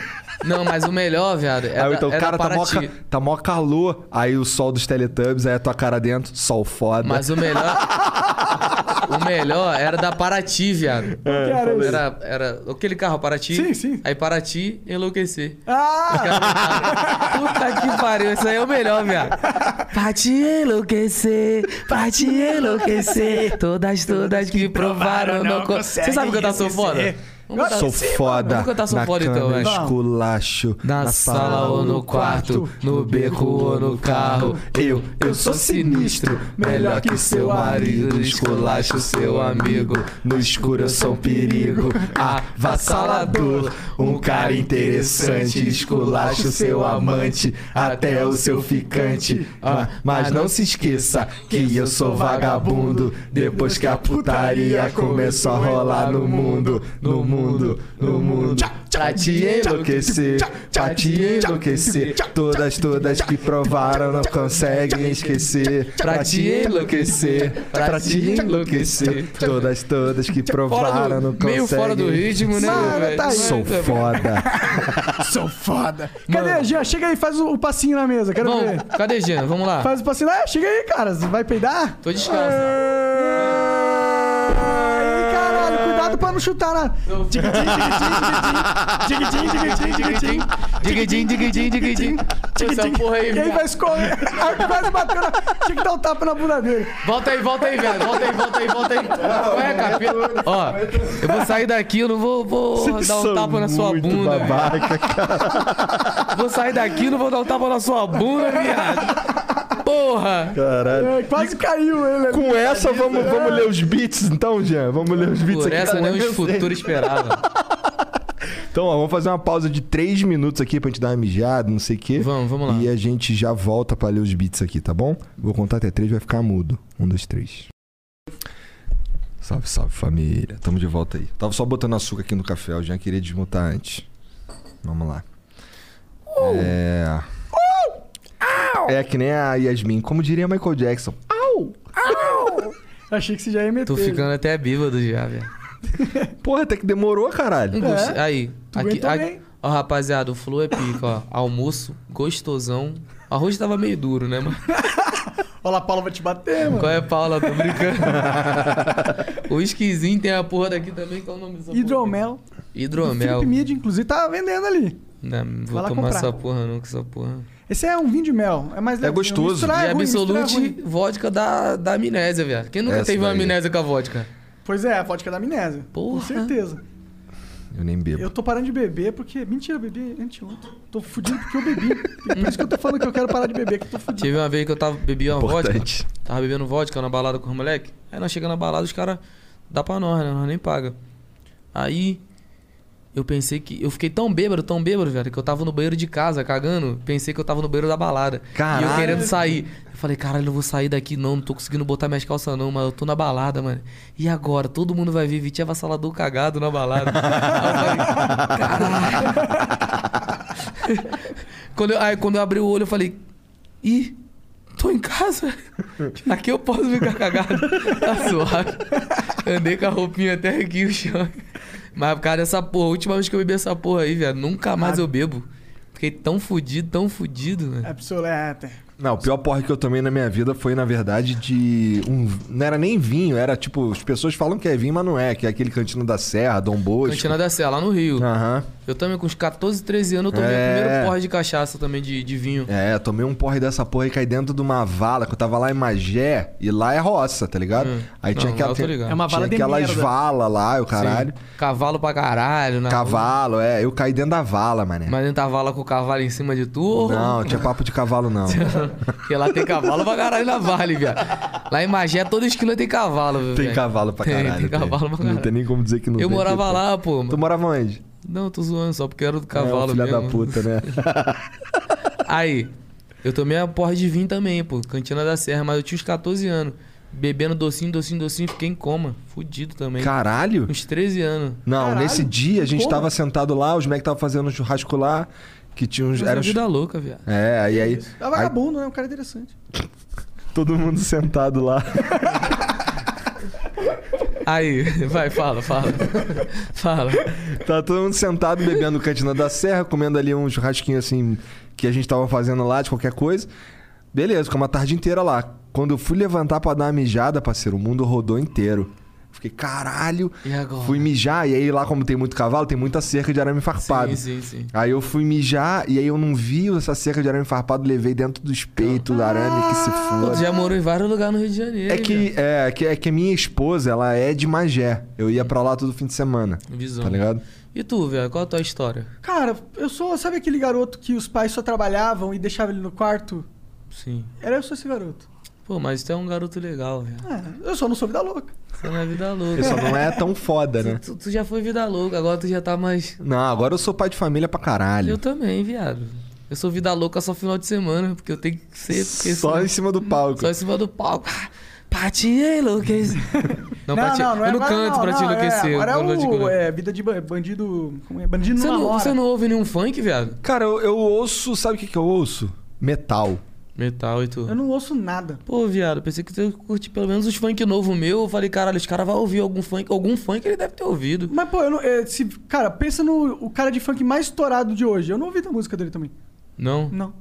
não, mas o melhor, viado, é era, aí então o era cara tá mó, Paraty. ca- tá mó calor. Aí o sol dos Teletubbies, aí a tua cara dentro, Sol Foda. Mas o melhor... o melhor era da Paraty, viado. que era esse? era, era aquele carro, Paraty. Sim, sim. Aí Paraty, enlouquecer. Ah! Puta que pariu, isso aí é o melhor, viado. Pra te enlouquecer, pra te enlouquecer, todas, todas que provaram não... con- Você sabe cantar sou foda? Vamos cantar- Sou foda. Vamos cantar sou na foda, então, cama, vai. esculacho. Na sala ou no quarto, no beco ou no carro. Eu, eu sou sinistro, melhor que seu marido. Esculacho seu amigo, No escuro eu sou um perigo, avassalador. Um cara interessante, esculacho seu amante, até o seu ficante. Ah, Mas não se esqueça que eu sou vagabundo. Depois que a putaria começou a rolar no mundo, no mundo, no mundo. Pra te enlouquecer, pra te enlouquecer. Todas, todas que provaram não conseguem esquecer. Pra te enlouquecer, pra te enlouquecer. Todas, todas que Fora provaram não do, conseguem. meio fora do ritmo, né? Mano, velho? tá aí. Sou foda. Sou foda. Cadê, Jean? Chega aí, faz o, o passinho na mesa. Quero Bom, ver. cadê Jean? Vamos lá. Faz o passinho. Ah, chega aí, cara. Você Vai peidar? Tô descalço. Ai, Caralho, cuidado dedo pra não chutar na. Digidim, digidim, digidim, Digidim, digidim, digidim. Essa porra aí, E aí viado. vai escorrer. Aí quase bateu na. Tinha que dar um tapa na bunda dele. Volta aí, volta aí, velho. Volta aí, volta aí, volta aí. Qual é, capeta? Ó, eu vou sair daqui, eu não vou, vou dar um tapa na sua bunda, velho. Vou sair daqui, não vou dar um tapa na sua bunda, viado. Porra! Caralho. É, quase caiu ele. ali. Com essa, vamos, vamos ler os beats então, Jean? Vamos ler os beats Por aqui. essa tá é nem os eu sei. futuros esperavam. Então, ó, vamos fazer uma pausa de três minutos aqui pra gente dar uma mijada, não sei o quê. Vamos, vamos lá. E é a gente já volta pra ler os beats aqui, tá bom? Vou contar até três, vai ficar mudo. Um, dois, três. Salve, salve família. Tamo de volta aí. Tava só botando açúcar aqui no café, eu já queria desmutar antes. Vamos lá. É. É que nem a Yasmin, como diria Michael Jackson. Achei que você já ia meter. Tô ficando até bêbado já, velho. Porra, até que demorou, caralho. Não consigo- Aí, aqui, aguentou a- É? bem. ó, rapaziada, o flow é pica, ó. Almoço, gostosão. O arroz tava meio duro, né, mano? Olha lá, a Paula vai te bater, mano. Qual é, Paula? Tô brincando. o esquisinho tem a porra daqui também, qual é o nome dessa porra? Hidromel. Hidromel. Felipe Mid, inclusive, tá vendendo ali. Não, não Vai vou lá tomar comprar. essa porra não, que essa porra... Esse é um vinho de mel. É mais levinho. gostoso. Misturar e é ruim, misturar é Absolute ruim. vodka da, da amnésia, velho. Quem nunca Essa teve uma daí. amnésia com a vodka? Pois é, a vodka da amnésia. Com Porra. certeza. Eu nem bebo. Eu tô parando de beber porque. Mentira, eu bebi anteontem. Tô fudido porque eu bebi. É Por isso que eu tô falando que eu quero parar de beber, que eu tô fudido. Tive uma vez que eu tava bebi uma Importante. vodka. Tava bebendo vodka na balada com os moleque. Aí nós chegamos na balada, os caras dá pra nós, né? Nós nem paga. Aí eu pensei que. Eu fiquei tão bêbado, tão bêbado, velho, que eu tava no banheiro de casa, cagando. Pensei que eu tava no banheiro da balada. E eu Caralho. querendo sair. Eu falei, caralho, eu não vou sair daqui não, não tô conseguindo botar minhas calças não, mas eu tô na balada, mano. E agora? Todo mundo vai ver Vitinho avassalador cagado na balada. Aí eu falei, caralho. quando eu, aí quando eu abri o olho, eu falei, ih, tô em casa. Aqui eu posso ficar cagado. Tá suave. Andei com a roupinha até aqui o chão. Mas por causa dessa porra, a última vez que eu bebi essa porra aí, velho, nunca mais Ah. eu bebo. Fiquei tão fudido, tão fudido, É velho. É, Absoleta. Não, o pior porra que eu tomei na minha vida foi, na verdade, de um. Não era nem vinho, era tipo. As pessoas falam que é vinho, mas não é, que é aquele Cantina da Serra, Dom Bosco. Cantina da Sé, é lá no Rio. Aham. Eu também, com uns 14, 13 anos, eu tomei Ah. É. o primeiro porre de cachaça também, de, de vinho. É, tomei um porre dessa porra e caí dentro de uma vala, que eu tava lá em Magé, e lá é roça, tá ligado? Aí tinha Hum. Não, aquela. lá eu tô ligado. Tá É uma vala tinha de aquelas merda. vala lá, o caralho. Cavalo pra caralho, na Cavalo, é. Eu caí dentro da vala, mané. Mas dentro da vala com o cavalo em cima de tu? Não, tinha papo de cavalo, não. Porque lá tem cavalo pra caralho na Vale, viado. Lá em Magé, toda esquina tem cavalo, velho. tem cavalo pra Tem, caralho. tem cavalo pra Não caralho. tem nem como dizer que não Eu tem, morava tem. lá, pô. Tu morava onde? Não, tô zoando, só porque era é, do o cavalo filha mesmo. da puta, né? Aí, eu tomei a porra de vinho também, pô. Cantina da Serra, mas eu tinha uns 14 anos. Bebendo docinho, docinho, docinho, fiquei em coma. Fudido também. Caralho? Uns 13 anos. Não, Caralho, nesse dia a gente como? tava sentado lá, os Mac estavam fazendo um churrasco lá, que tinha uns. Era Era um vida louca, viado. É, aí, aí, É aí vagabundo, né? Um cara interessante. todo mundo sentado lá. Aí, vai, fala, fala. fala. Tá todo mundo sentado bebendo cantina da serra, comendo ali um churrasquinho assim que a gente tava fazendo lá de qualquer coisa. Beleza, ficamos a tarde inteira lá. Quando eu fui levantar pra dar uma mijada, parceiro, o mundo rodou inteiro. Fiquei, caralho. E agora? Fui mijar, e aí lá, como tem muito cavalo, tem muita cerca de arame farpado. Sim, sim, sim. Aí eu fui mijar e aí eu não vi essa cerca de arame farpado, levei dentro dos peitos do arame que se Pô, tu foda. Ah, já morou em vários lugares no Rio de Janeiro. É que, é, que, é que a minha esposa, ela é de Magé. Eu ia pra lá todo fim de semana. viado. Visão. Tá ligado? E tu, velho, qual a tua história? Cara, eu sou. Sabe aquele garoto que os pais só trabalhavam e deixavam ele no quarto? Sim. Era eu sou esse garoto. Pô, mas tu é um garoto legal, velho. É, eu só não sou vida louca. Você não é vida Porque só louca. não é tão foda, né? tu, tu já foi vida louca, agora tu já tá mais. Não, agora eu sou pai de família pra Eu caralho. também, viado. Eu sou vida louca só final de semana, porque eu tenho que ser. Porque Só senão- em cima do palco. só em cima do palco. Pati enlouquecer. Não, pra te- eu não agora canto pra te não, é, enlouquecer. agora é, quando eu te o, conheço. é vida de ba- bandido. Como é? Bandido você, numa não, hora. você não ouve nenhum funk, viado? Cara, eu, eu ouço, sabe o que, que eu ouço? Metal. Metal e tu. Eu não ouço nada. Pô, viado, pensei que tu curte pelo menos os funk novo meu. Eu falei, caralho, os caras vão ouvir algum funk. Algum funk ele deve ter ouvido. Mas, pô, eu não, é, se, cara, pensa no o cara de funk mais estourado de hoje. Eu não ouvi da música dele também. Não? Não.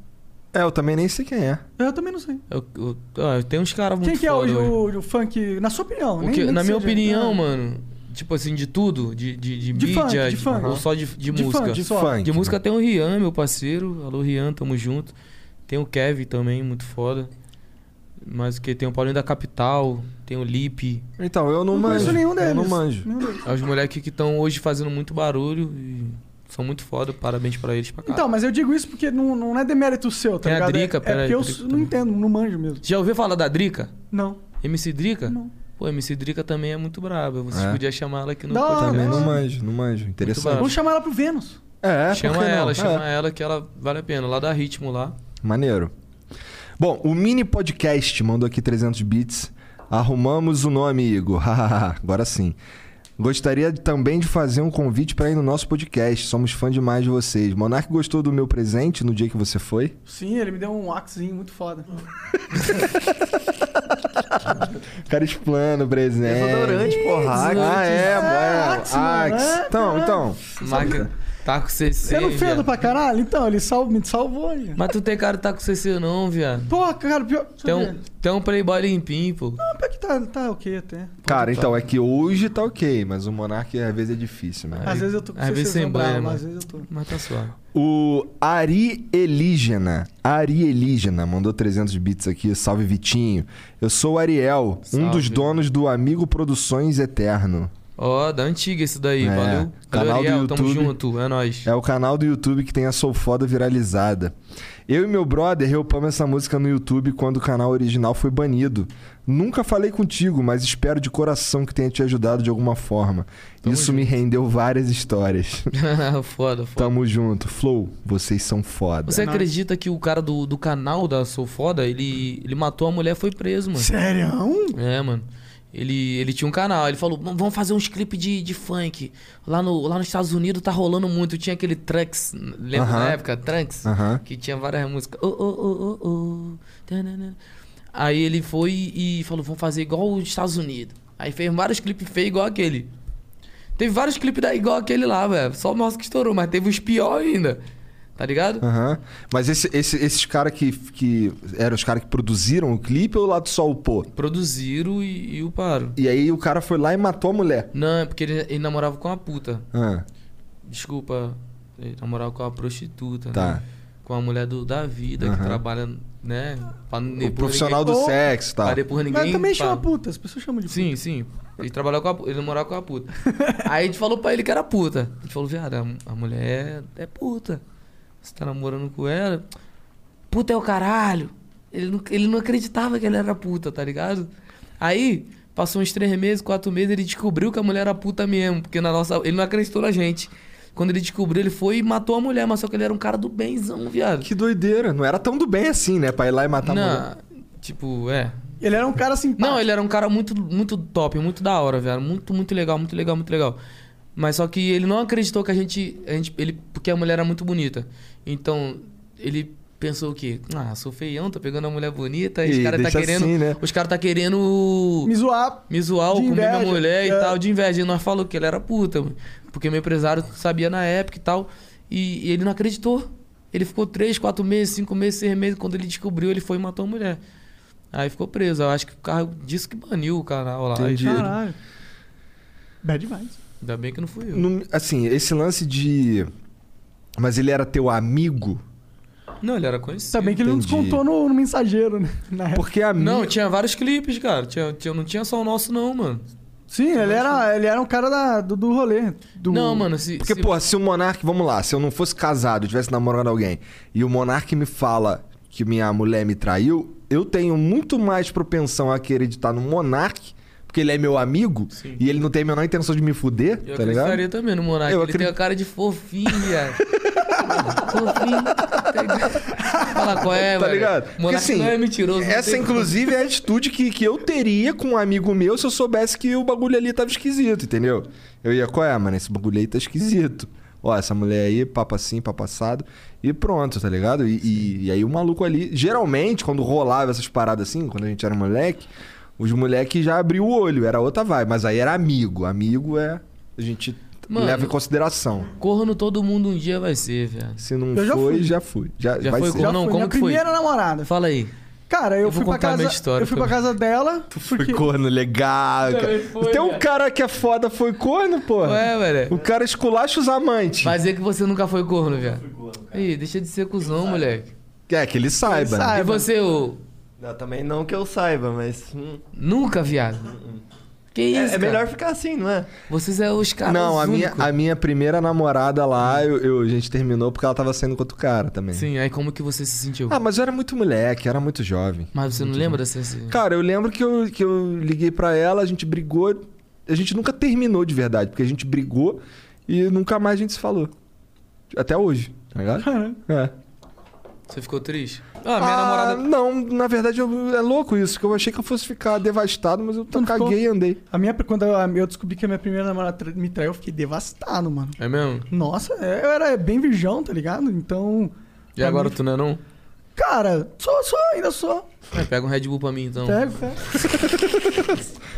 É, eu também nem sei quem é. Eu também não sei. Eu, eu, ah, tem uns caras muito Quem que é o, foda hoje. o, o funk, na sua opinião? O nem- que- nem na que minha seja, opinião, né? mano, Tipo assim, de tudo? De, de, de De mídia? funk, de funk. Ou só de, de De música? funk, de só. funk, De música né? tem o Rian, meu parceiro. Alô, Rian, tamo junto. Tem o Kevin também, muito foda. Mas o que? Tem o Paulinho da Capital, tem o Lipe. Então, eu não, Não manjo. conheço nenhum deles. Eu não manjo. Nenhum deles. É os moleques que estão hoje fazendo muito barulho e são muito foda. Parabéns pra eles pra caralho. Então, mas eu digo isso porque não, não é demérito seu, tá Tá. Tem a ligado? É- Drica, é, pera aí, porque eu Drica s- não também. entendo, não manjo mesmo. Já ouviu falar da Drica? Não. MC Drica? Não. Pô, MC Drica também é muito braba. Vocês É? podiam chamar ela aqui no Da hora, podcast. Também não. não manjo, não manjo. Interessante. barato. Vamos chamar ela pro Vênus. É, por Chama que não? ela, chama É. ela que ela vale a pena. Lá dá ritmo lá. Maneiro. Bom, o mini podcast mandou aqui 300 bits. Arrumamos o nome, Igor. Hahaha, Agora sim. Gostaria também de fazer um convite para ir no nosso podcast. Somos fã demais de vocês. Monark gostou do meu presente no dia que você foi? Sim, ele me deu um axinho muito foda. O cara explana o É. presente. Desodorante, porra. Ah, é, Ah, mano. Axe, mano. Axe. Ah, Então, então. Máquina. Tá com CC. Você não viado. fendo pra caralho? Então, ele sal- me salvou. Ele. Mas tu tem cara de tá com CC não, viado. Porra, cara, pior. Deixa eu Então, ver. então playboy limpinho, pô. Ah, pior que tá, tá ok até. Cara, então, é que hoje tá ok, mas o Monark às vezes é difícil, né? Às vezes eu tô com às CC vezes sem zambado, mas banho, mano. Às vezes eu tô. Mas tá suave. O Ari Elígena, Ari Elígena, mandou 300 bits aqui, salve Vitinho. Eu sou o Ariel, um Salve. dos donos do Amigo Produções Eterno. Ó, da antiga esse daí, É. valeu. Canal do Ariel, tamo YouTube. junto, é nóis. É o canal do YouTube que tem a Sou Foda viralizada. Eu e meu brother reupamos essa música no YouTube quando o canal original foi banido. Nunca falei contigo, mas espero de coração que tenha te ajudado de alguma forma. Isso me rendeu várias histórias. foda, foda. Tamo junto. Flow, vocês são foda. Você acredita que o cara do, do canal da Sou Foda, ele, ele matou a mulher e foi preso, mano. Sério? É, mano. Ele, ele tinha um canal, ele falou, "Vamos- vamos fazer uns clipes de, de funk. Lá, no, lá nos Estados Unidos tá rolando muito. Tinha aquele Trunks, lembra Aham. Ah. na época? Trunks? Aham. Que tinha várias músicas. Oh, oh, oh, oh, oh. Tanana. Aí ele foi e falou, vamos fazer igual os Estados Unidos. Aí fez vários clipes feios igual aquele. Teve vários clipes da, igual aquele lá, velho. Só o nosso que estourou, mas teve os piores ainda. Tá ligado? Aham. Mas esse- esse- esses caras que, que. Eram os caras que produziram o clipe ou lá do só upou? Produziram e, e uparam. E aí o cara foi lá e matou a mulher. Não, é porque ele, ele namorava com uma puta. Ah, Desculpa, ele namorava com uma prostituta, Tá. né? Com a mulher do, da vida, que Aham. trabalha, né? Pra o profissional ninguém, do Ou- sexo e tal. Pra depois ninguém... Mas também pra- chama puta, as pessoas chamam de puta. Sim, sim. Ele trabalhava com a, pu- ele namorava com a puta. Aí a gente falou pra ele que era puta. A gente falou, viado, a, a mulher é puta. Você tá namorando com ela? Puta é o caralho. Ele não, ele não acreditava que ela era puta, tá ligado? Aí, passou uns três meses, quatro meses, ele descobriu que a mulher era puta mesmo. Porque na nossa. Ele não acreditou na gente. Quando ele descobriu, ele foi e matou a mulher, mas só que ele era um cara do benzão, viado. Que doideira. Não era tão do bem assim, né? Pra ir lá e matar a mulher. não, tipo, é. Ele era um cara simpático. Não, ele era um cara muito, muito top, muito da hora, velho. Muito, muito legal, muito legal, muito legal. Mas só que ele não acreditou que a gente. A gente ele, porque a mulher era muito bonita. Então, ele pensou o quê? Ah, sou feião, tô pegando a mulher bonita, Ih, os caras tá deixa querendo. assim, né? Os caras tá querendo Me zoar. me zoar, De comer minha inveja, mulher é. e tal, de inveja. E nós falou que ele era puta, mano. porque meu empresário sabia na época e tal. E, e ele não acreditou. Ele ficou três, quatro meses, cinco meses, seis meses. Quando ele descobriu, ele foi e matou a mulher. Aí ficou preso. Eu acho que o carro disse que baniu o canal lá. Entendi. Aí, Caralho. Bad demais. Ainda bem que não fui eu. Não- assim, esse lance de. Mas ele era teu amigo? Não, ele era conhecido. Ainda bem que ele não Entendi. descontou no, no mensageiro, né? Na época. Porque amigo. Não, tinha vários clipes, cara. Tinha, tinha- não tinha só o nosso, não, mano. Sim, ele era, ele era um cara da- do, do rolê. Do... Não, mano. Se, Porque, se- porra, se o Monark, vamos lá, se eu não fosse casado, eu tivesse namorado alguém, e o Monark me fala que minha mulher me traiu, eu tenho muito mais propensão a acreditar no Monark, porque ele é meu amigo, Sim. e ele não tem a menor intenção de me fuder, Eu tá acreditaria ligado? também no Monark. Eu ele acredito- tem a cara de fofinho, viado. fofinho. tá ligado? Fala qual é, Tá velho? ligado? Porque, Monark assim, não é mentiroso. não Essa, tem- inclusive, é a atitude que, que eu teria com um amigo meu se eu soubesse que o bagulho ali tava esquisito, entendeu? Eu ia, qual é, mano? Esse bagulho aí tá esquisito. Ó, essa mulher aí, papo assim, papo assado. E pronto, tá ligado? E, e- e aí o maluco ali... Geralmente, quando rolava essas paradas assim, quando a gente era moleque, os moleques já abriam o olho. Era outra vibe. Mas aí era amigo. Amigo é... A gente Mano. leva em consideração. Corno todo mundo um dia vai ser, viado. Se não Eu já foi, fui. já fui. Já, Já vai foi ser. com- Já não, foi como minha que foi? primeira namorada. Fala aí. Cara, eu, Eu fui vou pra contar a casa. minha história eu fui pra também. casa dela. porque... Foi corno legal. Também cara. foi, Tem um velho. cara que é foda, foi corno, porra. Ué, é, velho. O cara esculacha os amantes. Vai dizer que você nunca foi corno, viado. Ih, deixa de ser cuzão, moleque. É, que ele saiba. Ele E saiba. você, ô. Não, também não que eu saiba, mas. hum, Nunca, viado. Que é, isso? cara? é melhor ficar assim, não é? Vocês é os caras. Não, a minha, únicos. a minha primeira namorada lá, eu, eu- a gente terminou porque ela tava saindo com outro cara também. Sim, aí como que você se sentiu? Ah, mas eu era muito moleque, era muito jovem. Mas você não lembra dessa. dessa- Cara, eu lembro que eu, que eu liguei pra ela, a gente brigou. A gente nunca terminou de verdade, porque a gente brigou e nunca mais a gente se falou. Até hoje, tá ligado? É. Você ficou triste? Ah, minha namorada. Não, na verdade eu- é louco isso, que eu achei que eu fosse ficar devastado, mas eu não ficou? caguei e andei. A minha, quando eu, eu descobri que a minha primeira namorada tra- me traiu, eu fiquei devastado, mano. É mesmo? Nossa, é, eu era bem virgão, tá ligado? Então. E agora tu não é não? Cara, sou, sou, ainda sou. É, pega um Red Bull pra mim então. Pego, pego.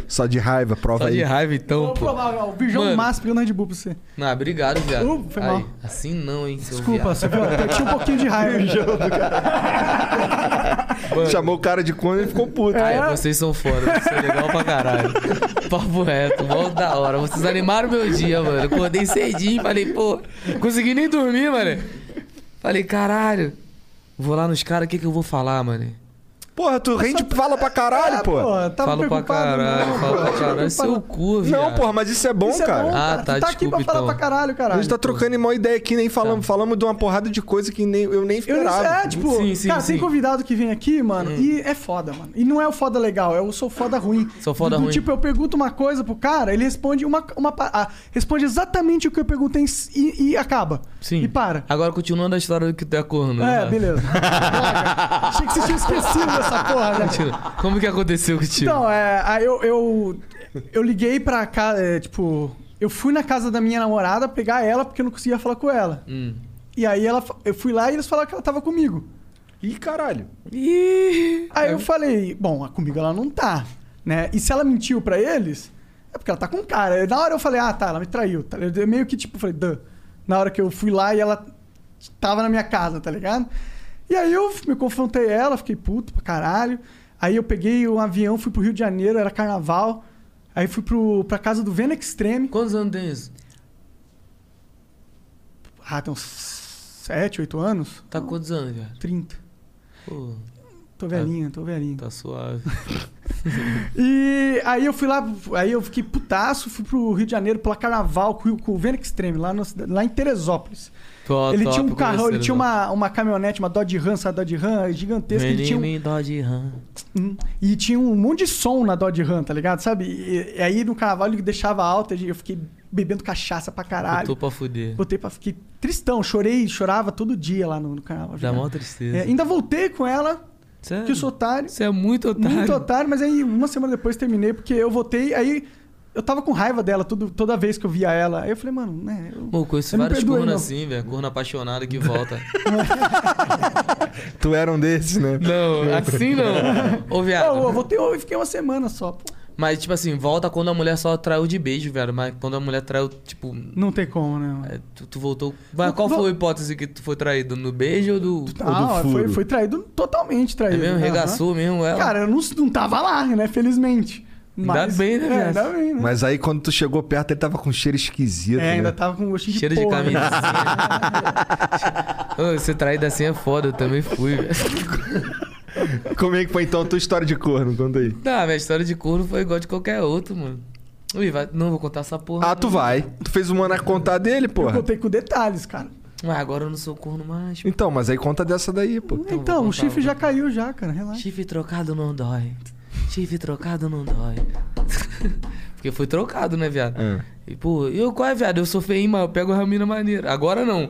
Só de raiva, prova Só aí. de raiva então, Vou pô. provar, ó, o virgão Mano. massa pegando Red Bull pra você. Ah, obrigado, viado. Uh, foi mal. Aí, assim não, hein, seu Desculpa, viado. você viu? Eu tinha um pouquinho de raiva. Mano, Chamou o cara de corno e ele ficou puto. É, Aí, vocês são foda, vocês são legal pra caralho. Papo reto, mó da hora. Vocês animaram meu dia, mano. Acordei cedinho, falei, pô, consegui nem dormir, mano. Falei, caralho, vou lá nos caras, o que que eu vou falar, mano? Porra, tu rende fala pra caralho, pô. Porra, é, tava Falo pra preocupado, caralho, não, falo pô. pra caralho. Seu cu, viado. Não, porra, mas isso é bom, Isso é cara. bom, cara. Ah, tá, Tu tá aqui pra desculpa, falar então. pra caralho, A caralho. Tá. gente tá trocando uma ideia aqui, nem falamos. Falamos de uma porrada de coisa que nem, eu nem Eu não sei, esperava. é, tipo, Sim, sim, cara, sim. tem convidado que vem aqui, mano, Hum. e é foda, mano. E não é o foda legal, é o sou foda ruim. Sou do, foda do ruim. Tipo, eu pergunto uma coisa pro cara, ele responde uma. uma pa- ah, responde exatamente o que eu perguntei e, e acaba. Sim. E para. Agora continuando a história do que tu é corno. É, né? beleza. Droga. Achei que você tinha esquecido dessa porra, né? Continua. Como que aconteceu contigo? Então, é, aí eu, eu, eu liguei pra casa, tipo, eu fui na casa da minha namorada pegar ela porque eu não conseguia falar com ela. Hum. E aí ela, fa- eu fui lá e eles falaram que ela tava comigo. Ih, caralho. Ih, Aí eu falei, bom, comigo ela não tá, né? E se ela mentiu pra eles, é porque ela tá com um cara. Aí Na hora eu falei, ah, tá, ela me traiu. tá ligado? Eu meio que tipo, falei, duh. Na hora que eu fui lá e ela tava na minha casa, tá ligado? E aí eu me confrontei ela, fiquei puto pra caralho. Aí eu peguei um avião, fui pro Rio de Janeiro, era carnaval. Aí fui pro, pra casa do Venom Extreme. quantos anos tem isso? Ah, tem uns 7, 8 anos? Tá quantos anos, viado? 30. Pô, Tô velhinho, tô velhinho. tá suave. E aí eu fui lá, aí eu fiquei putaço, fui pro Rio de Janeiro pela carnaval com, o- com o Vênix Extreme, lá, na cidade- lá em Teresópolis. Tô, ele top, tinha um carro, ele conheceram, tinha não. uma, uma caminhonete, uma Dodge Ram, essa Dodge Ram gigantesca. Ele tinha um, Menino em Dodge Ram. Hum. E tinha um monte de som na Dodge Ram, tá ligado? Sabe? E, e aí no carnaval ele deixava alta, e eu fiquei bebendo cachaça pra Eu caralho. tô pra fuder. Botei pra. Fiquei tristão, chorei, chorava todo dia lá no, no carnaval. Dá mó tristeza. É, ainda voltei com ela, Sério? que eu sou otário. Você é muito otário. Muito otário, mas aí uma semana depois terminei, porque eu voltei, aí eu tava com raiva dela todo, toda vez que eu via ela. Aí eu falei, mano, né? Eu, Pô, eu conheço eu não vários perdoei, cornos não. assim, velho. Corno apaixonado que volta. Tu era um desses, né? não, assim não. Ô, viado. Não, eu voltei eu fiquei uma semana só, pô. Mas, tipo assim, volta quando a mulher só traiu de beijo, velho. Mas quando a mulher traiu, tipo. Não tem como, né? é, Tu, tu voltou. Mas Não, qual não- foi a hipótese que tu foi traído? No beijo ou do. Ah, do foi, furo. foi traído, totalmente É traído. mesmo? Aham. Regaçou mesmo ela? Cara, eu não, não tava lá, né? Felizmente. Ainda bem, né, é, viado? Ainda bem, né? Mas aí quando tu chegou perto, ele tava com um cheiro esquisito. é, ainda né? tava com gostinho Cheiro de de porra. né? camisa. Ô, Ser traído assim é foda, eu também fui, velho. Como é que foi então a tua história de corno? Conta aí. Não, minha história de corno foi igual de qualquer outro, mano. Ui, vai- não vou contar essa porra. Ah, tu vai. Tu fez o Maná contar dele, Eu porra. contei com detalhes, cara. Mas agora eu não sou corno mais. pô. Então, mas aí conta dessa daí, pô. Então, vou o contar, chifre vou já caiu já, cara. Relaxa. Chifre trocado não dói. Chifre trocado não dói. Porque foi trocado, né, viado? É. E, pô, eu qual é, viado? Eu sou feinho, mas eu pego a mina maneira. Agora não.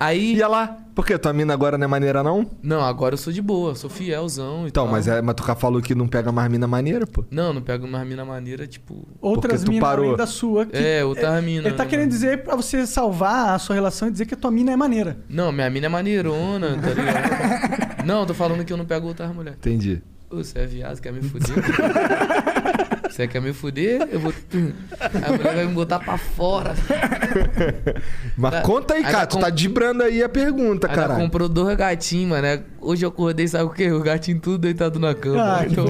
Aí. E olha lá. Por quê? Tua mina agora não é maneira, não? Não, agora eu sou de boa, sou fielzão e Então, tal. mas, é, mas tu já falou que não pega mais mina maneira, pô. Não, não pego mais mina maneira, tipo. Outras tu minas parou. além da sua. Que É, outra mina. Ele tá né, querendo mano? dizer pra você salvar a sua relação e dizer que a tua mina é maneira. Não, minha mina é maneirona, tá ligado? não, tô falando que eu não pego outra mulher. Entendi. Ô, você é viado, quer me fuder? Você quer me fuder? Eu vou. A mulher vai me botar pra fora. Mas Tá. conta aí, Aí cara. vai Tu com- tá dibrando aí a pergunta, Aí ela caralho. comprou dois gatinhos, mano. né? Hoje eu acordei, sabe o quê? O gatinho tudo deitado na cama. Ah, que Então,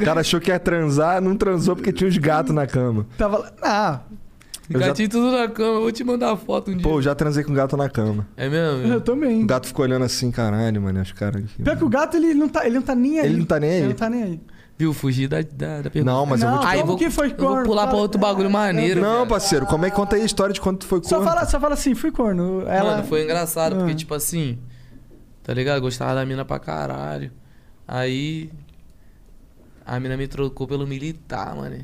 O cara achou que ia transar, não transou porque tinha os gatos na cama. Tava lá. Ah, Eu já- gatinho tudo na cama. Eu vou te mandar a foto um dia. Pô, eu já transei com gato na cama. É mesmo? eu também. O gato ficou olhando assim, caralho, mano, os caras aqui. Pior que o gato, ele não tá, ele não tá nem aí. Ele não tá nem aí? Ele não tá nem aí. Viu? Fugir da, da, da pergunta. Não, mas eu vou te... Aí como vou, que foi eu vou corno? É, pular pra Fala- outro bagulho maneiro. Não, viado. parceiro, como é que conta aí a história de quando tu foi Só corno? fala, só fala assim, fui corno. Ela... Mano, foi engraçado, Ah. porque, tipo assim, tá ligado? Gostava da mina pra caralho. Aí. A mina me trocou pelo militar, mano.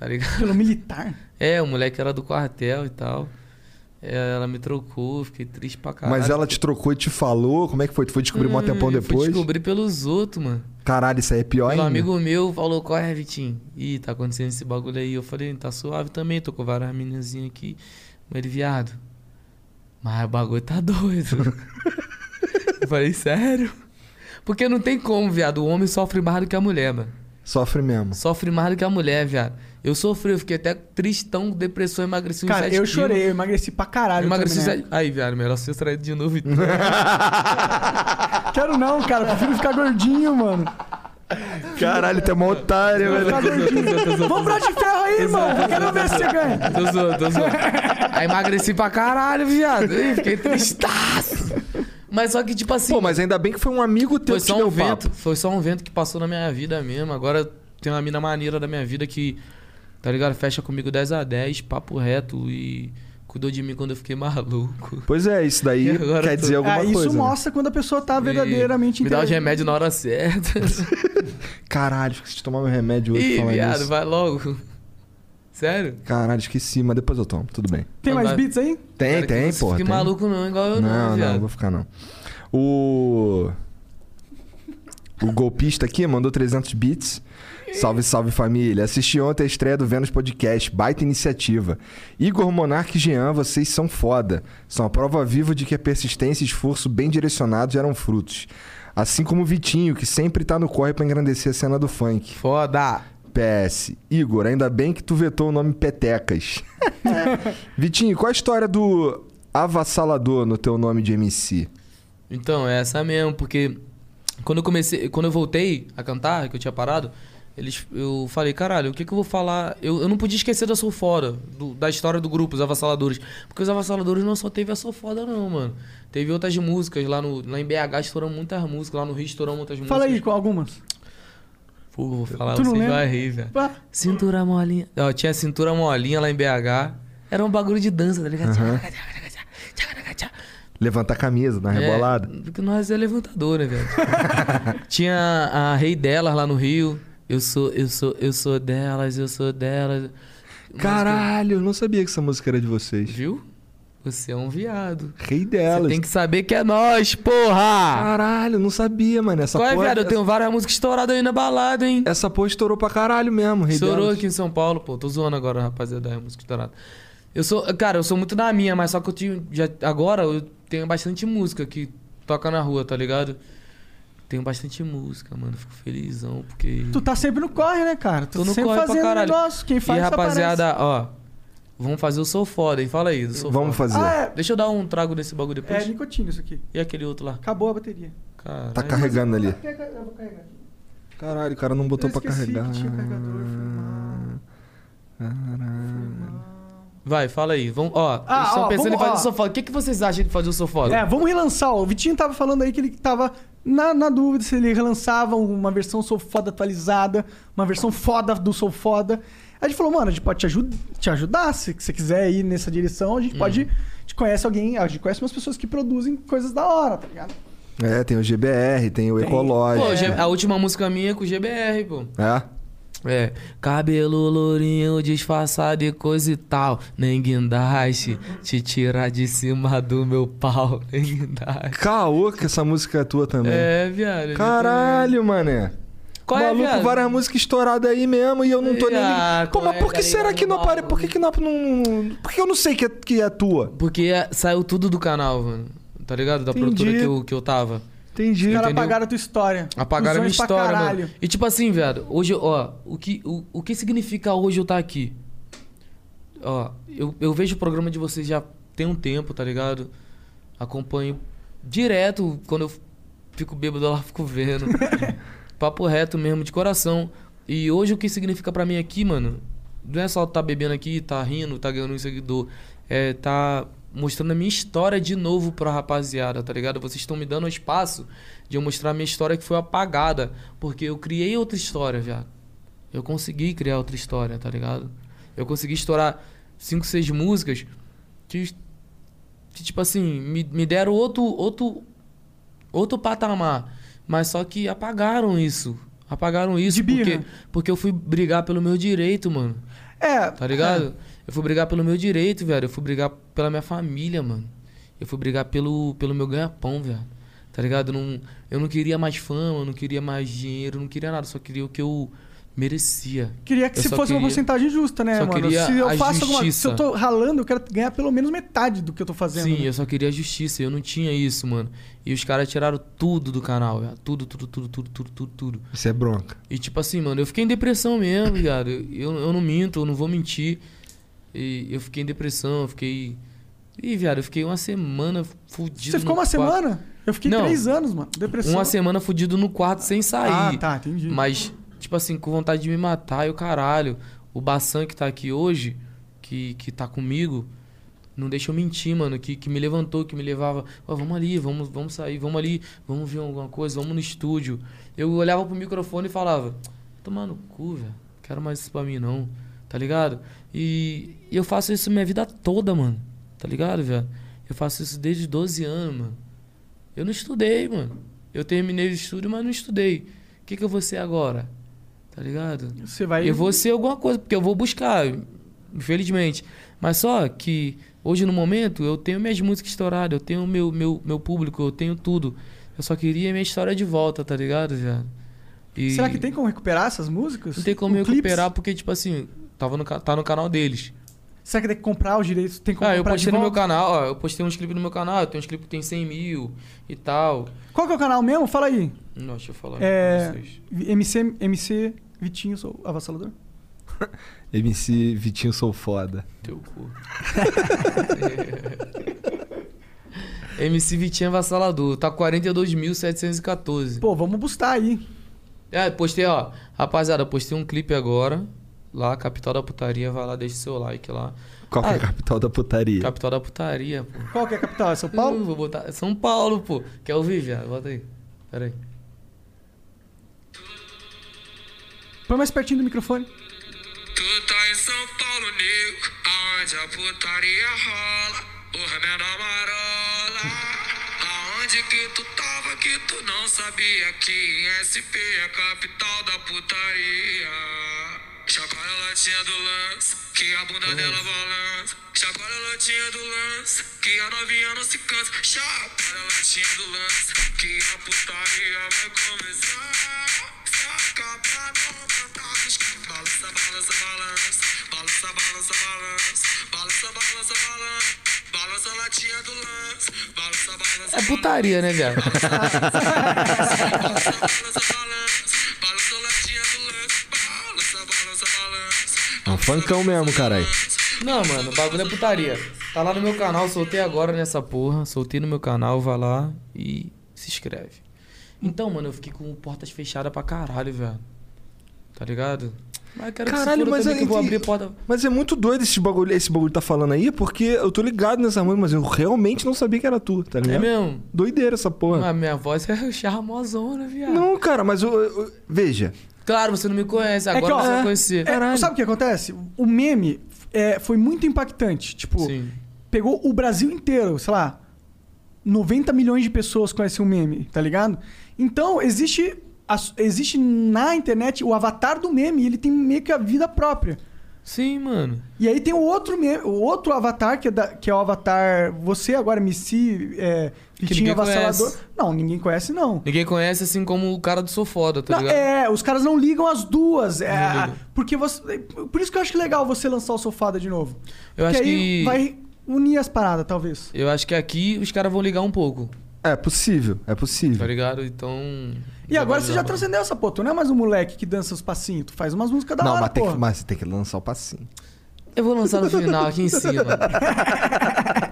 Tá ligado? Pelo militar. É, o moleque era do quartel e tal. É, Ela me trocou, fiquei triste pra caralho. Mas ela te trocou e te falou? Como é que foi? Tu foi descobrir mó Hum. tempão Eu Fui depois? descobrir pelos outros, mano. Caralho, isso aí é pior Um ainda. amigo meu falou, corre, Vitinho. Ih, tá acontecendo esse bagulho aí. Eu falei, tá suave também, tô com várias meninazinhas aqui. Mas ele, viado. Mas o bagulho tá doido. eu falei, sério? Porque não tem como, viado. O homem sofre mais do que a mulher, mano. Sofre mesmo. Sofre mais do que a mulher, viado. Eu sofri, eu fiquei até tristão, depressão, emagreci uns Cara, 7 eu quilos. chorei, eu emagreci pra caralho. Emagreci também, né? 7... Aí, viado, melhor ser extraído de novo. então. Quero não, cara. Prefiro ficar gordinho, mano. Caralho, tu é mó otário, velho. Ficar gordinho. Vamos pro de ferro aí, mano. Quero ver se você ganha. Tô zoando, tô zoando. Aí emagreci pra caralho, viado. Ih, fiquei tristaço. Mas só que, tipo assim, Pô, mas ainda bem que foi um amigo teu foi que te só um deu vento. papo. Foi só um vento que passou na minha vida mesmo. Agora tem uma mina maneira da minha vida que, tá ligado? Fecha comigo 10 a 10 papo reto e cuidou de mim quando eu fiquei maluco. Pois é, isso daí E agora quer tu- dizer alguma Ah, isso coisa. né? mostra quando a pessoa tá verdadeiramente Me dá os inteira. remédios na hora certa. Caralho, esqueci de tomar meu remédio hoje Ih, falando viado, isso. vai logo. Sério? Caralho, esqueci, mas depois eu tomo, tudo bem. Tem mais Agora- beats aí? Tem, Cara, que tem, não porra. Fique tem. maluco não, igual eu não, Não, não, viado. não vou ficar não. O. O golpista aqui mandou 300 bits. Salve, salve família. Assisti ontem a estreia do Vênus Podcast. Baita iniciativa. Igor Monarque e Jean, vocês são foda. São a prova viva de que a persistência e esforço bem direcionados geram frutos. Assim como o Vitinho, que sempre tá no corre pra engrandecer a cena do funk. Foda. PS. Igor, ainda bem que tu vetou o nome Petecas. Vitinho, qual a história do avassalador no teu nome de MC? Então, é essa mesmo, porque quando eu comecei, quando eu voltei a cantar, que eu tinha parado, eles, eu falei, caralho, o que, que eu vou falar? Eu, eu não podia esquecer da Sou Foda, do- da história do grupo, os Avassaladores. Porque os Avassaladores não só teve a Sou Foda, não, mano. Teve outras músicas lá, no, lá em BH, estourou muitas músicas, lá no Rio estourou muitas Fala aí músicas. com algumas. Pô, vou falar, Tu não vocês lembra? vai rir, velho. Ah, Cintura molinha. Ó, tinha cintura molinha lá em BH. Era um bagulho de dança, tá ligado? Levantar a camisa na rebolada. É, porque nós é levantador, né, velho? Tinha a rei delas lá no Rio. Eu sou, eu sou, eu sou delas, eu sou delas. Caralho, eu não sabia que essa música era de vocês. Viu? Você é um viado. Rei Você delas. tem que saber que é nós, Ah, porra! Caralho, eu não sabia, mano. Essa Qual é, porra... viado? Eu essa... tenho várias músicas estouradas aí na balada, hein? essa porra estourou pra caralho mesmo, É, rei Estourou delas. aqui em São Paulo, pô. Tô zoando agora, rapaziada, da música estourada. Eu sou, cara, eu sou muito da minha, mas só que eu tenho, já, agora eu tenho bastante música que toca na rua, tá ligado? Tenho bastante música, mano. Fico felizão, porque... Tu tá sempre no corre, né, cara? Tu Tô no sempre corre pra fazendo caralho. negócio. Quem faz e só rapaziada, ó, vamos fazer o Sou Foda, hein? Fala aí, do Sou Vamos Foda. fazer. aparece. Deixa eu dar um trago nesse bagulho Ah, é. depois. É nicotina isso aqui. E aquele outro lá? Acabou a bateria. Caralho. Tá carregando ali. Pega, eu vou carregar aqui. Caralho, o cara não botou Eu pra esqueci carregar. que tinha carregador, foi mal. Caralho. Vai, fala aí. Vamos, ó, Ah, eles estão ó, pensando em vamos- fazer ó. o Sou Foda. O que, que vocês acham de fazer o Sou Foda? É, vamos relançar. ó. O Vitinho tava falando aí que ele tava na, na dúvida se ele relançava uma versão Sou Foda atualizada, uma versão foda do Sou Foda. Aí a gente falou, mano, a gente pode te, ajud- te ajudar se você quiser ir nessa direção. A gente pode. Uhum. A gente conhece alguém, a gente conhece umas pessoas que produzem coisas da hora, tá ligado? É, tem o GBR, tem o Pô, Ecológico. G- a última música minha é com o GBR, pô. É? É, cabelo lourinho disfarçado e coisa e tal. Nem guindaste, te tirar de cima do meu pau. Nem guindaste. Caô, que essa música é tua também. É, viado. Caralho, mané. Qual é, Maluco, viado? várias músicas estouradas aí mesmo e eu não tô nem. Ah, ligado. Pô, qual mas é, por que galera? será que não Normal, pare? Por que que não. não- Por que eu não sei que é, que é tua? Porque é- saiu tudo do canal, mano. Tá ligado? Da Entendi. produtora que eu, que eu tava. Entendi. Os caras Entendeu? apagaram a tua história. Apagaram a minha Ilusões pra história, caralho. mano. E tipo assim, viado, hoje, ó, o que, o, o que significa hoje eu estar aqui? Ó, eu, eu vejo o programa de vocês já tem um tempo, tá ligado? Acompanho direto quando eu fico bêbado lá, fico vendo. Papo reto mesmo, de coração. E hoje o que significa pra mim aqui, mano, não é só tá bebendo aqui, tá rindo, tá ganhando um seguidor. É tá mostrando a minha história de novo pra rapaziada, tá ligado? Vocês estão me dando o espaço de eu mostrar a minha história que foi apagada. Porque eu criei outra história já. Eu consegui criar outra história, tá ligado? Eu consegui estourar cinco, seis músicas que, que, tipo assim, me, me deram outro, outro, outro patamar. Mas só que apagaram isso. Apagaram isso porque, porque eu fui brigar pelo meu direito, mano. É. Tá ligado? Eu fui brigar pelo meu direito, velho. Eu fui brigar pela minha família, mano. Eu fui brigar pelo, pelo meu ganha-pão, velho. Tá ligado? Não, eu não queria mais fama, eu não queria mais dinheiro, eu não queria nada. Só queria o que eu merecia. Queria que Eu se só fosse uma queria- porcentagem justa, né, só mano? queria Se eu a faço alguma justiça. Se eu tô ralando, eu quero ganhar pelo menos metade do que eu tô fazendo. Sim, né? eu só queria justiça, eu não tinha isso, mano. E os caras tiraram tudo do canal, velho. Tudo, tudo, tudo, tudo, tudo, tudo, tudo. Isso é bronca. E tipo assim, mano, eu fiquei em depressão mesmo, viado. Eu, eu não minto, eu não vou mentir. E eu fiquei em depressão, eu fiquei. Ih, viado, eu fiquei uma semana fudido. Você ficou no uma quarto. semana? Eu fiquei Não. três anos, mano. Depressão. Uma semana fudido no quarto sem sair. Ah, tá, entendi. Mas, tipo assim, com vontade de me matar, eu caralho. O Bassan que tá aqui hoje, que, que tá comigo, não deixa eu mentir, mano. Que, que me levantou, que me levava. Ó, vamos ali, vamos, vamos sair, vamos ali, vamos ver alguma coisa, vamos no estúdio. Eu olhava pro microfone e falava, tomar no cu, velho. Quero mais isso pra mim, não. Tá ligado? E, e eu faço isso minha vida toda, mano. Tá ligado, velho? Eu faço isso desde 12 anos, mano. Eu não estudei, mano. Eu terminei o estudo, mas não estudei. O que, que eu vou ser agora? Tá ligado? Você vai. Eu vou ser alguma coisa, porque eu vou buscar, infelizmente. Mas só que hoje, no momento, eu tenho minhas músicas estouradas, eu tenho meu, meu, meu público, eu tenho tudo. Eu só queria minha história de volta, tá ligado, viado? E Será que tem como recuperar essas músicas? Não tem como O clipes? recuperar, porque, tipo assim, tava no, ca- tá no canal deles. Será que tem que comprar os direitos? Tem como Ah, eu comprar de postei no meu volta? canal, ó, eu postei uns clipes no meu canal, eu tenho uns clipes que tem 100 mil e tal. Qual que é o canal mesmo? Fala aí. Não, deixa eu falar aqui É. pra vocês. MC, MC Vitinho, sou avassalador? MC Vitinho Sou Foda. Teu cu. MC Vitinho Avassalador, tá 42.714. Pô, vamos bustar aí. É, postei, ó. Rapaziada, postei um clipe agora. Lá, Capital da Putaria, vai lá, deixa seu like lá. Qual que é Ah, a capital da putaria? Capital da Putaria, pô. Qual que é a capital? É São Paulo? Uh, vou botar. São Paulo, pô. Quer ouvir, viado? Bota aí. Pera aí. Hum. Põe mais pertinho do microfone. Tu tá em São Paulo, nego, aonde a putaria rola. Porra, menor marola. Aonde que tu tava que tu não sabia que em SP é a capital da putaria. Chacoalha a latinha do lance, que a bunda dela balança. Chacoalha a latinha do lance, que a novinha não se cansa. Chacoalha a latinha do lance, que a putaria vai começar. Saca pra não matar os que balança, balança, balança. Balança, balança, balança. Balança, balança, balança. Balança a latinha do lance. Balança, balança, É putaria, né, viado? balança a latinha do lance. Balança, balança, balança. É um funkão mesmo, caralho. Não, mano, o bagulho é putaria. Tá lá no meu canal, soltei agora nessa porra. Soltei no meu canal, vai lá e se inscreve. Então, mano, eu fiquei com portas fechadas pra caralho, velho. Tá ligado? Mas eu quero Caralho, que se foda mas também é- que eu vou e- abrir porta. Mas é muito doido esse bagulho, esse bagulho que tá falando aí, porque eu tô ligado nessa música, mas eu realmente não sabia que era tu, tá É Né? ligado? mesmo? Doideira essa porra. Mas minha voz é charmosona, viado. Não, cara, mas eu, eu- veja. Claro, você não me conhece, que, agora ó, você vai é- conhecer. É, sabe o que acontece? O meme é, foi muito impactante. Tipo, Sim. pegou o Brasil inteiro, sei lá, 90 milhões de pessoas conhecem o meme, tá ligado? Então, existe, a- existe na internet o avatar do meme, ele tem meio que a vida própria. Sim, mano. E aí tem o outro meme, o outro avatar, que é, da- que é o avatar você agora, MC, é, Vitinho ninguém Avassalador. conhece. Não, ninguém conhece, não. Ninguém conhece assim como o cara do Sou Foda, tá Não, ligado? é, os caras não ligam as duas. é, Não ligam. porque você. Por isso que eu acho legal você lançar o Sofada de novo. Eu acho aí que- vai unir as paradas, talvez. Eu acho que aqui os caras vão ligar um pouco, É possível, é tá possível. ligado? Então. E agora vai você já ligar mais. transcendeu essa Tá pô. Tu não é mais um moleque que dança os passinhos. Tu faz umas músicas da Não, hora, mas, tem pô. que, mas tem que lançar o passinho. Eu vou lançar no final aqui em cima.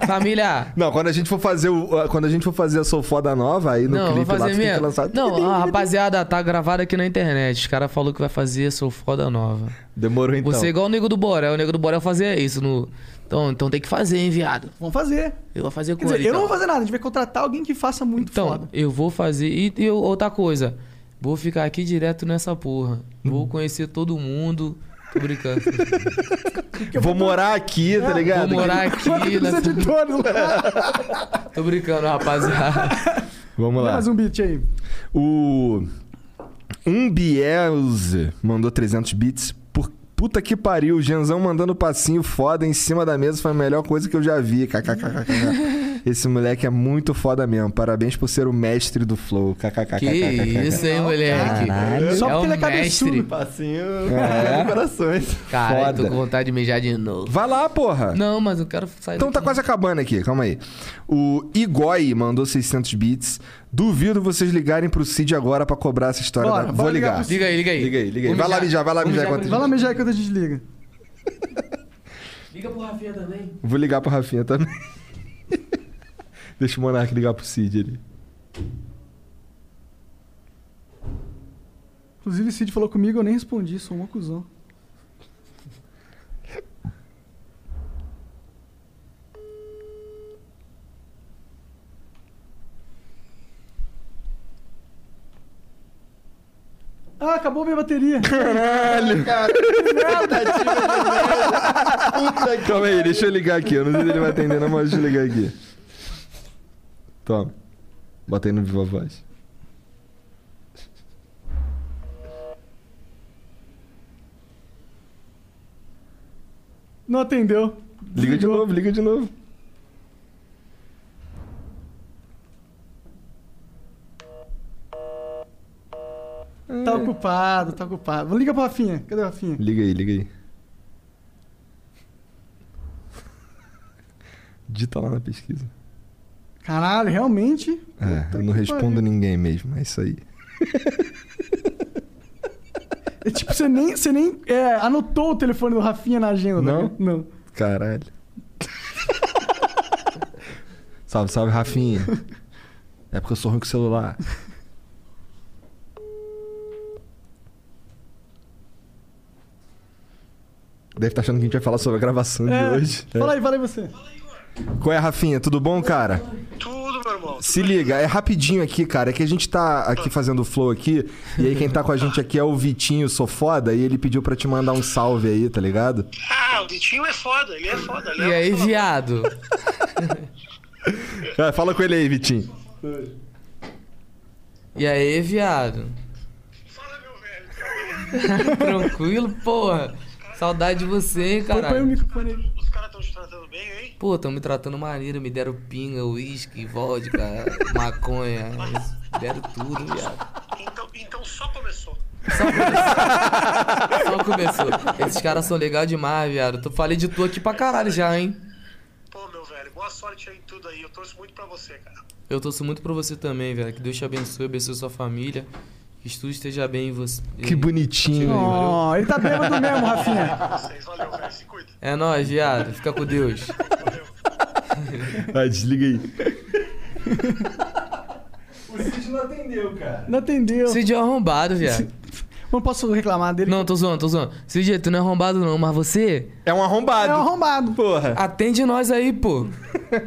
Família. Não, quando a gente for fazer o, a- quando a gente for fazer a Sou Foda Nova, aí no Não, vou clipe lá fazer tu tem que mesmo. lançar. Não, a rapaziada tá gravada aqui na internet. Os caras falaram que vai fazer Sou Foda Nova. Demorou então. Você é igual o Nego do Borel. O Nego do Borel fazia isso no... Então, então tem que fazer, hein, viado? Vamos fazer. Eu vou fazer com Quer dizer, ele, eu não então. vou fazer nada, a gente vai contratar alguém que faça muito Então, foda. eu vou fazer. E, e outra coisa, vou ficar aqui direto nessa porra. Hum. Vou conhecer todo mundo. Tô brincando. então. Vou morar aqui, tá Não, ligado? vou morar aqui Precisa nessa... de dono. Tô brincando, rapaziada. Vamos lá. Mais um beat aí. O Umbielze mandou 300 bits. Por puta que pariu, o Genzão mandando passinho foda em cima da mesa foi a melhor coisa que eu já vi. KKKKK. Esse moleque é muito foda mesmo. Parabéns por ser o mestre do flow. KKKKK. Que isso, hein, moleque? Caralho. Só é porque o ele é cabeçudo. mestre. Passinho, É. corações. Caralho, tô Foda. com vontade de mijar de novo. Vai lá, porra. Não, mas eu quero sair Então tá daqui. quase acabando aqui, calma aí. O Igoi mandou 600 bits. Duvido vocês ligarem pro Cid agora pra cobrar essa história. Bora, da- bora Vou ligar ligar. pro Cid. Liga aí, liga aí. Liga aí, liga aí. Vou Vai lá mijar, vai lá Vou mijar mijar enquanto- Vai lá mijar aí quando a gente liga. Liga pro Rafinha também. Vou ligar pro Rafinha também. Deixa o Monark ligar pro Cid ali. Inclusive, o Cid falou comigo, eu nem respondi, sou um acusão. Ah, acabou minha bateria. Caralho! Calma aí, deixa eu ligar aqui. Eu não sei se ele vai atender, não, mas deixa eu ligar aqui. Toma. Bota aí no Viva Voz. Não atendeu. Liga de novo, liga de novo. Tá ocupado, tá ocupado. Vou ligar pro Rafinha. Cadê o Rafinha? Liga aí, liga aí. Dita lá na pesquisa. Caralho, realmente. É, eu não que respondo pariu. ninguém mesmo, é isso aí. É tipo, você nem, você nem é, anotou o telefone do Rafinha na agenda, tá Não? ligado? Não. Caralho. salve, salve, Rafinha. É porque eu sou ruim com o celular. Deve estar achando que a gente vai falar sobre a gravação de hoje. É, fala aí, fala aí você. Qual é, Rafinha? Tudo bom, cara? Tudo, meu irmão. Se liga, é rapidinho aqui, cara. É que a gente tá aqui fazendo o flow aqui. E aí quem tá com a gente aqui é o Vitinho, sou foda. E ele pediu pra te mandar um salve aí, tá ligado? Ah, o Vitinho é foda, ele é foda. Ele E é aí, foda. viado? É, fala com ele aí, Vitinho. E aí, viado? Fala, meu é velho. Tranquilo, porra. Saudade de você, hein, Põe o caralho. microfone aí. Os caras estão te tratando tá bem, hein? Pô, tão me tratando maneiro, me deram pinga, uísque, vodka, maconha, me deram tudo, viado. Então, então só começou. Só começou. Esses caras são legais demais, viado. Tu falei de tu aqui pra caralho já, hein? Pô, meu velho, boa sorte aí em tudo aí. Eu torço muito pra você, cara. Eu torço muito pra você também, velho. Que Deus te abençoe, abençoe sua família. Que tudo esteja bem em você. Que bonitinho. Ó, ele tá bêbado mesmo, Rafinha. Vocês, valeu, velho. Se cuida. É nóis, viado. Fica com Deus. Ah, desliga aí. Não atendeu. Cid é um arrombado, viado. Não posso reclamar dele. Não, tô zoando, tô zoando. Cid, tu não é arrombado não, mas você É um É arrombado. um arrombado. Porra. atende nós aí, pô.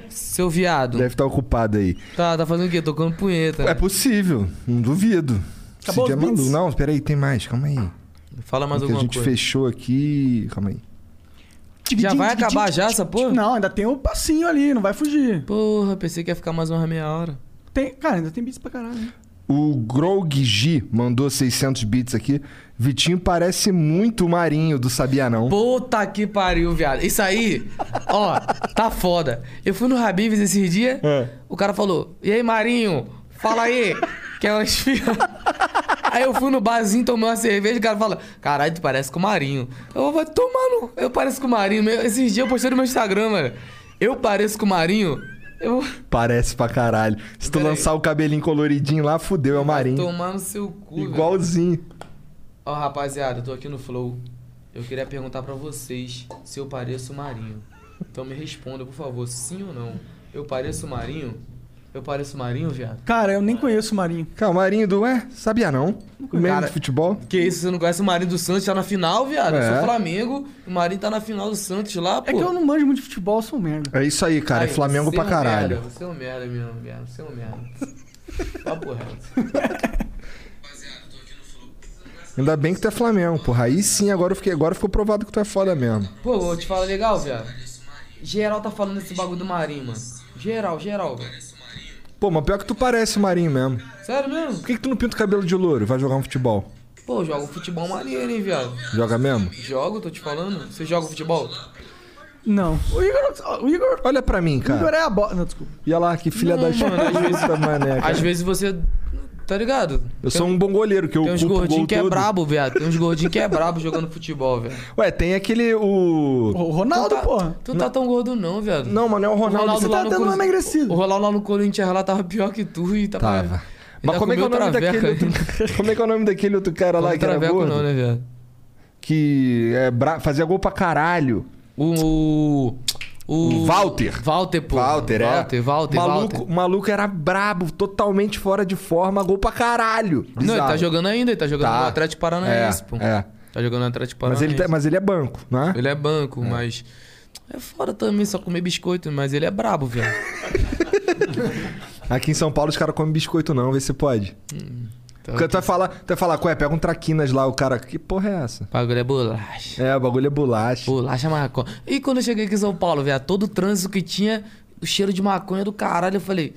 Seu viado. Deve estar ocupado aí. Tá, tá fazendo o quê? Tocando punheta. É possível, não duvido. Acabou Cid é os bits? maluco. Não, peraí, tem mais, calma aí. Fala mais Porque a alguma gente coisa. fechou aqui. Calma aí. Já vai acabar já essa porra? Não, ainda tem um passinho ali, não vai fugir. Porra, pensei que ia ficar mais uma meia hora. Tem, cara, ainda tem bits pra caralho. né? O Grogji mandou 600 bits aqui. Vitinho parece muito o Marinho do Sabia Não. Puta que pariu, viado. Isso aí, ó, tá foda. Eu fui no Habibs esses dias, É. o cara falou: E aí, Marinho, fala aí, que é um esfirra. Aí eu fui no barzinho, tomei uma cerveja, o cara fala: Caralho, tu parece com o Marinho. Eu vou tomar no. Eu pareço com o Marinho. mesmo." Esses dias eu postei no meu Instagram, mano. Eu pareço com o Marinho. Eu Parece pra caralho. Se tu Peraí. lançar o cabelinho coloridinho lá, fudeu, é o Vai Marinho. tomar no seu cu. velho. Igualzinho. Ó, rapaziada, eu tô aqui no Flow. Eu queria perguntar pra vocês se eu pareço marinho. Então me responda, por favor, sim ou não. Eu pareço marinho? Eu pareço marinho, viado? Cara, eu Ah. nem conheço o Marinho. Cara, o Marinho do. Ué, sabia não? Meio Cara, de futebol. Que isso, você não conhece o Marinho do Santos? Tá na final, viado. Eu É. sou Flamengo, o Marinho tá na final do Santos lá, pô. É que eu não manjo muito de futebol, eu sou um merda. É isso aí, cara. Ai, é Flamengo você pra é um caralho. merda, Você é um merda mesmo, viado. Você é um merda. Papo reto. Ainda bem que tu é Flamengo, porra. Aí sim, agora, eu fiquei, agora ficou provado que tu é foda mesmo. Pô, eu te falo legal, viado. Geral tá falando desse bagulho do Marinho, mano. Geral, geral, velho. Pô, mas pior que tu parece o Marinho mesmo. Sério mesmo? Por que, que tu não pinta o cabelo de louro? e Vai jogar um futebol? Pô, eu jogo futebol maneiro, hein, viado. Joga mesmo? Jogo, tô te falando. Você joga futebol? Não. O Igor. O Igor, Olha pra mim, o Igor cara. é a bola. Não, desculpa. E olha lá, que filha Não, da mano, às vezes- puta, mané. cara. Às vezes você. Tá ligado? É. Eu sou um bom goleiro, que eu Tem uns ocupo o gol gordinhos que é todo. brabo, viado. Tem uns gordinhos que é brabo jogando futebol, velho. Ué, tem aquele, o... O Ronaldo, tá, porra. Tu não tá tão gordo, não, viado. Não, mano, é o Ronaldo. Ronaldo você lá Tá no dando uma Cruzeiro. emagrecida. O Rolão lá no Corinthians lá tava pior que tu e tava. Tava. ainda Mas como é, que é o comeu nome daquele traveca outro... ainda. como é que é o nome daquele outro cara lá Comeu que era traveco gordo? não, né, viado? Que é bra... fazia gol pra caralho. O. O. Walter. Walter, pô. Walter, é. Walter, Walter, maluco, Walter. maluco era brabo, totalmente fora de forma, gol pra caralho. Não, ele tá Bizarro. jogando ainda, ele tá jogando Tá. no Atlético Paranaense, É, pô. é. Tá jogando no Atlético Mas Paranaense. ele, tá- mas ele é banco, né? Ele é banco, mas. É fora também só comer biscoito, mas ele é brabo, viado. Aqui em São Paulo os caras comem biscoito não, vê se pode. Tá Porque tu vai falar, tu vai falar, "Ué, pega um traquinas lá, o cara, que porra é essa? Bagulho é bolacha. É, o bagulho é bolacha. Bolacha maconha. E quando eu cheguei aqui em São Paulo, velho, todo o trânsito que tinha, o cheiro de maconha do caralho, eu falei,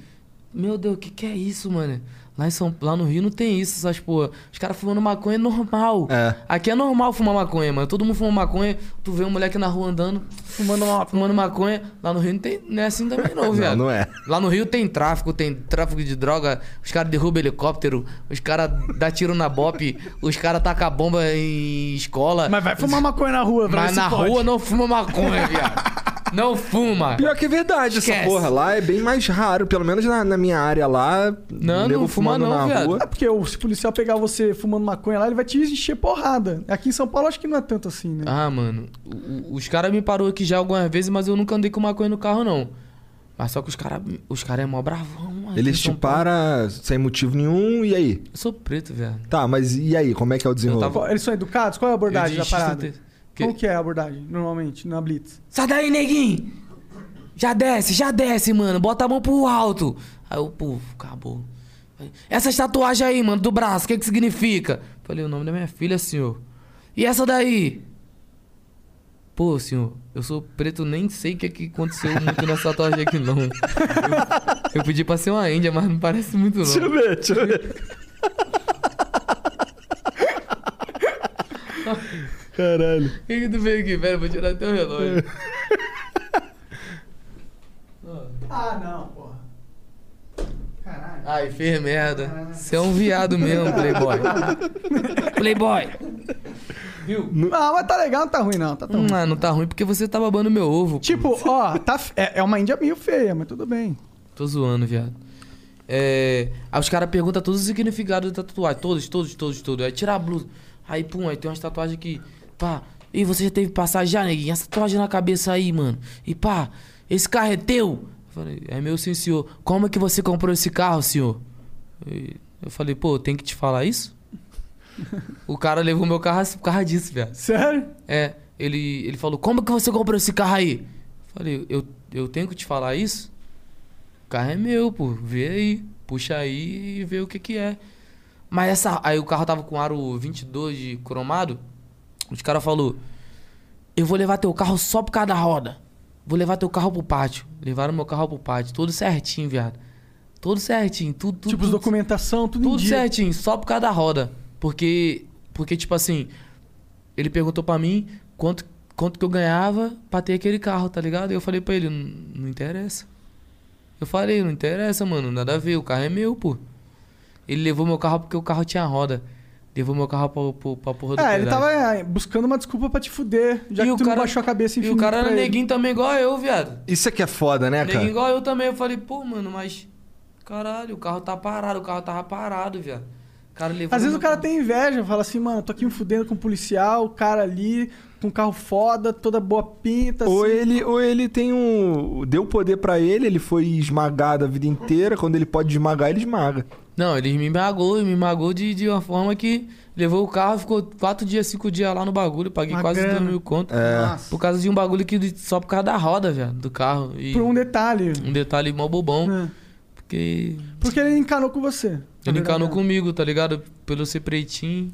meu Deus, o que, que é isso, mano? Lá, em São, lá no Rio não tem isso, essas porra. Os caras fumando maconha é normal. É. Aqui é normal fumar maconha, mano. Todo mundo fuma maconha. Tu vê um moleque na rua andando, fumando, ma- fumando maconha. Lá no Rio não, tem, não é assim também, não, velho. não é. Lá no Rio tem tráfico, tem tráfico de droga, os caras derrubam helicóptero, os caras dão tiro na bope, os caras tacam bomba em escola. Mas vai fumar maconha na rua, pra ver Mas se na pode. rua não fuma maconha, viado. Não fuma. Pior que é verdade essa Esquece. porra lá, é bem mais raro, pelo menos na, na minha área lá. Não, nego não fuma fumando não, na viado. rua. É porque o- se o policial pegar você fumando maconha lá, ele vai te encher porrada. Aqui em São Paulo, acho que não é tanto assim, né? Ah, mano. o- o- Os caras me parou aqui já algumas vezes, mas eu nunca andei com maconha no carro, não. Mas só que os caras os cara é mó bravão, mano. Eles Em te São Paulo. param sem motivo nenhum, e aí? Eu sou preto, velho. Tá, mas e aí? Como é que é o desenrolo? tava- Qual- Eles são educados? Qual é a abordagem da Eu desisti parada? de ter- que- Como que é a abordagem, normalmente, na Blitz? Sai daí, neguinho! Já desce, já desce, mano. Bota a mão pro alto. Aí o povo, acabou. Aí, Essa tatuagem aí, mano, do braço, o que que significa? Falei, o nome da minha filha, senhor. E essa daí? Pô, senhor, eu sou preto, nem sei o que, que aconteceu muito nessa tatuagem aqui, não. Eu, eu pedi pra ser uma índia, mas não parece muito, não. ver, deixa eu ver. Caralho. Por que, que tu veio aqui, velho? Vou tirar teu relógio. Ah, não, porra. Caralho. Ai, fez merda. Você é um viado mesmo, playboy. Playboy! Ah, mas tá legal, não tá ruim, não. Tá tão ruim. Ah, não tá ruim porque você tá babando meu ovo. Tipo... Tipo, ó, tá, fe- é, é uma índia meio feia, mas tudo bem. Tô zoando, viado. É... Aí os caras perguntam todos os significados da tatuagem. Todos, todos, todos, todos. Aí tira a blusa. Aí, pum, aí tem umas tatuagens que... Pá. E você já teve passagem já, neguinho? Essa tatuagem na cabeça aí, mano. E pá, esse carro é teu? Eu falei, é meu sim, senhor. Como é que você comprou esse carro, senhor? E eu falei, pô, tem que te falar isso? o cara levou meu carro por causa disso, viado. Sério? É, ele, ele falou, como que você comprou esse carro aí? Falei, eu, eu tenho que te falar isso? O carro é meu, pô. Vê aí, puxa aí e vê o que que é. Mas essa... Aí o carro tava com aro 22 de cromado. Os caras falou, eu vou levar teu carro só por causa da roda. Vou levar teu carro pro pátio. Levaram meu carro pro pátio, tudo certinho, viado. Tudo certinho, tudo, tudo tipo, os tudo documentação, tudo, em tudo dia. certinho, só por causa da roda. Porque, porque tipo assim, ele perguntou pra mim quanto, quanto que eu ganhava pra ter aquele carro, tá ligado? E eu falei pra ele, "Não- não interessa. Eu falei, não interessa, mano, nada a ver, o carro é meu, pô. Ele levou meu carro porque o carro tinha roda. Levou meu carro pra, pra, pra porra do É, ele pedágio. tava é, buscando uma desculpa pra te fuder, já que tu não baixou a cabeça E né? o infinito cara pra era ele. neguinho também igual eu, viado. Isso é que é foda, né, Neguinho cara? igual eu também. Eu falei, pô, mano, mas... Caralho, o carro tá parado, o carro tava parado, viado. O cara levou Às vezes meu o cara carro. tem inveja, fala assim, mano, tô aqui me fudendo com um policial, o cara ali, com um carro foda, toda boa pinta. Ou assim. ele, ou ele tem um. Deu poder pra ele, ele foi esmagado a vida inteira. Quando ele pode esmagar, ele esmaga. Não, ele me magou, me magou de, de uma forma que levou o carro, ficou quatro dias, cinco dias lá no bagulho, paguei Uma quase grana. dois mil conto. É. Nossa. Por causa de um bagulho que só por causa da roda, velho, do carro. E Por um É. detalhe. um detalhe mó bobão. Porque Porque ele encanou com você. ele encanou comigo, tá ligado? Pelo ser pretinho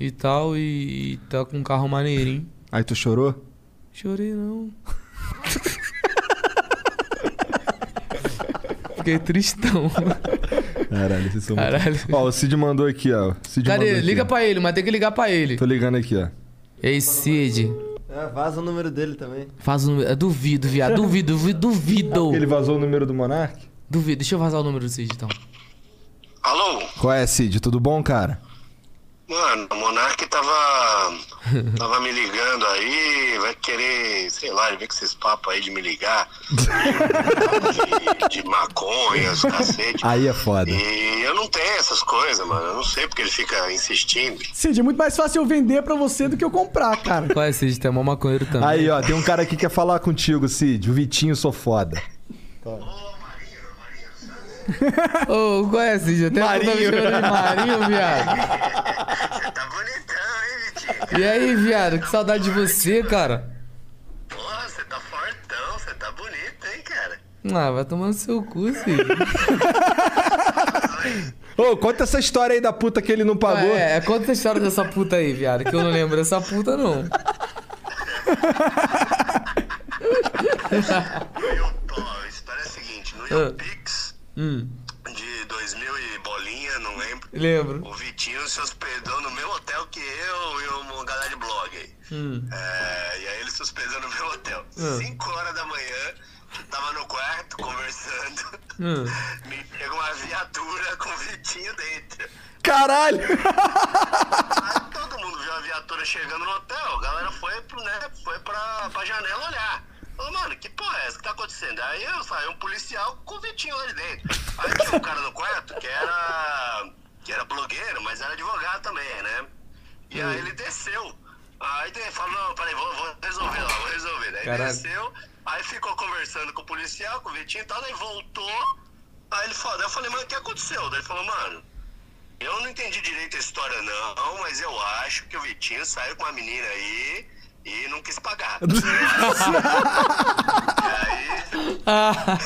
e tal, e, e tá com um carro maneirinho. Aí tu chorou? Chorei não. Fiquei tristão. Caralho, vocês são muito- Caralho. Ó, o Cid mandou aqui, ó. O Cid Cadê? mandou aqui. Liga pra ele, mas tem que ligar pra ele. Tô ligando aqui, ó. Ei, Cid. É, vaza o número dele também. Faz o número. Duvido, viado. Duvido, duvido, duvido. Ele vazou o número do Monark? Duvido. Deixa eu vazar o número do Cid, então. Qual é, Cid? Tudo bom, cara? Mano, o Monark tava, tava me ligando aí, vai querer, sei lá, ele vê com esses papos aí de me ligar, de, de maconha, os cacete. Aí é foda. E eu não tenho essas coisas, mano, eu não sei porque ele fica insistindo. Cid, é muito mais fácil eu vender pra você do que eu comprar, cara. Qual é, Cid? Tem mó maconheiro também. Aí, ó, tem um cara aqui que quer falar contigo, Cid. O Vitinho, sou foda. Ô, qual é, Cid? Até Marinho. eu tô me chamando de Marinho, viado. Tá E aí, viado? Que saudade de você, cara. Porra, você tá fortão, você tá bonito, hein, cara? Ah, vai tomando seu cu, Cid. Ô, conta essa história aí da puta que ele não pagou. É, é, conta a história dessa puta aí, viado, que eu não lembro dessa puta, não. Ah. Hum, De 2000 e bolinha, não lembro. Lembro. O Vitinho se hospedou no mesmo hotel que eu e uma galera de blog aí. hum. É, e aí ele se hospedou no meu hotel. Ah. 5 horas da manhã, eu tava no quarto conversando. Hum. Me pega uma viatura com o Vitinho dentro. Caralho! Aí todo mundo viu a viatura chegando no hotel, a galera foi, pro, né, foi pra, pra janela olhar. Falou, Oh, mano, que porra é essa que tá acontecendo? Aí eu saí um policial com o Vitinho ali dentro. Aí tinha um cara no quarto que era. que era blogueiro, mas era advogado também, né? E aí ele desceu. Aí ele falou, não, peraí, vou, vou resolver lá, vou resolver. Aí Caralho. desceu, aí ficou conversando com o policial, com o Vitinho e tal, aí voltou. Aí ele falou, daí eu falei, mano, o que aconteceu? Daí ele falou, mano, eu não entendi direito a história não, mas eu acho que o Vitinho saiu com uma menina aí e não quis pagar. Ah,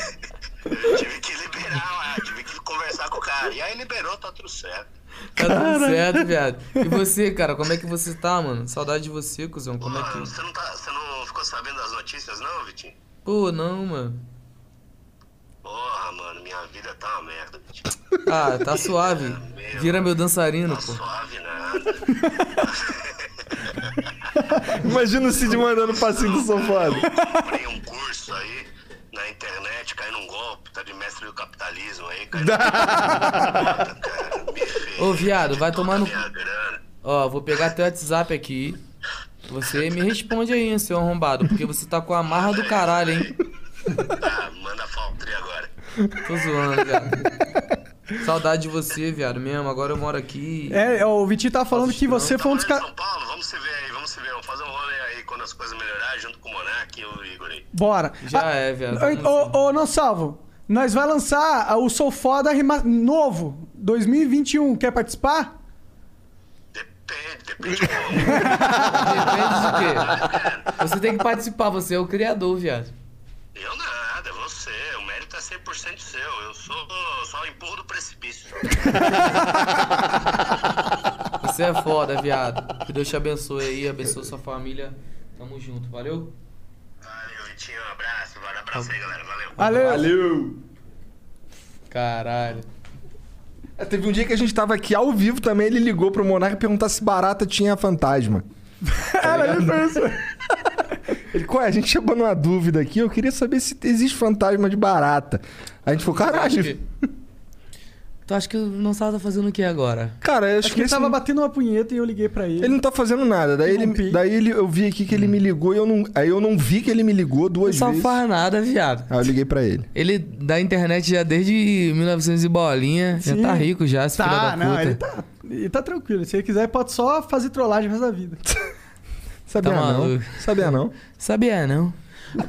Eu tive que liberar lá, tive que conversar com o cara. E aí liberou, tá tudo certo. tá tudo certo, viado. E você, cara, como é que você tá, mano? Saudade de você, cuzão. Como é que. Você não, tá, você não ficou sabendo das notícias não, Vitinho? Pô, não, mano. Porra, mano, minha vida tá uma merda. Ah, tá suave. Vira meu dançarino, pô. né? Imagina o Cid mandando passinho do sofá. Comprei um curso aí na internet, caí num golpe, tá de mestre do capitalismo aí, caí num Ô, viado, vai tomar no. Ó, vou pegar teu WhatsApp aqui. Você me responde aí, hein, seu arrombado, porque você tá com a marra do caralho, hein? Ah, Tô zoando, viado. Saudade de você, viado, mesmo. Agora eu moro aqui. É, o Vitinho tava falando que você foi um dos caras. é Paulo, vamos se ver aí, vamos se ver. Vamos fazer um rolê aí quando as coisas melhorarem junto com o Monark e o Igor aí. Bora. Ah, Já é, viado. Ô, ô, ô, não salvo. Nós vai lançar a- o Sou Foda rema- novo, 2021. Quer participar? Depende de quê? Você tem que participar, você é o criador, viado. Eu nada, você. O mérito é 100% seu. Eu sou só o empurro do precipício. Você é foda, viado. Que Deus te abençoe aí, abençoe sua família. Tamo junto, valeu? Valeu. Valeu. Caralho. É, teve um dia que a gente tava aqui ao vivo também, ele ligou pro Monark perguntar se barata tinha fantasma. Tá Era isso. Ele, qual é? A gente chegou numa dúvida aqui, eu queria saber se existe fantasma de barata. A gente falou, caralho. Tu acha que o Gonçalo tá fazendo o que agora? Cara, eu acho, que ele tava batendo uma punheta e eu liguei pra ele. é um- Ele não tá fazendo nada. Daí, ele, daí ele, eu vi aqui que ele me ligou e eu não. Aí eu não vi que ele me ligou duas Não vezes. faz nada, viado. Aí eu liguei pra ele. Ele da internet já desde 1900 e bolinha. Sim. Já tá rico já, esse filho da Tá, puta. não, ele tá, ele tá tranquilo. Se ele quiser, pode só fazer trollagem o resto da vida. Sabia tá não. maluco. Sabia não. Sabia não.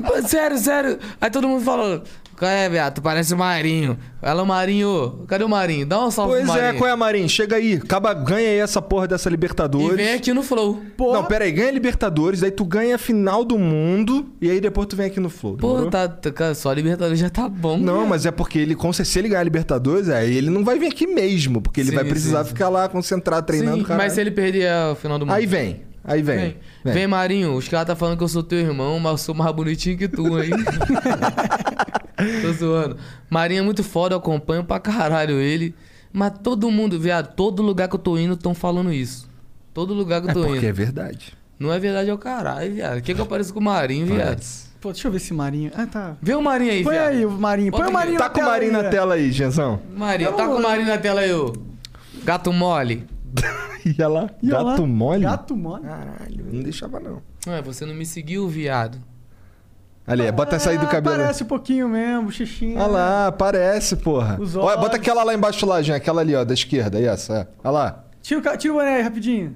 Pô, sério, sério. Aí todo mundo falou. Qual é, viado? Tu parece o Marinho. Ela, Marinho. Cadê o Marinho? Dá um salve Pois pro é, Marinho. qual é, Marinho? Chega aí, acaba, ganha aí essa porra dessa Libertadores. E vem aqui no Flow. Não, pera aí, ganha Libertadores, daí tu ganha a final do mundo e aí depois tu vem aqui no Flow. Pô, tá, tá- cara, só a Libertadores já tá bom. Não, né? mas é porque ele, com certeza, se ele ganhar a Libertadores, aí ele não vai vir aqui mesmo, porque ele Sim, vai precisar sim, ficar lá concentrado, treinando, Sim, cara. Mas se ele perder a final do mundo. Aí vem, aí vem. Vem, Vem, Marinho, os caras tá falando que eu sou teu irmão, mas eu sou mais bonitinho que tu, hein? Tô zoando. Marinho é muito foda, eu acompanho pra caralho ele. Mas todo mundo, viado, todo lugar que eu tô indo tão falando isso. Todo lugar que eu É tô porque indo. é verdade. Não é verdade, é o caralho, viado. O que que eu pareço com o Marinho, viado? Pô, deixa eu ver esse Marinho. Ah, tá. Vê o Marinho aí, Põe viado. aí o Marinho. Põe Bota o Marinho Tá com o Marinho é. na tela aí, Genzão. Marinho, tá com o Marinho na tela aí, ô. Gato mole. Ia lá, gato mole? Gato mole. Ah. Caralho, não deixava não. Ué, você não me seguiu, viado. Ali, é, bota essa aí do cabelo. Parece um pouquinho mesmo, xixinho. Olha lá, parece, porra. Os Olha, olhos. bota aquela lá embaixo lá, Jean. Aquela ali, ó, da esquerda. Aí, essa. é. Olha lá. Tira o, ca- tira o boné aí, rapidinho.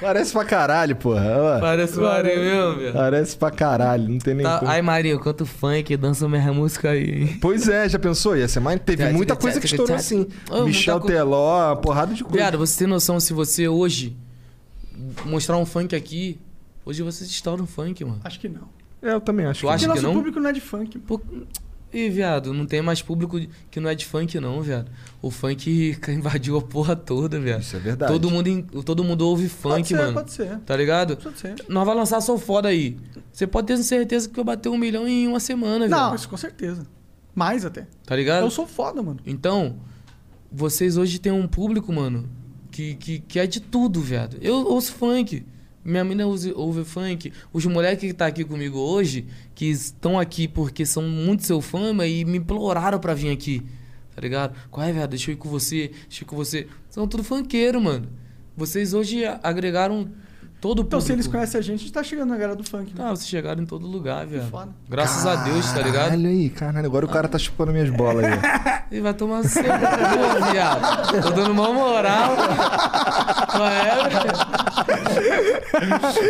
Parece pra caralho, porra. Olha lá. Parece o Marinho mesmo, viado. Parece pra caralho, não tem nem Tá, como. ai, Marinho, quanto funk, dança minha música aí, hein? Pois é, já pensou? Ia ser mais... Tá, Teve muita coisa que estourou assim. Ô, muita Michel co- Teló, uma porrada de coisa. Viado, você tem noção se você hoje mostrar um funk aqui, hoje você estoura um funk, mano. Acho que não. É, eu também acho. Tu acha Porque que nosso não? público não é de funk. Pô, Ih, viado, não tem mais público que não é de funk, não, viado. O funk invadiu a porra toda, viado. Isso é verdade. Todo mundo, in- todo mundo ouve funk, ser, mano. pode ser. Tá ligado? Pode ser. Nós vai lançar Sou Foda aí. Você pode ter certeza que eu bater um milhão em uma semana, viado. Não, isso com certeza. Mais até. Tá ligado? Eu sou foda, mano. Então, vocês hoje têm um público, mano, que, que, que é de tudo, viado. Eu ouço funk. Minha mina ouve, ouve funk. Os moleques que tá aqui comigo hoje, que estão aqui porque são muito seu fã mas- e me imploraram pra vir aqui. Tá ligado? Qual é, viado? Deixa eu ir com você, deixa eu ir com você. São tudo funkeiro, mano. Vocês hoje a- agregaram todo o público. Então, se eles conhecem a gente, a gente tá chegando na galera do funk. Né? Ah, vocês chegaram em todo lugar, viado. foda. Graças a Deus, tá ligado? Caralho aí, caralho. Agora o cara tá chupando minhas bolas aí. E vai tomar no seu cu, viado. Tô dando uma moral. Qual é, velho?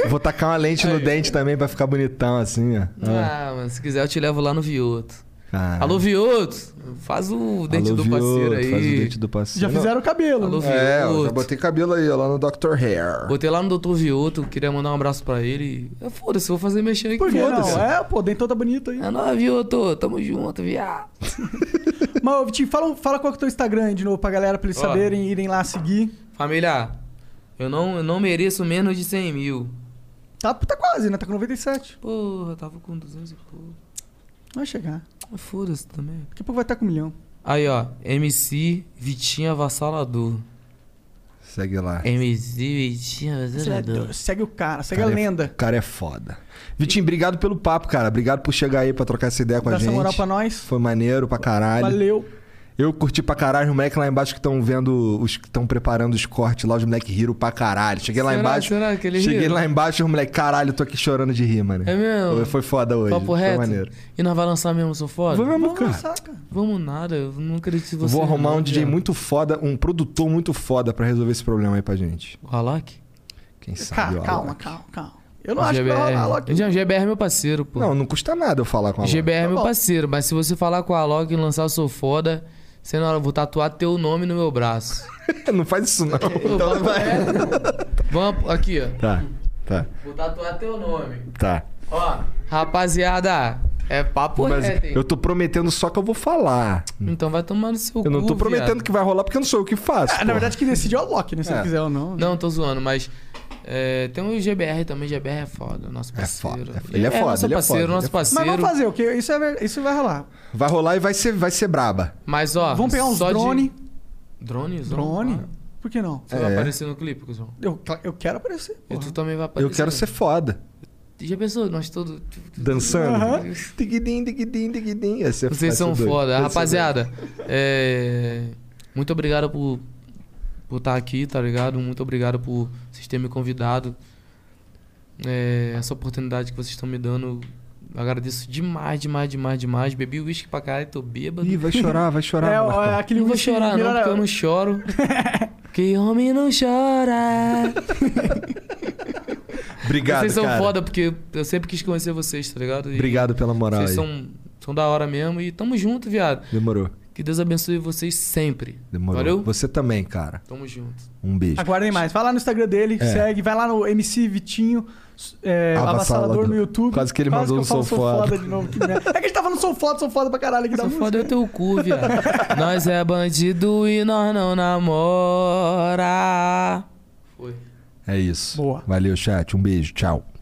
Vou tacar uma lente no dente também pra ficar bonitão assim, ó. Ah, mano, se quiser eu te levo lá no Vioto. Caralho. Alô, Vioto! Faz o dente Ah. Alô, do parceiro Vioto, aí. Faz o dente do parceiro. Já fizeram o cabelo. Alô, né? É, eu já Vioto. botei cabelo aí, ó, lá no Dr. Hair. Botei lá no Dr. Vioto, queria mandar um abraço pra ele. Eu, Foda-se, vou fazer mexer aqui. Por que Foda-se. não? É, pô, dentão tá bonito aí. É nóis, Vioto. Tamo junto, viado. Mas, ô, Vitinho, fala, fala qual que é o teu Instagram aí de novo pra galera, pra eles Ó. saberem, irem lá seguir. Família, eu não, eu não mereço menos de 100 mil. Tá, tá quase, né? Tá com 97. Porra, eu tava com 200 e pouco. Vai chegar. Ah, Foda-se também. Daqui a pouco vai estar com um milhão. Aí, ó. MC Vitinho Avassalador. Segue lá. MC Vitinho é Avassalador. Segue o cara, segue Cara, a é- lenda. O cara é foda. Vitinho, obrigado pelo papo, cara. Obrigado por chegar aí pra trocar essa ideia com Dá a essa gente. moral pra nós. Foi maneiro pra caralho. Valeu. Eu curti pra caralho os moleques lá embaixo que estão vendo, os que estão preparando os cortes lá, os moleques riram pra caralho. Cheguei lá Será- embaixo. será que eles cheguei riram? lá embaixo, os moleques, caralho, tô aqui chorando de rir, mano. É mesmo? Foi- Foi foda hoje. Papo foi reto. maneiro. E nós vai lançar mesmo, sou foda? Vamos, Vamos cara. lançar, cara. Vamos nada, eu não acredito em você. Vou arrumar não, um DJ viado. muito foda, um produtor muito foda pra resolver esse problema aí pra gente. O Alok? Quem sabe, Cara, ó. calma, calma, calma. Eu não acho que vai GBR. rolar, Loki. Não, GBR é meu parceiro, pô. Não, não custa nada eu falar com a Loki. GBR é Tá meu bom. parceiro, mas se você falar com o Alok e lançar o Sou Foda, você na hora eu vou tatuar teu nome no meu braço. Não faz isso, não. Então vai. Vamos, aqui, ó. Tá, tá, Vou tatuar teu nome. tá. Ó, rapaziada, é papo Mas reto, hein? eu tô prometendo só que eu vou falar. Então vai tomar no seu Eu não cu, tô prometendo viado. que vai rolar porque eu não sou eu que faço. Ah, porra. na verdade, quem decide é o Loki, né? Se É. ele quiser ou não. Não, tô zoando, mas. é, tem o GBR também, GBR é foda, nosso parceiro. foda, é foda. Ele é foda, nosso ele é foda, parceiro, ele nosso é foda. Mas parceiro. vamos fazer, ok? Isso, é, ver- isso vai rolar. Vai rolar e vai ser, vai ser braba. Mas, ó. Vamos pegar uns Ah, só de- drone. Drone? Ah, Drone? claro. Por que não? Você É. vai aparecer no clipe, Cusão. Eu, eu quero aparecer. E porra. tu também vai Eu aparecer. quero ser foda. Já pensou? Nós todos. Dançando. Tiguidim, tiguidim, tiguidim. Ia ser- vai Vocês ser são doido. foda. Vai ser Rapaziada, é, muito obrigado por por estar aqui, tá ligado? Muito obrigado por vocês terem me convidado. É, Essa oportunidade que vocês estão me dando Eu agradeço demais, demais, demais, demais. Bebi uísque pra caralho, tô bêbado. Ih, vai chorar, vai chorar, É, Marcão. ó, aquele não vou uísque chorar, não, melhora- porque eu não choro. que homem não chora. Obrigado, Vocês são cara. foda, porque eu sempre quis conhecer vocês, tá ligado? E Obrigado pela moral aí. Vocês são, são da hora mesmo e tamo junto, viado. Demorou. Que Deus abençoe vocês sempre. Demorou. Valeu? Você também, cara. Tamo junto. Um beijo. Aguardem mais. Vai lá no Instagram dele, É. segue. Vai lá no MC Vitinho, é, Avassalador. avassalador no YouTube. Quase que ele mandou que eu um falo sou foda. foda. de novo. Que merda. É que a gente tá falando sou foda, sou foda pra caralho aqui um da Só música. foda é o teu cu, viado. nós é bandido e nós não namora. É isso. Boa. Valeu, É chat. Um beijo. Tchau.